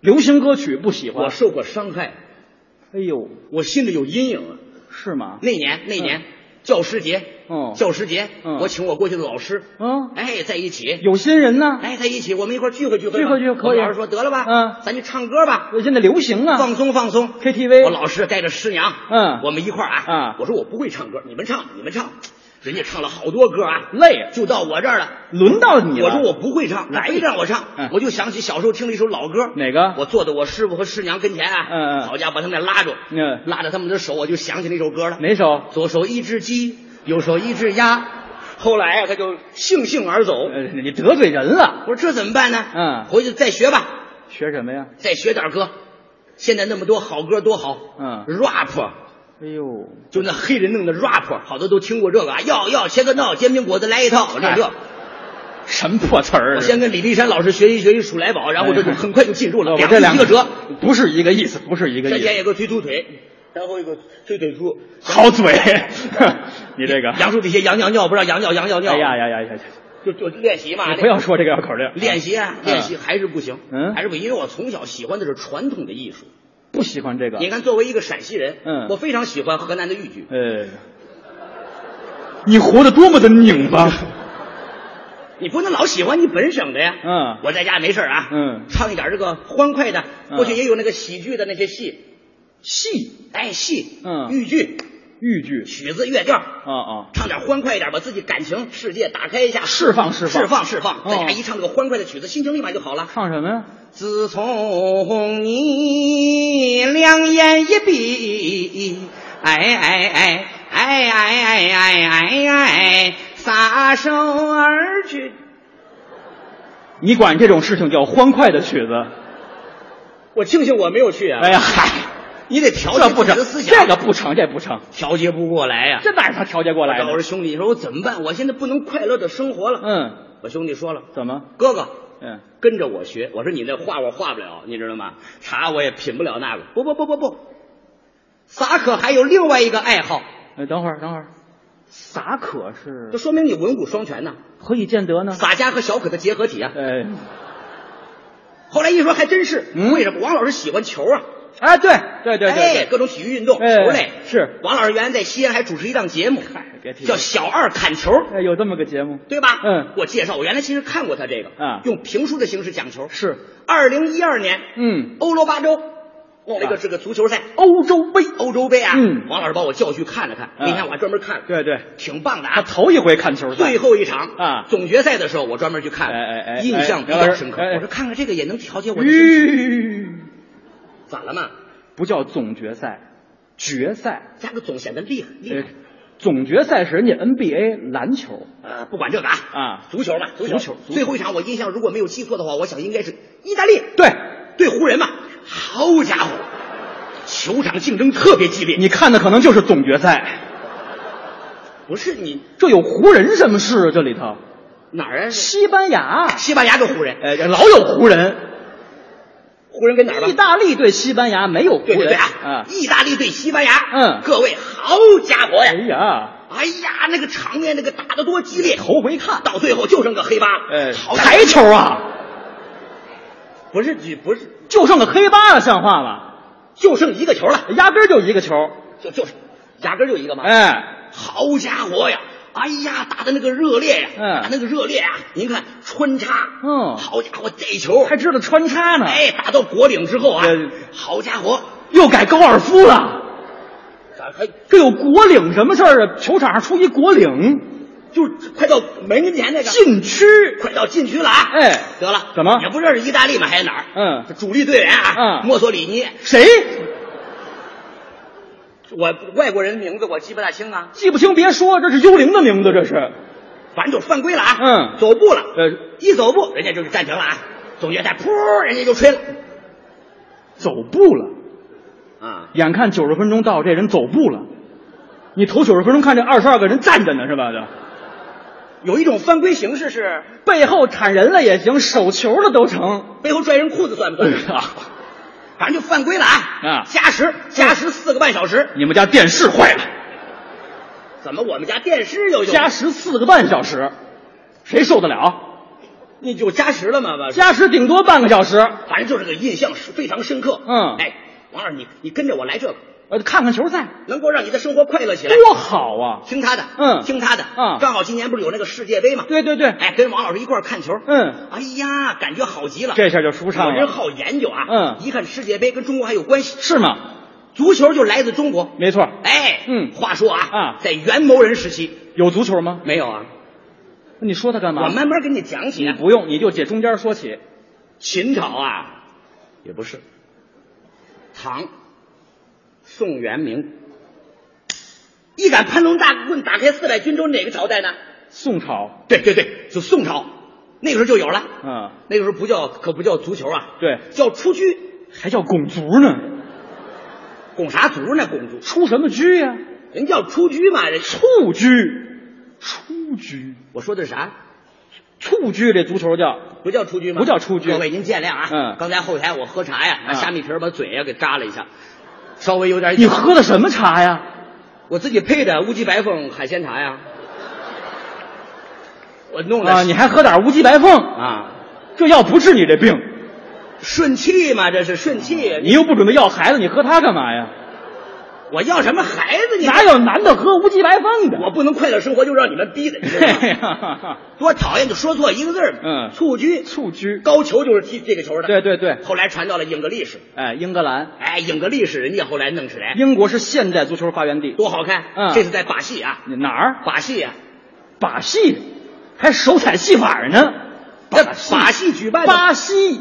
[SPEAKER 14] 流行歌曲不喜欢。
[SPEAKER 13] 我受过伤害，
[SPEAKER 14] 哎呦，
[SPEAKER 13] 我心里有阴影啊。
[SPEAKER 14] 是吗？嗯
[SPEAKER 13] 那年那年教师节，
[SPEAKER 14] 哦
[SPEAKER 13] 教师节，
[SPEAKER 14] 嗯
[SPEAKER 13] 我请我过去的老师，
[SPEAKER 14] 嗯，
[SPEAKER 13] 哎，在一起。
[SPEAKER 14] 有心人呢。
[SPEAKER 13] 哎，在一起，我们一块儿聚会聚会吧。
[SPEAKER 14] 聚会聚会可以
[SPEAKER 13] 我们老师说得了吧，
[SPEAKER 14] 嗯，
[SPEAKER 13] 咱去唱歌吧，
[SPEAKER 14] 现在流行啊
[SPEAKER 13] 放松放松。
[SPEAKER 14] ，KTV。
[SPEAKER 13] 我老师带着师娘，
[SPEAKER 14] 嗯
[SPEAKER 13] 我们一块儿啊，
[SPEAKER 14] 啊
[SPEAKER 13] 我说我不会唱歌，你们唱，你们唱，人家唱了好多歌啊，
[SPEAKER 14] 累，
[SPEAKER 13] 就到我这儿了，
[SPEAKER 14] 轮到你了。
[SPEAKER 13] 我说我不会唱，来让我唱，
[SPEAKER 14] 嗯
[SPEAKER 13] 我就想起小时候听了一首老歌，
[SPEAKER 14] 哪个
[SPEAKER 13] 我坐到我师傅和师娘跟前啊，
[SPEAKER 14] 嗯嗯
[SPEAKER 13] 好家伙，把他们俩拉住，
[SPEAKER 14] 嗯
[SPEAKER 13] 拉着他们的手，我就想起那首歌了，
[SPEAKER 14] 哪首？
[SPEAKER 13] 左手一只鸡，右手一只鸭，后来啊，他就悻悻而走，
[SPEAKER 14] 呃，你得罪人了。
[SPEAKER 13] 我说这怎么办呢？
[SPEAKER 14] 嗯
[SPEAKER 13] 回去再学吧，
[SPEAKER 14] 学什么呀？
[SPEAKER 13] 再学点歌，现在那么多好歌多好，
[SPEAKER 14] 嗯
[SPEAKER 13] ，rap。
[SPEAKER 14] 哎呦，
[SPEAKER 13] 就那黑人弄的 rap，好多都听过这个啊，要要切个闹，煎饼果子来一套，
[SPEAKER 14] 哎
[SPEAKER 13] 这这。
[SPEAKER 14] 什么破词儿啊？
[SPEAKER 13] 我先跟李立山老师学习学习数来宝，然后这就很快就进入了，
[SPEAKER 14] 哎我这
[SPEAKER 13] 两
[SPEAKER 14] 两
[SPEAKER 13] 个一个折，
[SPEAKER 14] 不是一个意思，不是一个
[SPEAKER 13] 先
[SPEAKER 14] 意
[SPEAKER 13] 前
[SPEAKER 14] 思。
[SPEAKER 13] 有个推粗腿，然后一个推腿粗，
[SPEAKER 14] 好嘴，你这个。
[SPEAKER 13] 杨树底下羊尿尿，不知道羊尿羊尿尿，
[SPEAKER 14] 哎呀呀呀呀！呀
[SPEAKER 13] 就就练习嘛，
[SPEAKER 14] 你不要说这个绕口令。
[SPEAKER 13] 练习啊，
[SPEAKER 14] 嗯
[SPEAKER 13] 练习还是不行，
[SPEAKER 14] 嗯
[SPEAKER 13] 还是不行，因为我从小喜欢的是传统的艺术。
[SPEAKER 14] 不喜欢这个。
[SPEAKER 13] 你看，作为一个陕西人，
[SPEAKER 14] 嗯
[SPEAKER 13] 我非常喜欢河南的豫剧，
[SPEAKER 14] 呃，你活得多么的拧巴。
[SPEAKER 13] 你不能老喜欢你本省的呀，
[SPEAKER 14] 嗯
[SPEAKER 13] 我在家没事儿啊，
[SPEAKER 14] 嗯
[SPEAKER 13] 唱一点这个欢快的。
[SPEAKER 14] 嗯
[SPEAKER 13] 过去也有那个喜剧的那些戏，
[SPEAKER 14] 戏
[SPEAKER 13] 哎，戏，
[SPEAKER 14] 嗯
[SPEAKER 13] 豫剧、
[SPEAKER 14] 豫剧
[SPEAKER 13] 曲子、乐调，
[SPEAKER 14] 啊啊，
[SPEAKER 13] 唱点欢快一点，把自己感情世界打开一下，
[SPEAKER 14] 释放释放
[SPEAKER 13] 释放释放。
[SPEAKER 14] 哦
[SPEAKER 13] 在家一唱这个欢快的曲子，心情立马就好了。
[SPEAKER 14] 唱什么呀？
[SPEAKER 13] 自从你两眼一闭，哎哎哎哎哎哎哎哎哎，撒手而去。
[SPEAKER 14] 你管这种事情叫欢快的曲子？
[SPEAKER 13] 我庆幸我没有去啊！
[SPEAKER 14] 哎呀，嗨，
[SPEAKER 13] 你得调节
[SPEAKER 14] 这
[SPEAKER 13] 自
[SPEAKER 14] 不
[SPEAKER 13] 己
[SPEAKER 14] 成
[SPEAKER 13] 的思，想，
[SPEAKER 14] 这个不成，这不成，
[SPEAKER 13] 调节不过来呀、
[SPEAKER 14] 这哪儿他调节过来
[SPEAKER 13] 我说
[SPEAKER 14] 的？
[SPEAKER 13] 兄弟，你说我怎么办？我现在不能快乐的生活了。
[SPEAKER 14] 嗯，
[SPEAKER 13] 我兄弟说了，
[SPEAKER 14] 怎么？
[SPEAKER 13] 哥哥，
[SPEAKER 14] 嗯，
[SPEAKER 13] 跟着我学。我说你那画我画不了，你知道吗？茶我也品不了那个。不不不不不，撒可还有另外一个爱好，
[SPEAKER 14] 哎，等会儿，等会儿，撒可是
[SPEAKER 13] 这说明你文武双全呐、
[SPEAKER 14] 何以见得呢？
[SPEAKER 13] 洒家和小可的结合体啊。
[SPEAKER 14] 哎，
[SPEAKER 13] 后来一说还真是，为什么？王老师喜欢球啊，
[SPEAKER 7] 嗯哎，对对对对
[SPEAKER 13] 哎
[SPEAKER 7] 对，
[SPEAKER 13] 各种体育运动，
[SPEAKER 7] 哎
[SPEAKER 13] 球类
[SPEAKER 7] 是
[SPEAKER 13] 王老师原来在西安还主持一档节目，
[SPEAKER 7] 别提了
[SPEAKER 13] 叫《小二砍球》，
[SPEAKER 7] 哎，有这么个节目，
[SPEAKER 13] 对吧？
[SPEAKER 7] 嗯，
[SPEAKER 13] 我介绍，我原来其实看过他这个，
[SPEAKER 7] 啊
[SPEAKER 13] 用评书的形式讲球。
[SPEAKER 7] 是，
[SPEAKER 13] 二零一二年，
[SPEAKER 7] 嗯，
[SPEAKER 13] 欧罗巴州。这
[SPEAKER 7] 啊
[SPEAKER 13] 哦个这个足球赛，欧洲杯，欧洲杯啊！
[SPEAKER 7] 嗯
[SPEAKER 13] 王老师把我叫去看了看，那天我还专门看了，
[SPEAKER 7] 啊对对，
[SPEAKER 13] 挺棒的啊！
[SPEAKER 7] 他头一回看球赛，
[SPEAKER 13] 最后一场
[SPEAKER 7] 啊
[SPEAKER 13] 总决赛的时候，我专门去看了，
[SPEAKER 7] 哎哎哎
[SPEAKER 13] 印象比
[SPEAKER 7] 哎哎
[SPEAKER 13] 较
[SPEAKER 7] 哎
[SPEAKER 13] 深刻。
[SPEAKER 7] 哎
[SPEAKER 13] 我说看看这个也能调节我的心情，
[SPEAKER 7] 吁，
[SPEAKER 13] 咋了嘛？
[SPEAKER 7] 不叫总决赛，决赛，
[SPEAKER 13] 加个总显得厉害厉
[SPEAKER 7] 呃
[SPEAKER 13] 害。
[SPEAKER 7] 总决赛是人家 NBA 篮球
[SPEAKER 13] 呃，不管这个啊，
[SPEAKER 7] 啊，
[SPEAKER 13] 足球嘛，足
[SPEAKER 7] 足球足球
[SPEAKER 13] 最后一场我印象如果没有记错的话，我想应该是意大利
[SPEAKER 7] 对，
[SPEAKER 13] 对湖人嘛。好家伙，球场竞争特别激烈。
[SPEAKER 7] 你看的可能就是总决赛，
[SPEAKER 13] 不是你
[SPEAKER 7] 这有湖人什么事啊？这里头，
[SPEAKER 13] 哪儿啊？
[SPEAKER 7] 西班牙，
[SPEAKER 13] 西班牙跟湖人，
[SPEAKER 7] 哎，老有湖人，
[SPEAKER 13] 湖人跟哪儿吧
[SPEAKER 7] 意？大利对西班牙没有湖
[SPEAKER 13] 对对对
[SPEAKER 7] 人
[SPEAKER 13] 啊
[SPEAKER 7] 啊！，
[SPEAKER 13] 意大利对西班牙，
[SPEAKER 7] 嗯
[SPEAKER 13] 各位，好家伙呀
[SPEAKER 7] 哎！呀，
[SPEAKER 13] 哎呀，那个场面，那个打得多激烈！
[SPEAKER 7] 头回看，
[SPEAKER 13] 到最后就剩个黑八了。
[SPEAKER 7] 哎，
[SPEAKER 13] 好
[SPEAKER 7] 台球啊，
[SPEAKER 13] 不是你不是，
[SPEAKER 7] 就剩个黑八了，像话吗？
[SPEAKER 13] 就剩一个球了，
[SPEAKER 7] 压根儿就一个球，
[SPEAKER 13] 就就是压根儿就一个嘛。
[SPEAKER 7] 哎，
[SPEAKER 13] 好家伙呀！哎呀，打的那个热烈呀，
[SPEAKER 7] 嗯
[SPEAKER 13] 打那个热烈啊！您看穿插，
[SPEAKER 7] 嗯
[SPEAKER 13] 好家伙，这球
[SPEAKER 7] 还知道穿插呢，
[SPEAKER 13] 哎，打到果岭之后啊
[SPEAKER 7] 哎，
[SPEAKER 13] 好家伙，
[SPEAKER 7] 又改高尔夫了，
[SPEAKER 13] 咋还
[SPEAKER 7] 这有国领什么事儿啊？球场上出一国领，
[SPEAKER 13] 就是快到门跟前那个
[SPEAKER 7] 禁区，
[SPEAKER 13] 快到禁区了啊！
[SPEAKER 7] 哎
[SPEAKER 13] 得了，
[SPEAKER 7] 怎么
[SPEAKER 13] 也不知道是意大利吗还是哪儿？
[SPEAKER 7] 嗯
[SPEAKER 13] 这主力队员啊，
[SPEAKER 7] 嗯
[SPEAKER 13] 墨索里尼，
[SPEAKER 7] 谁
[SPEAKER 13] 我外国人名字我记不大清啊，
[SPEAKER 7] 记不清别说，这是幽灵的名字，这是，
[SPEAKER 13] 反正就犯规了啊，
[SPEAKER 7] 嗯
[SPEAKER 13] 走步了，
[SPEAKER 7] 呃，
[SPEAKER 13] 一走步人家就是暂停了啊，总决赛噗，人家就吹了
[SPEAKER 7] 走步了。
[SPEAKER 13] 啊，
[SPEAKER 7] 眼看九十分钟到，这人走步了。你头九十分钟看这二十二个人站着呢，是吧？这
[SPEAKER 13] 有一种犯规形式是
[SPEAKER 7] 背后铲人了也行，手球了都成。哎
[SPEAKER 13] 背后拽人裤子算不算？反正就犯规了啊
[SPEAKER 7] 啊，
[SPEAKER 13] 加时加时四个半小时，
[SPEAKER 7] 你们家电视坏了，
[SPEAKER 13] 怎么我们家电视又
[SPEAKER 7] 加时四个半小时，谁受得了？
[SPEAKER 13] 那就加时了嘛吧？
[SPEAKER 7] 加时顶多半个小时，
[SPEAKER 13] 反正就是个印象是非常深刻。
[SPEAKER 7] 嗯
[SPEAKER 13] 哎，王二，你你跟着我来这个，
[SPEAKER 7] 呃，看看球赛
[SPEAKER 13] 能够让你的生活快乐起来。
[SPEAKER 7] 多好啊！
[SPEAKER 13] 听他的，
[SPEAKER 7] 嗯
[SPEAKER 13] 听他的，
[SPEAKER 7] 嗯
[SPEAKER 13] 正好今年不是有那个世界杯嘛？
[SPEAKER 7] 对对对，
[SPEAKER 13] 哎，跟王老师一块儿看球，
[SPEAKER 7] 嗯，
[SPEAKER 13] 哎呀，感觉好极了。
[SPEAKER 7] 这下就舒畅
[SPEAKER 13] 我人
[SPEAKER 7] 了，
[SPEAKER 13] 好研究啊，
[SPEAKER 7] 嗯
[SPEAKER 13] 一看世界杯跟中国还有关系，
[SPEAKER 7] 是吗？
[SPEAKER 13] 足球就来自中国。
[SPEAKER 7] 没错，
[SPEAKER 13] 哎，
[SPEAKER 7] 嗯
[SPEAKER 13] 话说啊，
[SPEAKER 7] 啊
[SPEAKER 13] 在元谋人时期
[SPEAKER 7] 有足球吗？
[SPEAKER 13] 没有啊，
[SPEAKER 7] 你说它干嘛？
[SPEAKER 13] 我慢慢跟你讲起
[SPEAKER 7] 你
[SPEAKER 13] 啊。
[SPEAKER 7] 不用，你就借中间说起。
[SPEAKER 13] 秦朝啊，也不是，唐，宋元明，一杆盘龙大棍打开四百军州，哪个朝代呢？
[SPEAKER 7] 宋朝，
[SPEAKER 13] 对对对，就宋朝，那个时候就有了。
[SPEAKER 7] 嗯，
[SPEAKER 13] 那个时候不叫可不叫足球啊，
[SPEAKER 7] 对
[SPEAKER 13] 叫蹴鞠，
[SPEAKER 7] 还叫拱足呢？
[SPEAKER 13] 拱啥足呢？拱足，
[SPEAKER 7] 出什么居呀、
[SPEAKER 13] 人叫蹴鞠嘛。人
[SPEAKER 7] 蹴鞠，蹴鞠，
[SPEAKER 13] 我说的是啥？
[SPEAKER 7] 蹴鞠这足球叫
[SPEAKER 13] 不叫蹴鞠吗？
[SPEAKER 7] 不叫蹴鞠
[SPEAKER 13] 各位您见谅啊。
[SPEAKER 7] 嗯
[SPEAKER 13] 刚才后台我喝茶呀，拿
[SPEAKER 7] 嗯
[SPEAKER 13] 虾米皮儿把嘴呀给扎了一下，稍微有点。
[SPEAKER 7] 你喝的什么茶呀？
[SPEAKER 13] 我自己配的乌鸡白凤海鲜茶呀，我弄的
[SPEAKER 7] 啊，你还喝点无极白凤，
[SPEAKER 13] 啊，
[SPEAKER 7] 这药不治你这病，
[SPEAKER 13] 顺气嘛，这是顺气。
[SPEAKER 7] 你又不准备要孩子，你喝它干嘛呀？
[SPEAKER 13] 我要什么孩子？你
[SPEAKER 7] 哪有男的喝无极白凤的？
[SPEAKER 13] 我不能快乐生活，就让你们逼的，你知道
[SPEAKER 7] 嘿
[SPEAKER 13] 吗？
[SPEAKER 7] 呀，
[SPEAKER 13] 多讨厌，就说错一个字儿嘛。
[SPEAKER 7] 嗯
[SPEAKER 13] 蹴鞠，
[SPEAKER 7] 蹴鞠，
[SPEAKER 13] 高俅就是踢这个球的。
[SPEAKER 7] 对对对，
[SPEAKER 13] 后来传到了英格力士，
[SPEAKER 7] 哎，英格兰，
[SPEAKER 13] 哎，英格力士人家后来弄起来，
[SPEAKER 7] 英国是现代足球发源地，
[SPEAKER 13] 多好看！
[SPEAKER 7] 嗯
[SPEAKER 13] 这是在把戏啊，
[SPEAKER 7] 哪儿
[SPEAKER 13] 把戏啊，
[SPEAKER 7] 把戏，还手踩戏法呢？
[SPEAKER 13] 在把戏举办的
[SPEAKER 7] 巴西，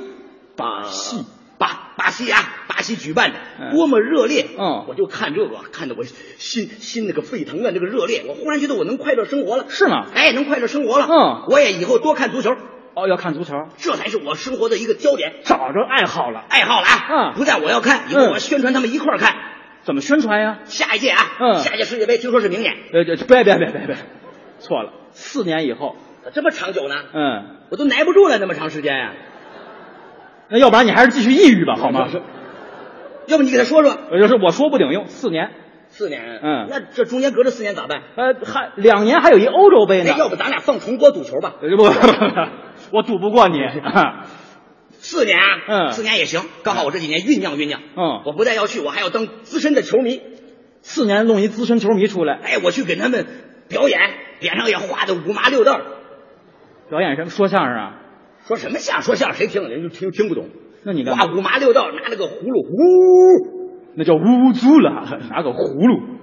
[SPEAKER 7] 巴西，
[SPEAKER 13] 把把戏啊，把戏举办的
[SPEAKER 7] 嗯
[SPEAKER 13] 多么热烈！
[SPEAKER 7] 嗯
[SPEAKER 13] 我就看这个，看得我心心那个沸腾啊，那个热烈，我忽然觉得我能快乐生活了，
[SPEAKER 7] 是吗
[SPEAKER 13] 哎，能快乐生活了。
[SPEAKER 7] 嗯
[SPEAKER 13] 我也以后多看足球，
[SPEAKER 7] 哦，要看足球，
[SPEAKER 13] 这才是我生活的一个焦点
[SPEAKER 7] 找着爱好了，
[SPEAKER 13] 爱好了啊！
[SPEAKER 7] 嗯
[SPEAKER 13] 不但我要看，以后
[SPEAKER 7] 嗯
[SPEAKER 13] 我要宣传他们一块儿看。
[SPEAKER 7] 怎么宣传呀？
[SPEAKER 13] 下一届啊，
[SPEAKER 7] 嗯
[SPEAKER 13] 下一届世界杯听说是明年，
[SPEAKER 7] 呃，这别别别别别，错了，四年以后，
[SPEAKER 13] 这么长久呢？
[SPEAKER 7] 嗯，
[SPEAKER 13] 我都耐不住了，那么长时间呀、
[SPEAKER 7] 那要不然你还是继续抑郁吧，好吗？
[SPEAKER 13] 要不你给他说说，
[SPEAKER 7] 我就是我说不顶用，四年，
[SPEAKER 13] 四年，
[SPEAKER 7] 嗯
[SPEAKER 13] 那这中间隔着四年咋办？
[SPEAKER 7] 呃，还两年还有一欧洲杯呢呃
[SPEAKER 13] 哎，，要不咱俩放重播赌球吧？
[SPEAKER 7] 啊呃不不不，不我赌不过你，
[SPEAKER 13] 四年啊，
[SPEAKER 12] 嗯
[SPEAKER 13] 四年也行，刚好我这几年酝酿酝酿。嗯，我不但要去，我还要当资深的球迷。
[SPEAKER 14] 四年弄一资深球迷出来，
[SPEAKER 13] 哎，我去给他们表演，脸上也画的五麻六道。
[SPEAKER 14] 表演什么？说相声啊？
[SPEAKER 13] 说什么相声？说相声谁听得懂？就听听不懂。
[SPEAKER 14] 那你干
[SPEAKER 13] 画
[SPEAKER 14] 嘛？
[SPEAKER 13] 五麻六道，拿那个葫芦，呜，
[SPEAKER 14] 那叫呜呜猪了， 拿个葫芦，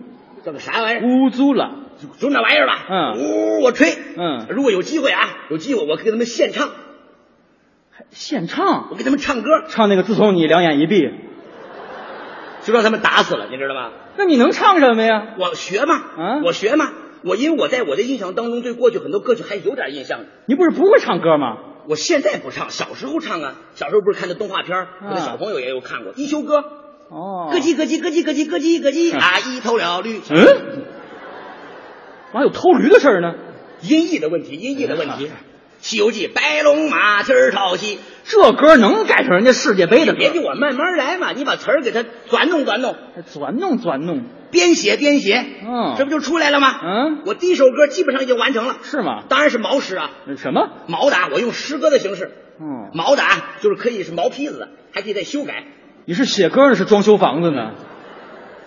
[SPEAKER 13] 这个啥玩意儿？
[SPEAKER 14] 呜呜猪了。
[SPEAKER 13] 就那玩意儿吧。
[SPEAKER 14] 嗯
[SPEAKER 13] 呜，我吹。
[SPEAKER 14] 嗯，
[SPEAKER 13] 如果有机会啊，有机会我给他们现唱。
[SPEAKER 14] 现唱？
[SPEAKER 13] 我给他们唱歌，
[SPEAKER 14] 唱那个自从你两眼一闭，
[SPEAKER 13] 就让他们打死了，你知道吗？
[SPEAKER 14] 那你能唱什么呀？啊
[SPEAKER 13] 我学嘛，我学嘛，我因为我在我的印象当中对过去很多歌曲还有点印象的。
[SPEAKER 14] 你不是不会唱歌吗？
[SPEAKER 13] 我现在不唱，小时候唱啊，小时候不是看的动画片儿，
[SPEAKER 14] 啊
[SPEAKER 13] 我的小朋友也有看过《一休哥》。
[SPEAKER 14] 哦
[SPEAKER 13] 咯叽咯叽咯叽咯叽咯叽咯叽啊！一头了驴，
[SPEAKER 14] 嗯，哪有偷驴的事儿呢？啊
[SPEAKER 13] 音译的问题，音译的问题。《西游记》白龙马蹄儿讨戏，
[SPEAKER 14] 这歌能改成人家世界杯
[SPEAKER 13] 你
[SPEAKER 14] 的歌？
[SPEAKER 13] 别给我慢慢来嘛，你把词儿给它转弄转弄，
[SPEAKER 14] 转弄转弄，
[SPEAKER 13] 编写编写，
[SPEAKER 14] 嗯
[SPEAKER 13] 这不就出来了吗？
[SPEAKER 14] 嗯，
[SPEAKER 13] 我第一首歌基本上已经完成了，
[SPEAKER 14] 是吗？
[SPEAKER 13] 当然是毛诗啊，
[SPEAKER 14] 什么？
[SPEAKER 13] 毛的啊，我用诗歌的形式，
[SPEAKER 14] 嗯，
[SPEAKER 13] 毛的啊，就是可以是毛坯子的，还可以再修改。
[SPEAKER 14] 你是写歌呢，是装修房子呢？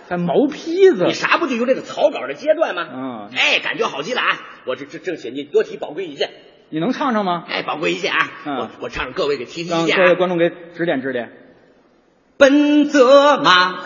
[SPEAKER 14] 还毛坯子？
[SPEAKER 13] 你啥不就有这个草稿的阶段吗？
[SPEAKER 14] 嗯，
[SPEAKER 13] 哎，感觉好极了啊！我这这正写，你多提宝贵意见，
[SPEAKER 14] 你能唱唱吗？嗯
[SPEAKER 13] 哎，宝贵意见啊！我我唱着各位给提提意
[SPEAKER 14] 让
[SPEAKER 13] 见
[SPEAKER 14] 各位
[SPEAKER 13] 啊。
[SPEAKER 14] 观众给指点指点。
[SPEAKER 12] 奔泽马，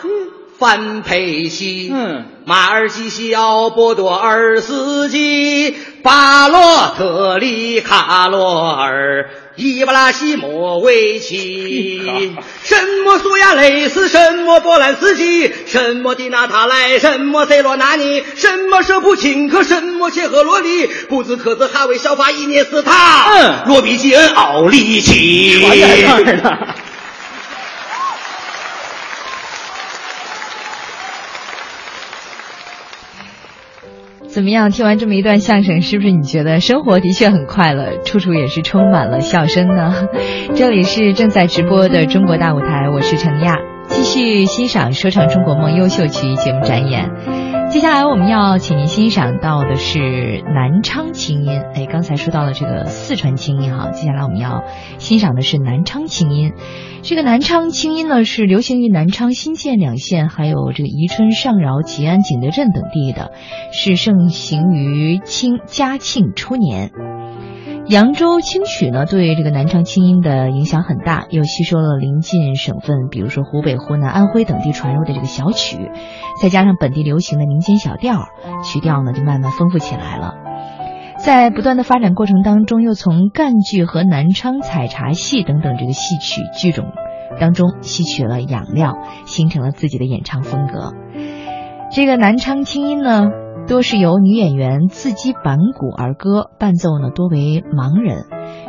[SPEAKER 12] 范佩西，
[SPEAKER 14] 嗯
[SPEAKER 12] 马尔西西奥波多尔斯基，巴洛特利卡罗尔，伊布拉西莫维奇，什么苏亚雷斯，什么波兰斯基，什么迪纳塔莱，什么塞罗纳尼，什么舍普琴科，什么切赫罗里，布兹克兹哈维肖法伊涅斯
[SPEAKER 13] 啊
[SPEAKER 12] 塔，嗯，罗比基恩奥利奇。
[SPEAKER 7] 哎
[SPEAKER 14] 我也唱着呢。
[SPEAKER 2] 怎么样？听完这么一段相声，是不是你觉得生活的确很快乐，处处也是充满了笑声呢？ 这里是正在直播的中国大舞台，我是程亚，继续欣赏《说唱中国梦》优秀曲艺节目展演。接下来我们要请您欣赏到的是南昌琴音。哎，刚才说到了这个四川琴音哈，接下来我们要欣赏的是南昌琴音。这个南昌清音呢，是流行于南昌、新建两县，还有这个宜春、上饶、吉安、景德镇等地的，是盛行于清嘉庆初年。扬州清曲呢，对这个南昌清音的影响很大，又吸收了邻近省份，比如说湖北、湖南、安徽等地传入的这个小曲，再加上本地流行的民间小调，曲调呢就慢慢丰富起来了。在不断的发展过程当中，又从赣剧和南昌采茶戏等等这个戏曲剧种当中吸取了养料，形成了自己的演唱风格。这个南昌清音呢，多是由女演员自击板鼓而歌，伴奏呢多为盲人，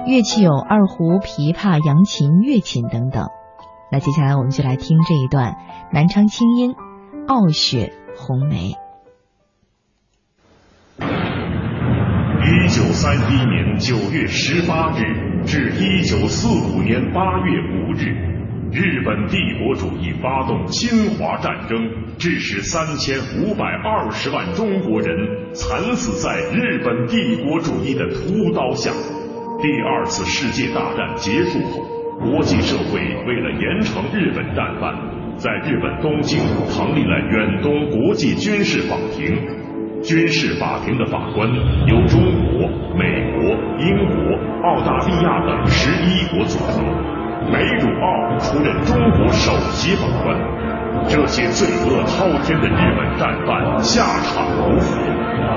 [SPEAKER 2] 乐器有二胡、琵琶、扬琴、乐琴等等。那接下来我们就来听这一段南昌清音《傲雪红梅》。
[SPEAKER 15] 一九三一年九月十八日至一九四五年八月五日，日本帝国主义发动侵华战争，致使三千五百二十万中国人惨死在日本帝国主义的屠刀下。第二次世界大战结束后，国际社会为了严惩日本战犯，在日本东京成立了远东国际军事法庭。军事法庭的法官由中国、美国、英国、澳大利亚等十一国组成，梅汝奥出任中国首席法官。这些罪恶滔天的日本战犯下场无福，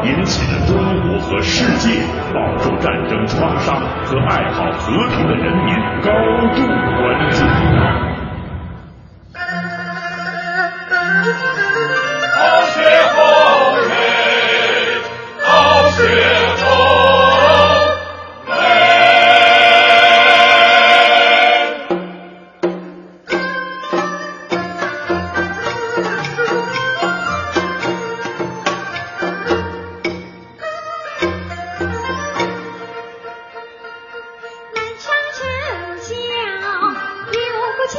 [SPEAKER 15] 引起了中国和世界饱受战争创伤和爱好和平的人民高度关注。
[SPEAKER 16] 傲雪红梅，傲雪红
[SPEAKER 6] 南昌城墙有个金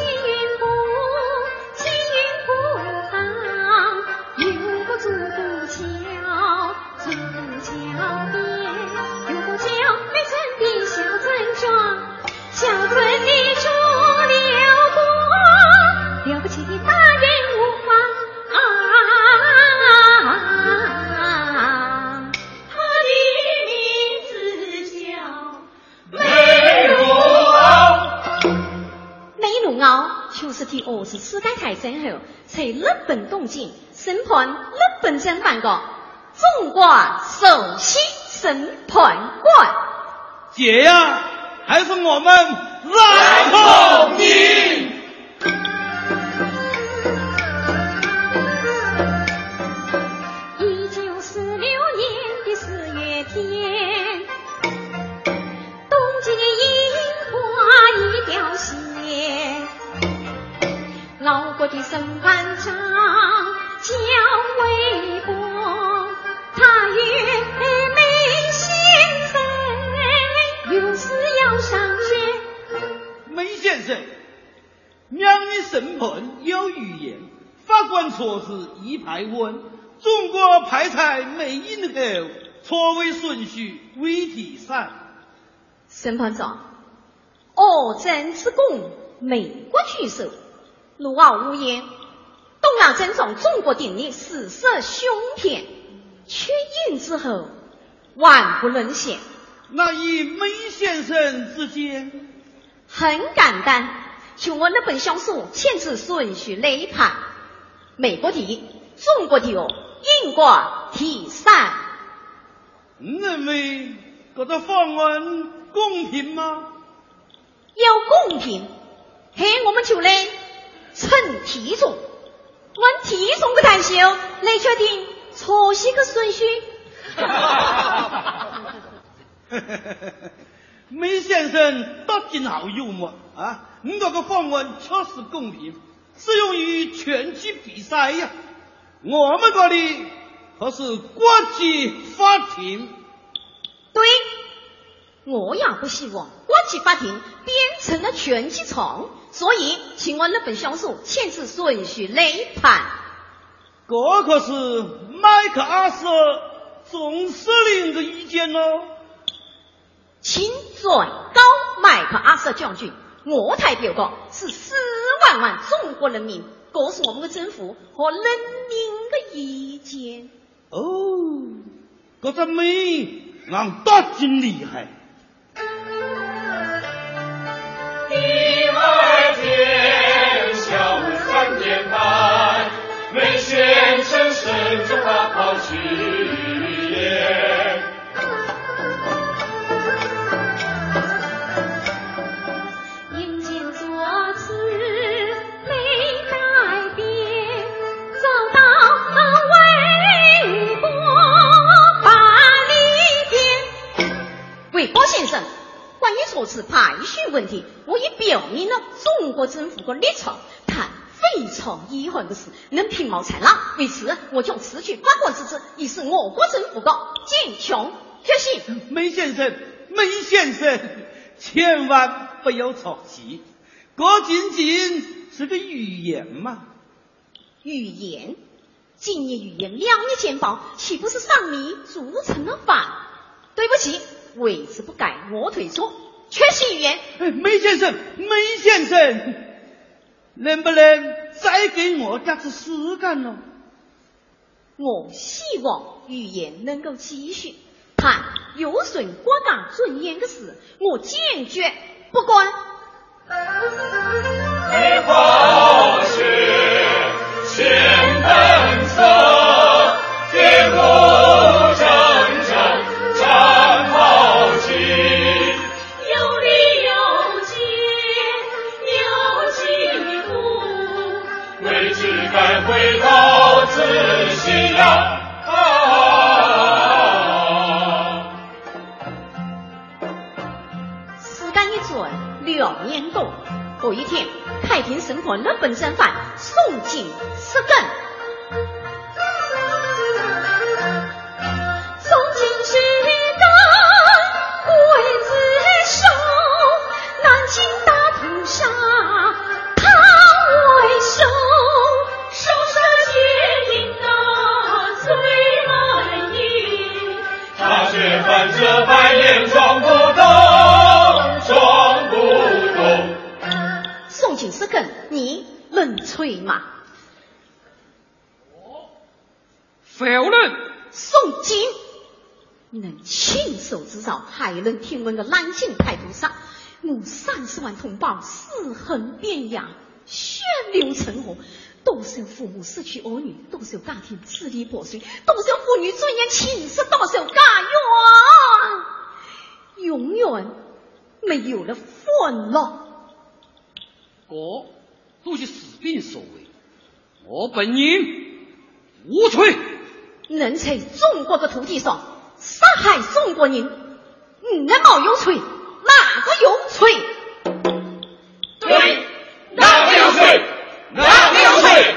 [SPEAKER 17] 秋实体二十世界大战后，在日本东京审判日本政犯的中国首席审判官。
[SPEAKER 7] 姐呀，还是我们来报你。
[SPEAKER 17] 一九四六年的四月天，东京的樱花已凋谢，老国的审判长叫微波，他越没心塞，有事要上学。
[SPEAKER 7] 梅先生，娘的审判有预言，法官错字一排问，中国排在美英后，错位顺序为第三。
[SPEAKER 17] 审判长，二战之功美国取受，卢奥无言，东亚珍重中国鼎立史色凶片，缺印之后万不能显。
[SPEAKER 7] 那以梅先生之见，
[SPEAKER 17] 很简单，就我那本相书签字顺序来判，美国第一，中国第二，英国第三。
[SPEAKER 7] 你认为这个方案公平吗？
[SPEAKER 17] 要公平，嘿，我们就来称体重，按体重的大小来决定错席的顺序。
[SPEAKER 7] 梅先生搭建好幽默啊！你这个方案确实公平，适用于拳击比赛呀、我们这里可是国际法庭。
[SPEAKER 17] 对，我也不希望国际法庭变成了拳击场，所以请按那本相书签字顺序来判。
[SPEAKER 7] 这可是麦克阿瑟总司令的意见哦。
[SPEAKER 17] 请转告麦克阿瑟将军，我台表告是四万万中国人民，告诉我们的政府和人民的意见。
[SPEAKER 7] 哦，这个梅俺大真厉害。
[SPEAKER 6] 一脉天下无三年半，梅先生身中大炮去也。
[SPEAKER 17] 应见作词泪在边，走到魏国八里边。魏国先生，关于措辞排序问题，我已表明了中国政府的立场，但非常遗憾的是，能平毛豺狼。为此，我将辞去法官之职，以示我国政府的坚强决心。
[SPEAKER 7] 梅嗯先生，梅先生，千万不要着急，这仅仅是个预言嘛。
[SPEAKER 17] 语言，今年语言两年前报，岂不是上米筑成了反？对不起，位置不改，我退出，缺席语言。
[SPEAKER 7] 哎梅先生，梅先生，能不能再给我点子时间呢？
[SPEAKER 17] 我希望语言能够继续，但有损国家尊严的事，我坚决不管。
[SPEAKER 6] 梨花雪，先本色，铁骨铮铮，战袍旗，
[SPEAKER 17] 有理有节，有纪度。
[SPEAKER 6] 为知该回到自信呀。啊
[SPEAKER 17] 时间一转，两年多。有一天，太平审判日本战犯送进石根。送进石根，刽子手，南京大屠杀，他为首，手杀血印呐，最满意。
[SPEAKER 6] 他却翻着白眼装不懂，装不懂。
[SPEAKER 17] 呃宋景是梗，你能吹吗？
[SPEAKER 18] 否认。
[SPEAKER 17] 宋景，你能亲手制造，还能听闻个南京大屠杀，我三十万同胞尸横遍野，血流成河。多少父母失去儿女，多少家庭支离破碎，多少妇女尊严侵蚀，多少家园永远没有了欢乐。
[SPEAKER 19] 我都是死病所为，我本应无罪。
[SPEAKER 17] 能在中国的土地上杀害中国人，你那毛有罪，哪个有罪？
[SPEAKER 20] 对，哪个有罪？哪个有罪？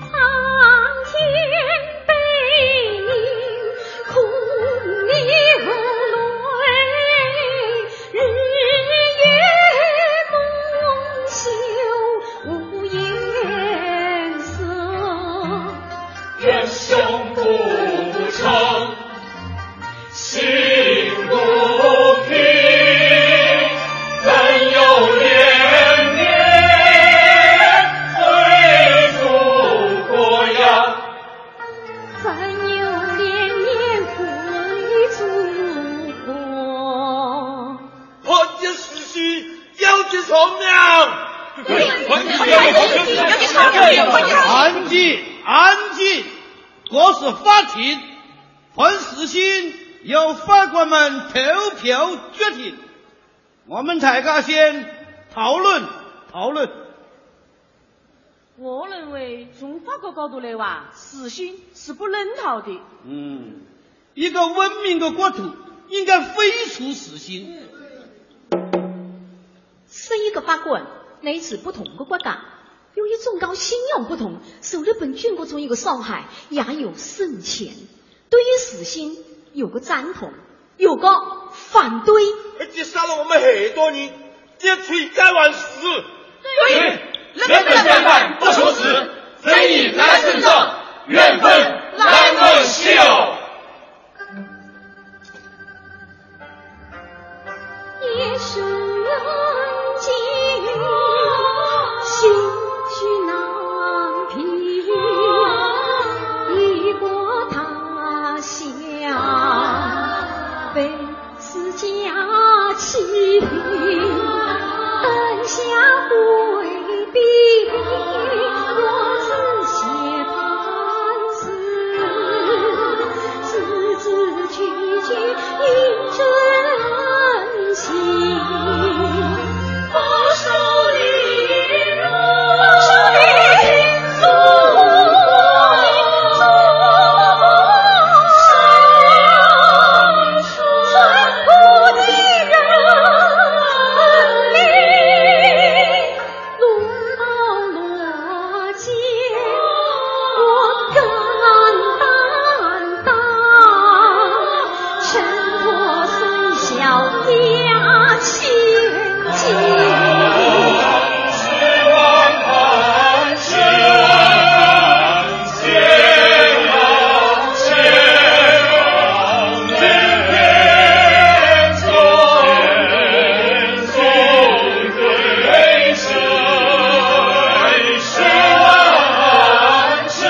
[SPEAKER 6] 苍天悲悯，苦你无泪，日月蒙羞无颜色。
[SPEAKER 20] 愿兄不成，心不平，但有连绵回祖国呀。
[SPEAKER 6] 咱有连年回祖国。
[SPEAKER 21] 我的思绪要的从了。安静，安静！我是法庭，判死刑由法官们投票决定。我们大家先讨论讨论。
[SPEAKER 22] 我认为从法国角度来话，死刑是不能逃的。
[SPEAKER 21] 嗯，一个文明的国度应该废除死刑。
[SPEAKER 17] 是一个法官来自不同的国家，由于宗教信仰不同，受日本军国主义的伤害也有深浅，对于死刑有个赞同，有个反对。
[SPEAKER 21] 哎这杀了我们很多人，这罪该万死。
[SPEAKER 20] 对，人本相犯不处死，非义难伸张，怨愤难遏息有。
[SPEAKER 6] 夜深静默，心绪难平。异国他乡，被思家亲，等下回避，我自写盘丝，字字句句印真心。保守你，保守你，祖国，祖国，全国的人民，路到罗间，我敢担当，趁我孙小家千金。
[SPEAKER 20] 希望看见，见啊见啊，明天中中对称，希望希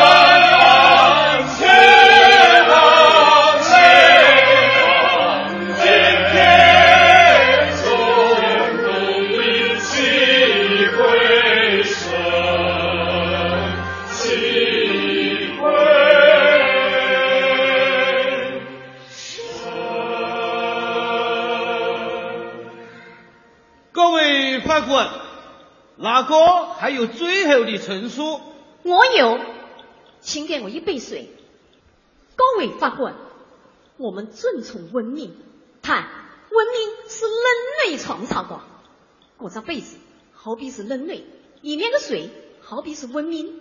[SPEAKER 20] 望见啊见，今天中共一起回声，起回。
[SPEAKER 21] 各位法官，哪个还有最后的陈述？
[SPEAKER 17] 我有，请给我一杯水。各位法官，我们遵从文明，但文明是人类创造的。我这杯子好比是人类，里面的水好比是文明。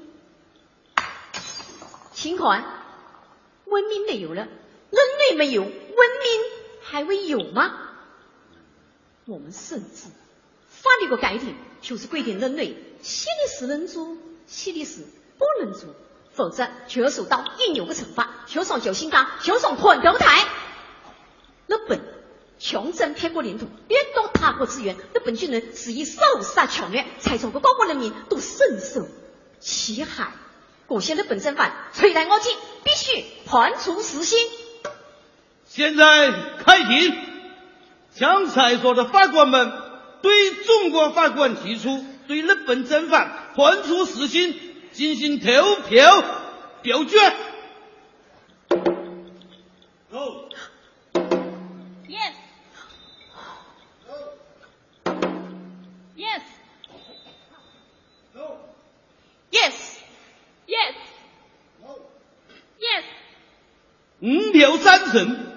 [SPEAKER 17] 请看，文明没有了，人类没有，文明还会有吗？我们甚至法律的改定就是规定人类吸的是能做，吸的是不能做，否则就要受到应有的惩罚，就要上绞刑岗，就要上捆头台。日本强征别国领土，掠夺他国资源，日本军人是以烧杀抢掠，才从个各国人民都深受其害。这些日本政犯罪来我境，必须判处死刑。
[SPEAKER 23] 现在开庭，将在座的法官们对中国法官提出对日本政犯判处死刑进行投票表决。
[SPEAKER 24] No. Yes. Yes.
[SPEAKER 17] Yes.
[SPEAKER 24] Yes. Yes.
[SPEAKER 23] 五票赞成，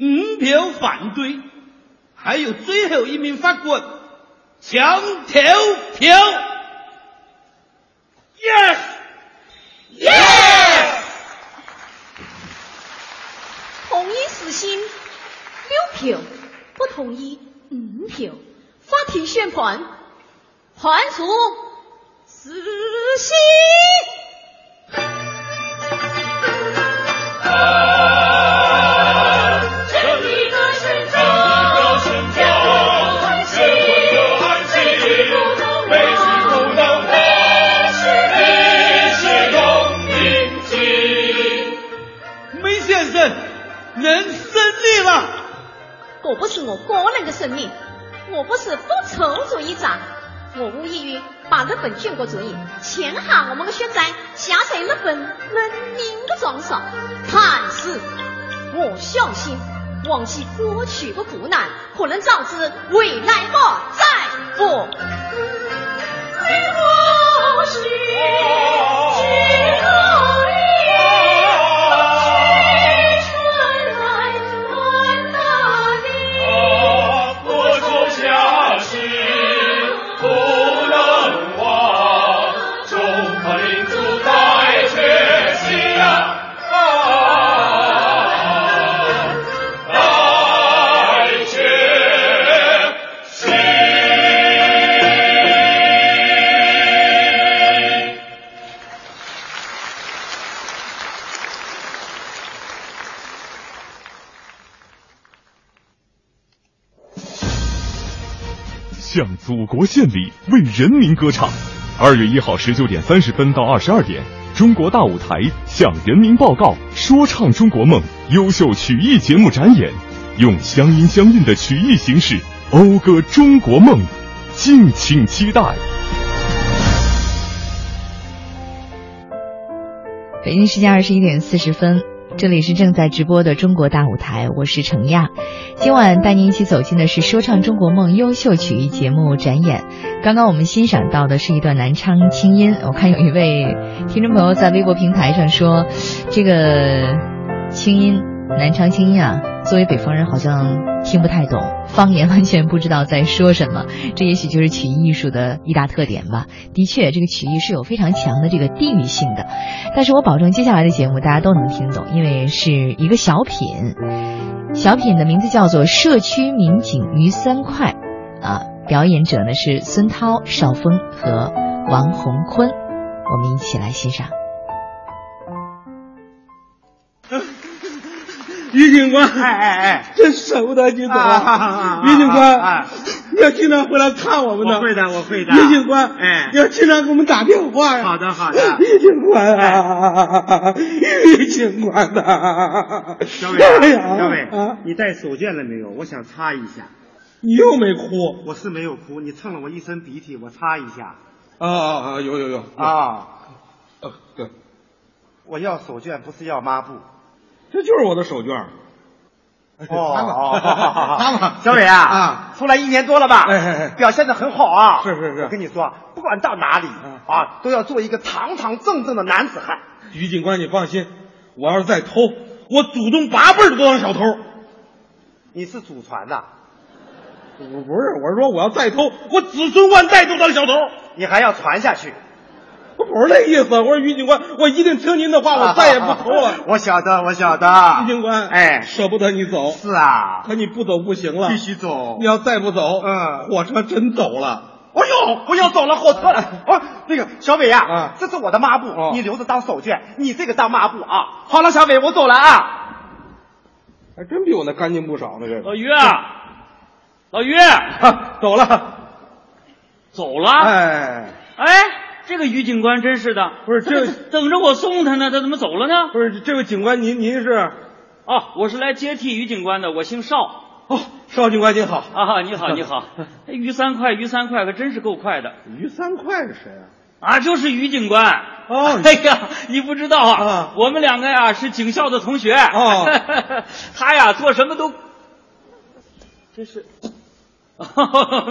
[SPEAKER 23] 五票反对，还有最后一名法官强投票。Yes，
[SPEAKER 17] Yes，同意死刑六票，不同意五票。法庭宣判，判处死刑。
[SPEAKER 6] 胜利的伸张，伸张，社会的安息，每句不能忘，历史永铭记。
[SPEAKER 23] 梅先生，您胜利了。
[SPEAKER 17] 这不是我个人的胜利，我不是复仇主义者，我无异于把日本军国主义强下我们的宣战，下水日本人民的壮守。但是，我相信忘记过去的苦难，可能导致未来的灾祸。
[SPEAKER 24] 我是知道你，春来转大地。
[SPEAKER 6] 我种下事不能忘，中华民族在决心啊！在决心。
[SPEAKER 1] 向祖国献礼，为人民歌唱。二月一号十九点三十分到二十二点，中国大舞台向人民报告说唱中国梦优秀曲艺节目展演，用相音相韵的曲艺形式讴歌中国梦，敬请期待。
[SPEAKER 2] 北京时间二十一点四十分，这里是正在直播的中国大舞台，我是程亚。今晚带您一起走进的是《说唱中国梦》优秀曲艺节目展演。刚刚我们欣赏到的是一段南昌清音，我看有一位听众朋友在微博平台上说，这个清音南昌清音啊，作为北方人好像听不太懂，方言完全不知道在说什么。 这也许就是曲艺艺术的一大特点吧。的确，这个曲艺是有非常强的这个地域性的，但是我保证接下来的节目大家都能听懂，因为是一个小品。小品的名字叫做《社区民警于三块》，啊，表演者呢是孙涛、邵峰和王洪坤，我们一起来欣赏。
[SPEAKER 7] 于警官，哎哎哎，真舍不得你走
[SPEAKER 12] 啊啊啊啊
[SPEAKER 7] 于警官，
[SPEAKER 12] 啊
[SPEAKER 7] 你要经常回来看我们的。
[SPEAKER 12] 我会的，我会的。
[SPEAKER 7] 于警官，
[SPEAKER 12] 哎
[SPEAKER 7] 你要经常给我们打电话呀。
[SPEAKER 12] 好的，好的。哎
[SPEAKER 7] 于警官啊，于警官啊，
[SPEAKER 12] 小伟
[SPEAKER 7] 哎呀
[SPEAKER 12] 啊，小伟，你带手绢了没有？我想擦一下。
[SPEAKER 7] 你又没哭？
[SPEAKER 12] 我是没有哭，你蹭了我一身鼻涕，我擦一下。
[SPEAKER 7] 啊啊啊！有有有
[SPEAKER 12] 啊，
[SPEAKER 7] 呃，对，
[SPEAKER 12] 我要手绢，不是要抹布。
[SPEAKER 7] 这就是我的手绢。
[SPEAKER 12] 哦，
[SPEAKER 7] 他们
[SPEAKER 12] 小伟啊，
[SPEAKER 7] 啊，
[SPEAKER 12] 出来一年多了吧？
[SPEAKER 7] 哎哎哎
[SPEAKER 12] 表现的很好啊。
[SPEAKER 7] 是是是嗯
[SPEAKER 12] 我跟你说啊，不管到哪里啊，都要做一个堂堂正正的男子汉。
[SPEAKER 7] 于警官，你放心，我要是再偷，我祖宗八辈儿都当小偷。
[SPEAKER 12] 你是祖传的？
[SPEAKER 7] 我不是，我是说我要再偷，我子孙万代都当小偷。
[SPEAKER 12] 你还要传下去？
[SPEAKER 7] 我不是那意思，我说于警官，我一定听您的话，
[SPEAKER 12] 啊
[SPEAKER 7] 我再也不啊偷了。
[SPEAKER 12] 我晓得，我晓得。
[SPEAKER 7] 于警官，
[SPEAKER 12] 哎
[SPEAKER 7] 舍不得你走。
[SPEAKER 12] 是啊，
[SPEAKER 7] 可你不走不行了，
[SPEAKER 12] 必须走
[SPEAKER 7] 你要再不走，嗯，火车真走了。
[SPEAKER 12] 哎呦，我要走了，火车
[SPEAKER 7] 啊
[SPEAKER 12] 了。哦，那个小伟呀、啊，这是我的抹布，
[SPEAKER 7] 哦
[SPEAKER 12] 你留着当手绢，你这个当抹布啊。好了，小伟，我走了啊。
[SPEAKER 7] 还真比我那干净不少呢，这个。
[SPEAKER 14] 老于啊，老于，
[SPEAKER 7] 走了，
[SPEAKER 14] 走了。
[SPEAKER 7] 哎，
[SPEAKER 14] 哎，这个于警官真是的，不是这等着我送他呢，他怎么走了呢？不是这位警官，您您是？啊，我是来接替于警官的，我姓邵。哦，邵警官您好啊，你好你好。 哎于三快，于三快可真是够快的。于三快是谁啊？啊，就是于警官。哦， 哎呀，你不知道啊，我们两个呀是警校的同学。哦， 他呀做什么都，这是。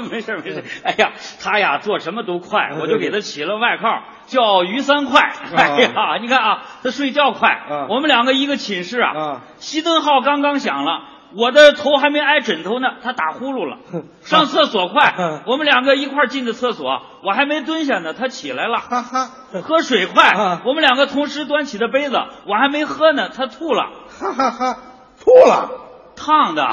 [SPEAKER 14] 没事儿没事儿，哎呀，他呀做什么都快，我就给他起了外号叫于三快。哎呀，你看啊，他睡觉快，我们两个一个寝室啊。熄灯号刚刚响了，我的头还没挨枕头呢，他打呼噜了。上厕所快，我们两个一块儿进的厕所，我还没蹲下呢，他起来了。喝水快，我们两个同时端起的杯子，我还没喝呢，他吐了。哈哈哈，吐了。烫 的，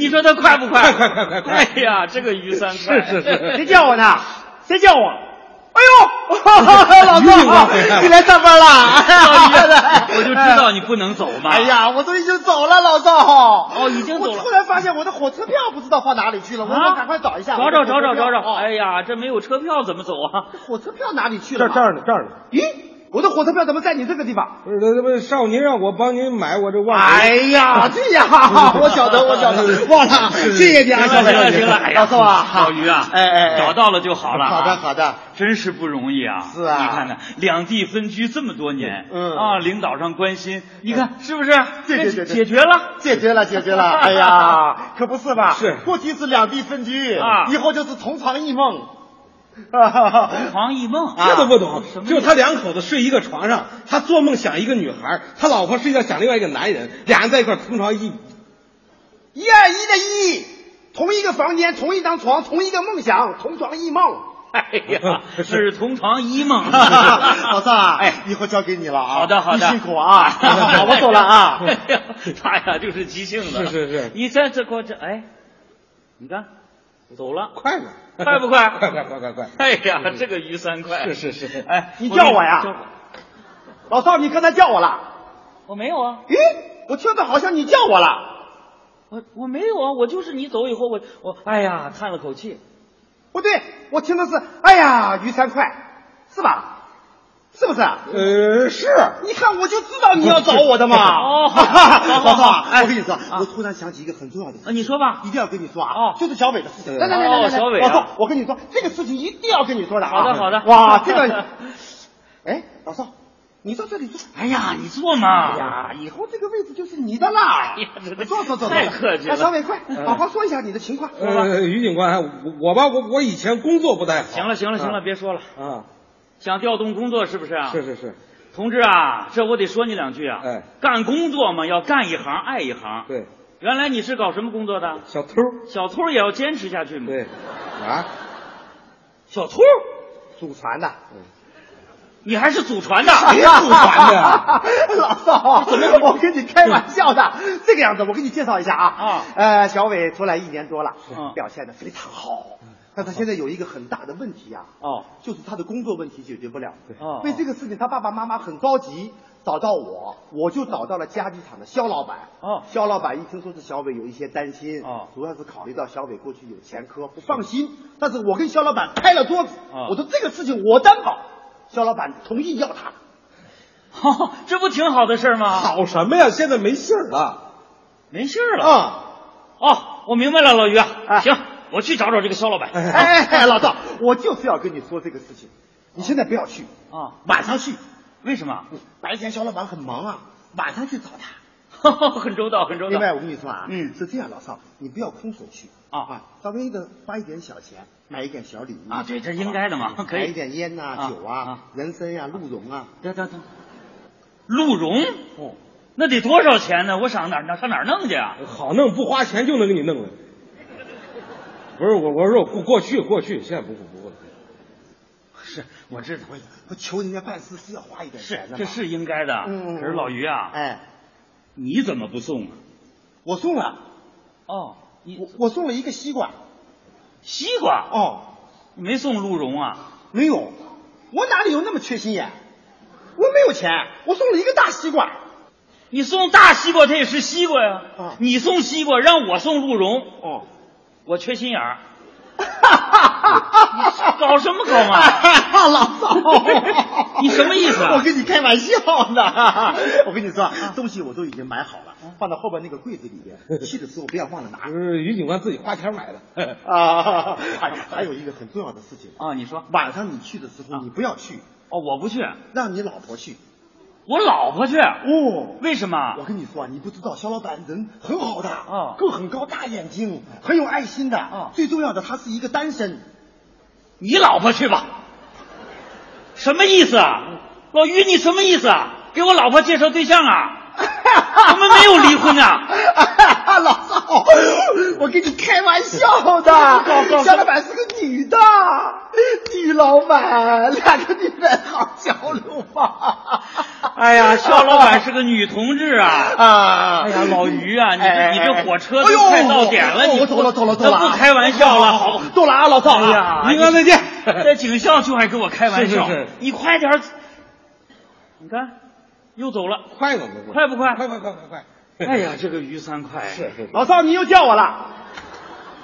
[SPEAKER 14] 你说他快不快？快快快快！哎呀，这个于三快
[SPEAKER 25] 是是是
[SPEAKER 14] 谁叫我呢？谁叫我？
[SPEAKER 7] 哎呦，老哥好，你来啊上 班啦？
[SPEAKER 14] 我就知道你不能走 嘛！
[SPEAKER 7] 哎，呀，我都已经走了，老赵。哦，
[SPEAKER 14] 已经
[SPEAKER 7] 走了。我突然发现我的火车票不知道放哪里去了，我
[SPEAKER 14] 啊
[SPEAKER 7] 我赶快找一下。
[SPEAKER 14] 找找找找找
[SPEAKER 7] 找。
[SPEAKER 14] 找！哎呀，这没有车票怎么走啊？
[SPEAKER 7] 火车票哪里去了？
[SPEAKER 14] 这儿
[SPEAKER 7] 呢，这儿呢。咦，我的火车票怎么在你这个地方？
[SPEAKER 12] 不是，那不是少您让我帮您买，我这忘了。啊嗯
[SPEAKER 7] 哎呀，对呀，我晓得，我晓得，忘了，谢谢你啊，
[SPEAKER 14] 行了
[SPEAKER 7] 小
[SPEAKER 14] 行了
[SPEAKER 7] 伟
[SPEAKER 14] 行了，哎呀，
[SPEAKER 7] 老宋啊，
[SPEAKER 14] 小鱼啊，哎哎，找到了就好了。
[SPEAKER 7] 好的好
[SPEAKER 14] 的，真是不容易啊。是啊，你看看两地分居这么多年，嗯啊，领导上关心，你看是不是？
[SPEAKER 7] 哎对对对对
[SPEAKER 14] 解决了，
[SPEAKER 7] 解决了，解决 了。哎呀，可不是嘛，
[SPEAKER 14] 是
[SPEAKER 7] 不仅是两地分居
[SPEAKER 14] 啊
[SPEAKER 7] 以后就是同床异梦。 啊
[SPEAKER 14] 同床异梦
[SPEAKER 12] 这都不懂
[SPEAKER 14] 什么意，思
[SPEAKER 12] 就他两口子睡一个床上，他做梦想一个女孩，他老婆睡觉想另外一个男人，俩人在一块儿同床异。
[SPEAKER 7] 一二一的一，同一个房间，同一张床，同一个梦想，同床异梦。
[SPEAKER 14] 哎 呀，是同床异梦。
[SPEAKER 7] 老赵啊，哎，以后交给你了啊。好的
[SPEAKER 14] 好的
[SPEAKER 7] 辛苦啊， 好，我走了啊。
[SPEAKER 14] 哎呀，他呀就是急性
[SPEAKER 12] 是
[SPEAKER 14] 子。
[SPEAKER 12] 是是
[SPEAKER 14] 你这这给我这哎，你看，走了，
[SPEAKER 12] 快呢，
[SPEAKER 14] 快不 快？
[SPEAKER 12] 快快快快快！
[SPEAKER 14] 哎
[SPEAKER 7] 嗯
[SPEAKER 14] 呀，这个于三快
[SPEAKER 12] 是是是，
[SPEAKER 14] 哎，
[SPEAKER 7] 你叫我呀
[SPEAKER 14] 我
[SPEAKER 7] 老赵，你刚才叫我了？
[SPEAKER 14] 我没有啊。
[SPEAKER 7] 咦，我听着好像你叫我了。
[SPEAKER 14] 我我没有啊，我就是你走以后，我我哎呀叹了口气。
[SPEAKER 7] 不对，我听的是，哎呀，于三快，是吧？是不是？啊
[SPEAKER 12] 呃，是。
[SPEAKER 7] 你看，我就知道你要找我的嘛。
[SPEAKER 14] 哦好好好好
[SPEAKER 7] 老赵啊，
[SPEAKER 14] 哎
[SPEAKER 7] 我跟你说，我突然想起一个很重要的事情。
[SPEAKER 14] 啊你说吧，
[SPEAKER 7] 一定要跟你说啊，就是小伟的事情。来来来
[SPEAKER 14] 哦
[SPEAKER 7] 来来，
[SPEAKER 14] 小伟啊
[SPEAKER 7] 老赵，我跟你说，这个事情一定要跟你说的啊。
[SPEAKER 14] 好的好的
[SPEAKER 7] 哇，这 个，哎，老赵，你坐这里坐。
[SPEAKER 14] 哎呀，你坐嘛
[SPEAKER 7] 哎呀，以后这个位置就是你的啦。哎呀，坐坐坐，
[SPEAKER 12] 太客气了
[SPEAKER 7] 哎小伟，快，
[SPEAKER 12] 嗯
[SPEAKER 7] 好好说一下你的情况。好吧
[SPEAKER 12] 呃，于警官，我我吧，我我以前工作不太好。
[SPEAKER 14] 行了行了行了，别说了
[SPEAKER 12] 啊，
[SPEAKER 14] 想调动工作是不是啊？
[SPEAKER 12] 是是是，
[SPEAKER 14] 同志啊，这我得说你两句啊。
[SPEAKER 12] 哎，
[SPEAKER 14] 干工作嘛，要干一行爱一行。
[SPEAKER 12] 对，
[SPEAKER 14] 原来你是搞什么工作的？
[SPEAKER 12] 小偷。
[SPEAKER 14] 小偷也要坚持下去嘛。对，
[SPEAKER 12] 啊，
[SPEAKER 14] 小偷，
[SPEAKER 7] 祖传的。
[SPEAKER 12] 嗯
[SPEAKER 14] 你还是祖传的？
[SPEAKER 7] 谁祖传
[SPEAKER 12] 啊
[SPEAKER 7] 的？ 老赵，啊我跟你开玩笑的，这个样子，我给你介绍一下啊。啊，嗯呃，小伟出来一年多了，表现的非常好，但他现在有一个很大的问题啊，
[SPEAKER 14] 哦，
[SPEAKER 7] 就是他的工作问题解决不了
[SPEAKER 14] 哦，
[SPEAKER 7] 为这个事情他爸爸妈妈很着急。找到我，我就找到了家具厂的肖老板。哦，肖老板一听说是小伟，有一些担心。哦，主要是考虑到小伟过去有前科，不放心。但是哦我跟肖老板拍了桌子，我说这个事情我担保。肖老板同意要 他。
[SPEAKER 14] 这不挺好的事儿吗？
[SPEAKER 12] 好什么呀？现在没信儿了，
[SPEAKER 14] 没信儿了。啊、哦，我明白了，老于啊。
[SPEAKER 12] 哎
[SPEAKER 14] 行，我去找找这个肖老板。
[SPEAKER 7] 哎哎哎，老赵， 我就是要跟你说这个事情，你现在不要去
[SPEAKER 14] 啊，
[SPEAKER 7] 晚上去。
[SPEAKER 14] 为什么？
[SPEAKER 7] 白天肖老板很忙啊，晚上去找他。
[SPEAKER 14] 很周到，很周到。
[SPEAKER 7] 另外，我跟你说啊，嗯，是这样，老邵，你不要空手去啊啊，稍微的花一点小钱，买一点小礼物
[SPEAKER 14] 啊对这应该的嘛
[SPEAKER 12] 嗯
[SPEAKER 7] 好吧
[SPEAKER 14] 可以
[SPEAKER 7] 买一点烟呐、酒啊、人参呀、鹿茸啊。
[SPEAKER 14] 等等等，鹿茸？哦，那得多少钱呢？我上哪儿上哪儿弄去啊？
[SPEAKER 7] 哎
[SPEAKER 12] 好弄不花钱就能给你 弄来。不是我，我说我过过去过去，现在不不不过去。
[SPEAKER 7] 是，我知道，我求人家办事是要花一点
[SPEAKER 14] 是
[SPEAKER 7] 钱的嘛。
[SPEAKER 14] 这是应该的。
[SPEAKER 7] 哎嗯嗯嗯
[SPEAKER 14] 可是老于啊，
[SPEAKER 7] 哎，
[SPEAKER 14] 你怎么不送啊？
[SPEAKER 7] 我送了。
[SPEAKER 14] 哦，你
[SPEAKER 7] 我我送了一个西瓜。
[SPEAKER 14] 西瓜？
[SPEAKER 7] 哦，
[SPEAKER 14] 没送鹿茸啊？
[SPEAKER 7] 没有，我哪里有那么缺心眼？我没有钱，我送了一个大西瓜。
[SPEAKER 14] 你送大啊西瓜，它也是西瓜
[SPEAKER 7] 啊
[SPEAKER 14] 呀、你送西瓜，让我送鹿茸。
[SPEAKER 7] 哦，
[SPEAKER 14] 我缺心眼儿。搞什么搞 啊 嘛？老
[SPEAKER 7] 哦
[SPEAKER 14] 早，你什么意思啊？
[SPEAKER 7] 我跟你开玩笑 呢。我跟你说，东西我都已经买好了，
[SPEAKER 14] 啊
[SPEAKER 7] 放到后边那个柜子里 边。去的时候不要忘了拿。
[SPEAKER 6] 呃于警官自己花钱买的。
[SPEAKER 7] 啊， 还还有一个很重要的事情
[SPEAKER 14] 啊，你说啊
[SPEAKER 7] 晚上你去的时候你不要去
[SPEAKER 14] 哦，我不去，
[SPEAKER 7] 让你老婆去。
[SPEAKER 14] 我老婆去
[SPEAKER 7] 哦，
[SPEAKER 14] 为什么？哦
[SPEAKER 7] 我跟你说，你不知道，肖老板人很好的啊，个很高，大眼睛，很有爱心的啊。最重要的，他是一个单身。
[SPEAKER 14] 你老婆去吧，什么意思啊？老于，你什么意思啊？给我老婆介绍对象啊？我们没有离婚啊！
[SPEAKER 7] 老赵，我跟你开玩笑的，肖老板是个女的，女老板，两个女人好交流吧。
[SPEAKER 14] 哎呀，肖老板是个女同志啊！
[SPEAKER 7] 啊！
[SPEAKER 14] 哎呀，老于啊，你
[SPEAKER 7] 哎
[SPEAKER 14] 这
[SPEAKER 7] 哎
[SPEAKER 14] 你这火车
[SPEAKER 7] 哎呦
[SPEAKER 14] 快到点了，你
[SPEAKER 7] 我懂了懂了懂
[SPEAKER 14] 那
[SPEAKER 7] 了，啊
[SPEAKER 14] 不开玩笑了，好吧，
[SPEAKER 7] 懂了啊，老赵
[SPEAKER 14] 哎呀
[SPEAKER 7] 啊，，
[SPEAKER 14] 您
[SPEAKER 7] 刚
[SPEAKER 14] 刚
[SPEAKER 7] 才
[SPEAKER 14] 再见，在警校就还跟我开玩笑，
[SPEAKER 7] 是是是
[SPEAKER 14] 你快点儿，你看又走了，
[SPEAKER 7] 快了
[SPEAKER 14] 快不快？
[SPEAKER 7] 快快快快快！
[SPEAKER 14] 哎呀，这个于三快，是是
[SPEAKER 7] 老赵，你又叫我了，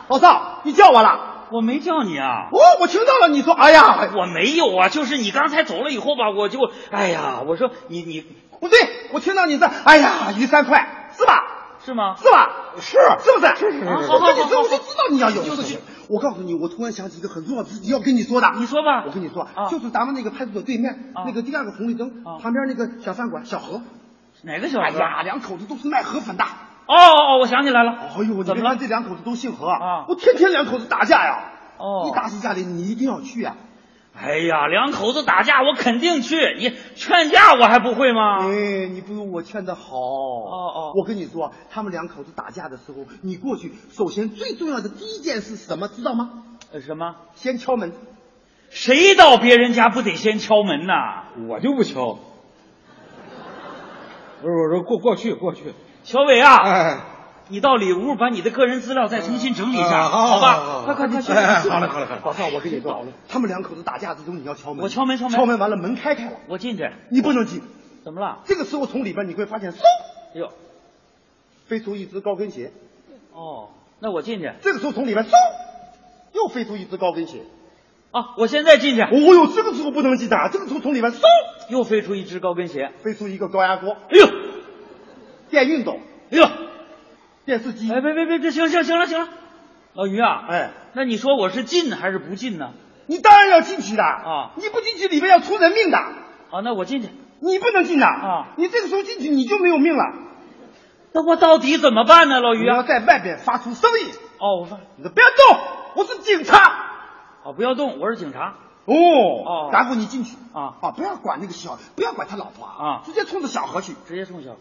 [SPEAKER 7] 老赵，你叫我了。
[SPEAKER 14] 我没叫你啊！
[SPEAKER 7] 哦，我听到了，你说，哎呀，
[SPEAKER 14] 我没有啊，就是你刚才走了以后吧，我就，哎呀，我说你你
[SPEAKER 7] 不哦对，我听到你在，哎呀，于三快是吧？
[SPEAKER 14] 是吗？
[SPEAKER 7] 是吧？是是不是？
[SPEAKER 14] 是是是啊是
[SPEAKER 7] 我跟你
[SPEAKER 14] 好好好
[SPEAKER 7] 说，我就知道你要有
[SPEAKER 14] 就
[SPEAKER 7] 事
[SPEAKER 14] 是
[SPEAKER 7] 情。我告诉你，我突然想起一个很重要的事情要跟你说啊的。
[SPEAKER 14] 你说吧。
[SPEAKER 7] 我跟你说，就是咱们那个派出所对面那个第二个红绿灯旁边那个小饭馆小何，
[SPEAKER 14] 哪个小
[SPEAKER 7] 哎
[SPEAKER 14] 孩？
[SPEAKER 7] 呀，两口子都是卖河粉的。
[SPEAKER 14] 哦哦，我想起来了。
[SPEAKER 7] 哎呦，你看这两口子都姓何啊！我天天两口子打架呀。
[SPEAKER 14] 哦。
[SPEAKER 7] 一打起架来，你一定要去啊。
[SPEAKER 14] 哎呀，两口子打架，我肯定去。你劝架我还不会吗？
[SPEAKER 7] 哎，你不如我劝的好。哦哦，我跟你说，他们两口子打架的时候，你过去，首先最重要的第一件事什么，知道吗？
[SPEAKER 14] 呃，什么？
[SPEAKER 7] 先敲门。
[SPEAKER 14] 谁到别人家不得先敲门呐？
[SPEAKER 6] 我就不敲。不是我说过过去过去，
[SPEAKER 14] 小伟啊，
[SPEAKER 7] 哎
[SPEAKER 14] 你到里屋把你的个人资料再重新整理一下，
[SPEAKER 7] 啊好好
[SPEAKER 14] 呃吧
[SPEAKER 7] 好？
[SPEAKER 14] 快快快去！
[SPEAKER 7] 哎哎好了好
[SPEAKER 14] 了好了，
[SPEAKER 7] 老赵，我跟你说，他们两口子打架之中，你要敲门。
[SPEAKER 14] 我敲门敲门
[SPEAKER 7] 敲门完了，门开开了，
[SPEAKER 14] 我进去。
[SPEAKER 7] 你不能进。
[SPEAKER 14] 怎么了？
[SPEAKER 7] 这个时候从里边你会发现，嗖，
[SPEAKER 14] 哟，
[SPEAKER 7] 飞出一只高跟鞋。
[SPEAKER 14] 哦，那我进去。
[SPEAKER 7] 这个时候从里边嗖，又飞出一只高跟鞋。
[SPEAKER 14] 啊，我现在进去。
[SPEAKER 7] 哦呦，这个时候不能进的，这个时候从里边嗖，
[SPEAKER 14] 又飞出一只高跟鞋，
[SPEAKER 7] 飞出一个高压锅。
[SPEAKER 14] 哎呦，
[SPEAKER 7] 电熨斗。
[SPEAKER 14] 哎呦，
[SPEAKER 7] 电视机。
[SPEAKER 14] 哎，别别别别，行行行了行了，老于啊，
[SPEAKER 7] 哎，
[SPEAKER 14] 那你说我是进还是不进呢？
[SPEAKER 7] 你当然要进去的
[SPEAKER 14] 啊！
[SPEAKER 7] 你不进去里边要出人命的。
[SPEAKER 14] 啊，那我进去。
[SPEAKER 7] 你不能进的
[SPEAKER 14] 啊！
[SPEAKER 7] 你这个时候进去你就没有命了。
[SPEAKER 14] 那我到底怎么办呢，老于
[SPEAKER 7] 你
[SPEAKER 14] 啊
[SPEAKER 7] 要在外边发出声音。
[SPEAKER 14] 哦，我发。
[SPEAKER 7] 你说不要动，我是警察。
[SPEAKER 14] 哦，不要动，我是警察。
[SPEAKER 7] 哦。
[SPEAKER 14] 哦
[SPEAKER 7] 然后你进去
[SPEAKER 14] 啊
[SPEAKER 7] 啊！不要管那个小，不要管他老婆啊！直接冲着小河去。
[SPEAKER 14] 直接冲小河。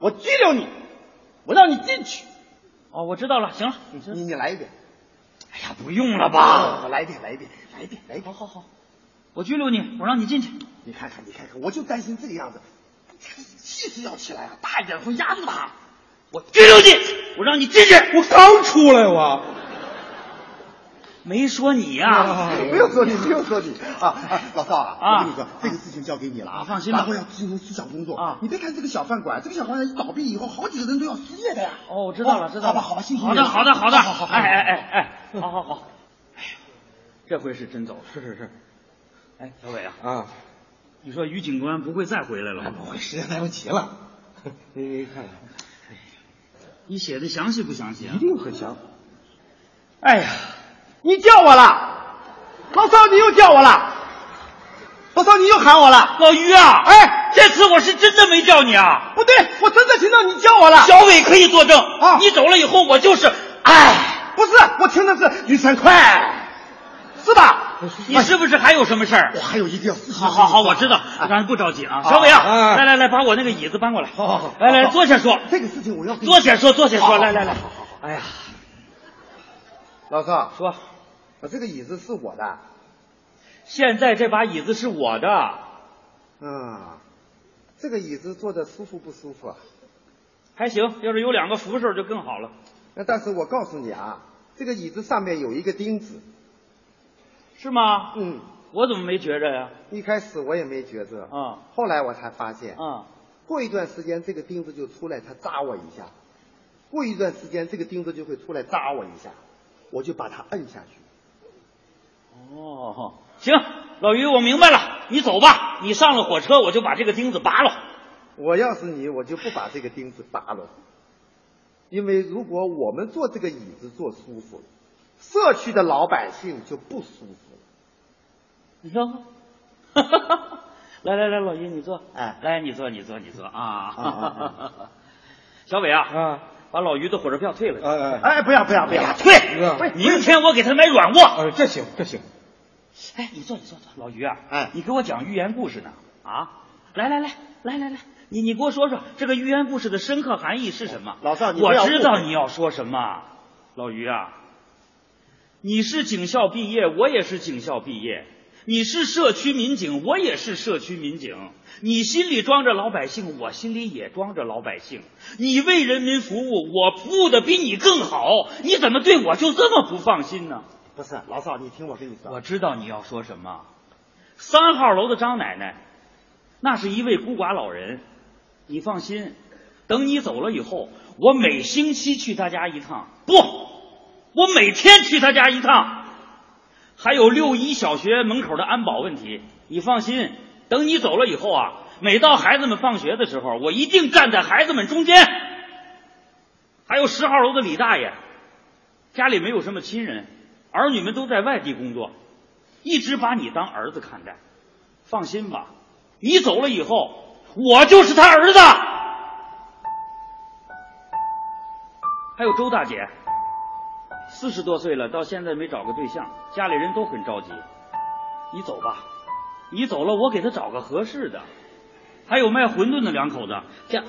[SPEAKER 7] 我拘留你，我让你进去。
[SPEAKER 14] 哦，我知道了，行了，
[SPEAKER 7] 你你来一遍。
[SPEAKER 14] 哎呀，不用了吧？
[SPEAKER 7] 我来一遍，来一遍，来一遍，来一遍。
[SPEAKER 14] 好好好，我拘留你，我让你进去。
[SPEAKER 7] 你看看，你看看，我就担心这个样子，气势要起来啊，大一点会压住他。
[SPEAKER 14] 我拘留你，我让你进去。
[SPEAKER 6] 我刚出来
[SPEAKER 7] 啊
[SPEAKER 6] 我。
[SPEAKER 14] 没说你呀、
[SPEAKER 7] 不用说你，不用说你啊啊，老赵啊，我跟你说，这个事情交给你了啊，
[SPEAKER 14] 放心吧
[SPEAKER 7] 然后要进行思想工作啊。你别看这个小饭馆，这个小饭馆一倒闭以后，好几个人都要失业的呀。
[SPEAKER 14] 哦，我知道了，知道了。
[SPEAKER 7] 好吧，好吧，辛苦
[SPEAKER 14] 好
[SPEAKER 7] 你
[SPEAKER 14] 的，
[SPEAKER 7] 了。
[SPEAKER 14] 好的，好的，
[SPEAKER 7] 好好好。
[SPEAKER 14] 哎哎哎哎，好好好。这回是真走了。
[SPEAKER 6] 是是是。
[SPEAKER 14] 哎，小伟啊，
[SPEAKER 6] 啊，
[SPEAKER 14] 你说于警官不会再回
[SPEAKER 7] 哎
[SPEAKER 14] 来了哎吧？
[SPEAKER 6] 不会，时间来不及 了。你你看看，
[SPEAKER 14] 你写的详细不详细啊
[SPEAKER 6] 一？定很强。
[SPEAKER 14] 哎呀，
[SPEAKER 7] 你叫我了，老赵，你又叫我了，老赵，你又喊我了。
[SPEAKER 14] 老于啊，
[SPEAKER 7] 哎，
[SPEAKER 14] 这次我是真的没叫你啊。
[SPEAKER 7] 不对，我真的听到你叫我了。
[SPEAKER 14] 小伟可以作证啊，你走了以后我就是，哎，
[SPEAKER 7] 不是，我听的是于三快，是吧？
[SPEAKER 14] 你是不是还有什么事儿？
[SPEAKER 7] 我还有一个事情。
[SPEAKER 14] 好好好，我知道，咱不着急啊。
[SPEAKER 7] 啊
[SPEAKER 14] 小伟啊，
[SPEAKER 7] 啊
[SPEAKER 14] 来来来，把我那个椅子搬过来。
[SPEAKER 7] 好好好
[SPEAKER 14] 来来
[SPEAKER 7] 好好
[SPEAKER 14] 坐下说。
[SPEAKER 7] 这个事情我要跟你
[SPEAKER 14] 坐下说，坐下
[SPEAKER 7] 好
[SPEAKER 14] 说。
[SPEAKER 7] 好
[SPEAKER 14] 来来来
[SPEAKER 7] 好好，
[SPEAKER 14] 哎呀，
[SPEAKER 7] 老赵
[SPEAKER 14] 说，
[SPEAKER 7] 我这个椅子是我的。
[SPEAKER 14] 现在这把椅子是我的，
[SPEAKER 7] 嗯，这个椅子坐的舒服不舒服啊？
[SPEAKER 14] 还行，要是有两个扶手就更好了。
[SPEAKER 7] 那但是我告诉你啊，这个椅子上面有一个钉子。
[SPEAKER 14] 是吗？
[SPEAKER 7] 嗯，
[SPEAKER 14] 我怎么没觉着呀？
[SPEAKER 7] 一开始我也没觉着，
[SPEAKER 14] 啊，
[SPEAKER 7] 后来我才发现，
[SPEAKER 14] 啊，
[SPEAKER 7] 过一段时间这个钉子就出来，它扎我一下；过一段时间这个钉子就会出来扎我一下，我就把它摁下去。
[SPEAKER 14] 哦，行，老于，我明白了，你走吧，你上了火车，我就把这个钉子拔了。
[SPEAKER 7] 我要是你，我就不把这个钉子拔了，因为如果我们坐这个椅子坐舒服了，社区的老百姓就不舒服了。
[SPEAKER 14] 你看，来来来，老于你坐，哎，来你坐，你坐，你坐 啊！小伟啊，把老于的火车票退了去。哎
[SPEAKER 7] 哎，不要不要不要，
[SPEAKER 14] 退！明天我给他买软卧。
[SPEAKER 7] 这行这行。
[SPEAKER 14] 哎，你坐，你坐，坐。老于啊，哎，你给我讲寓言故事呢？啊，来来来来来来，你你给我说说这个寓言故事的深刻含义是什么？
[SPEAKER 7] 老赵，你
[SPEAKER 14] 我知道你要说什么，老于啊，你是警校毕业，我也是警校毕业。你是社区民警，我也是社区民警。你心里装着老百姓，我心里也装着老百姓。你为人民服务，我服务的比你更好，你怎么对我就这么不放心呢？
[SPEAKER 7] 不是，老赵，你听我跟你说，
[SPEAKER 14] 我知道你要说什么。三号楼的张奶奶，那是一位孤寡老人。你放心，等你走了以后，我每星期去她家一趟，不，我每天去她家一趟。还有六一小学门口的安保问题，你放心，等你走了以后啊，每到孩子们放学的时候，我一定站在孩子们中间。还有十号楼的李大爷，家里没有什么亲人，儿女们都在外地工作，一直把你当儿子看待。放心吧，你走了以后，我就是他儿子。还有周大姐。四十多岁了，到现在没找个对象，家里人都很着急。你走吧，你走了，我给他找个合适的。还有卖馄饨的两口子，家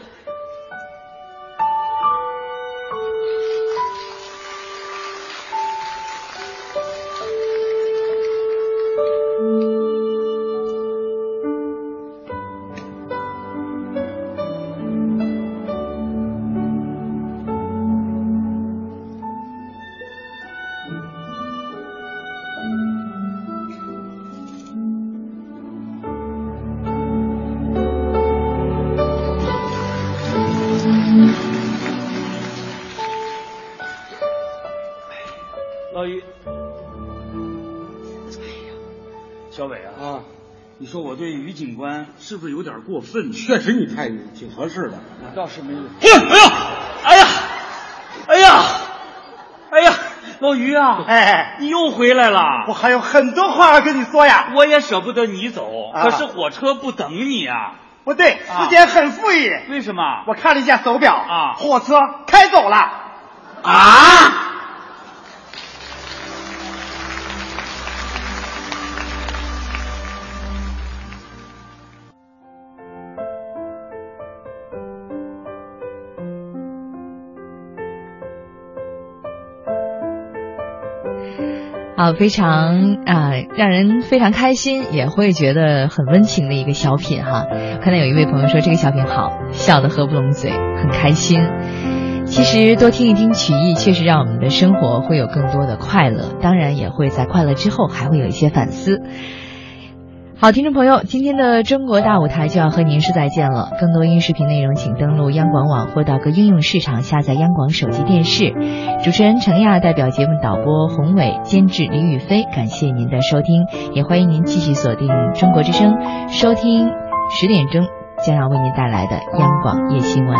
[SPEAKER 14] 老于，
[SPEAKER 26] 哎
[SPEAKER 14] 小伟啊，啊，你说我对于警官是不是有点过分？
[SPEAKER 26] 确实你态度挺合适的。
[SPEAKER 14] 我倒是没有。哎呦，哎呀，哎呀，哎呀，老于啊，哎，你又回来了，
[SPEAKER 7] 我还有很多话要跟你说呀。
[SPEAKER 14] 哎我也舍不得你走，
[SPEAKER 26] 啊
[SPEAKER 14] 可是火车不等你啊。
[SPEAKER 7] 不对，时间很富裕。
[SPEAKER 14] 为什么？
[SPEAKER 7] 我看了一下手表
[SPEAKER 14] 啊，
[SPEAKER 7] 火车开走了。
[SPEAKER 14] 啊！
[SPEAKER 2] 啊，非常啊，让人非常开心，也会觉得很温情的一个小品哈。看到有一位朋友说这个小品好，笑得合不拢嘴，很开心。其实多听一听曲艺，确实让我们的生活会有更多的快乐，当然也会在快乐之后还会有一些反思。好，听众朋友，今天的中国大舞台就要和您说再见了。更多音视频内容，请登录央广网或到各应用市场下载央广手机电视。主持人程亚代表节目导播洪伟，监制李宇飞，感谢您的收听，也欢迎您继续锁定中国之声，收听十点钟将要为您带来的央广夜新闻。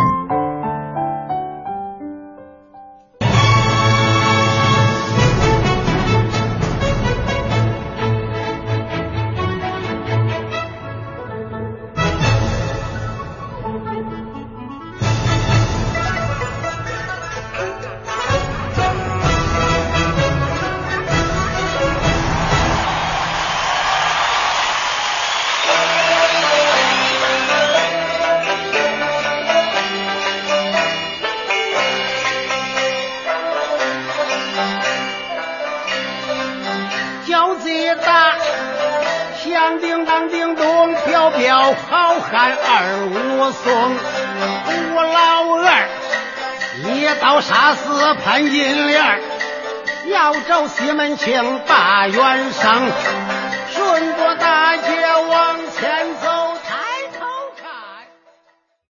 [SPEAKER 4] 饺子一打，响叮当叮咚，飘飘好汉二武松，武老二一刀杀死潘金莲儿，要找西门庆把冤生。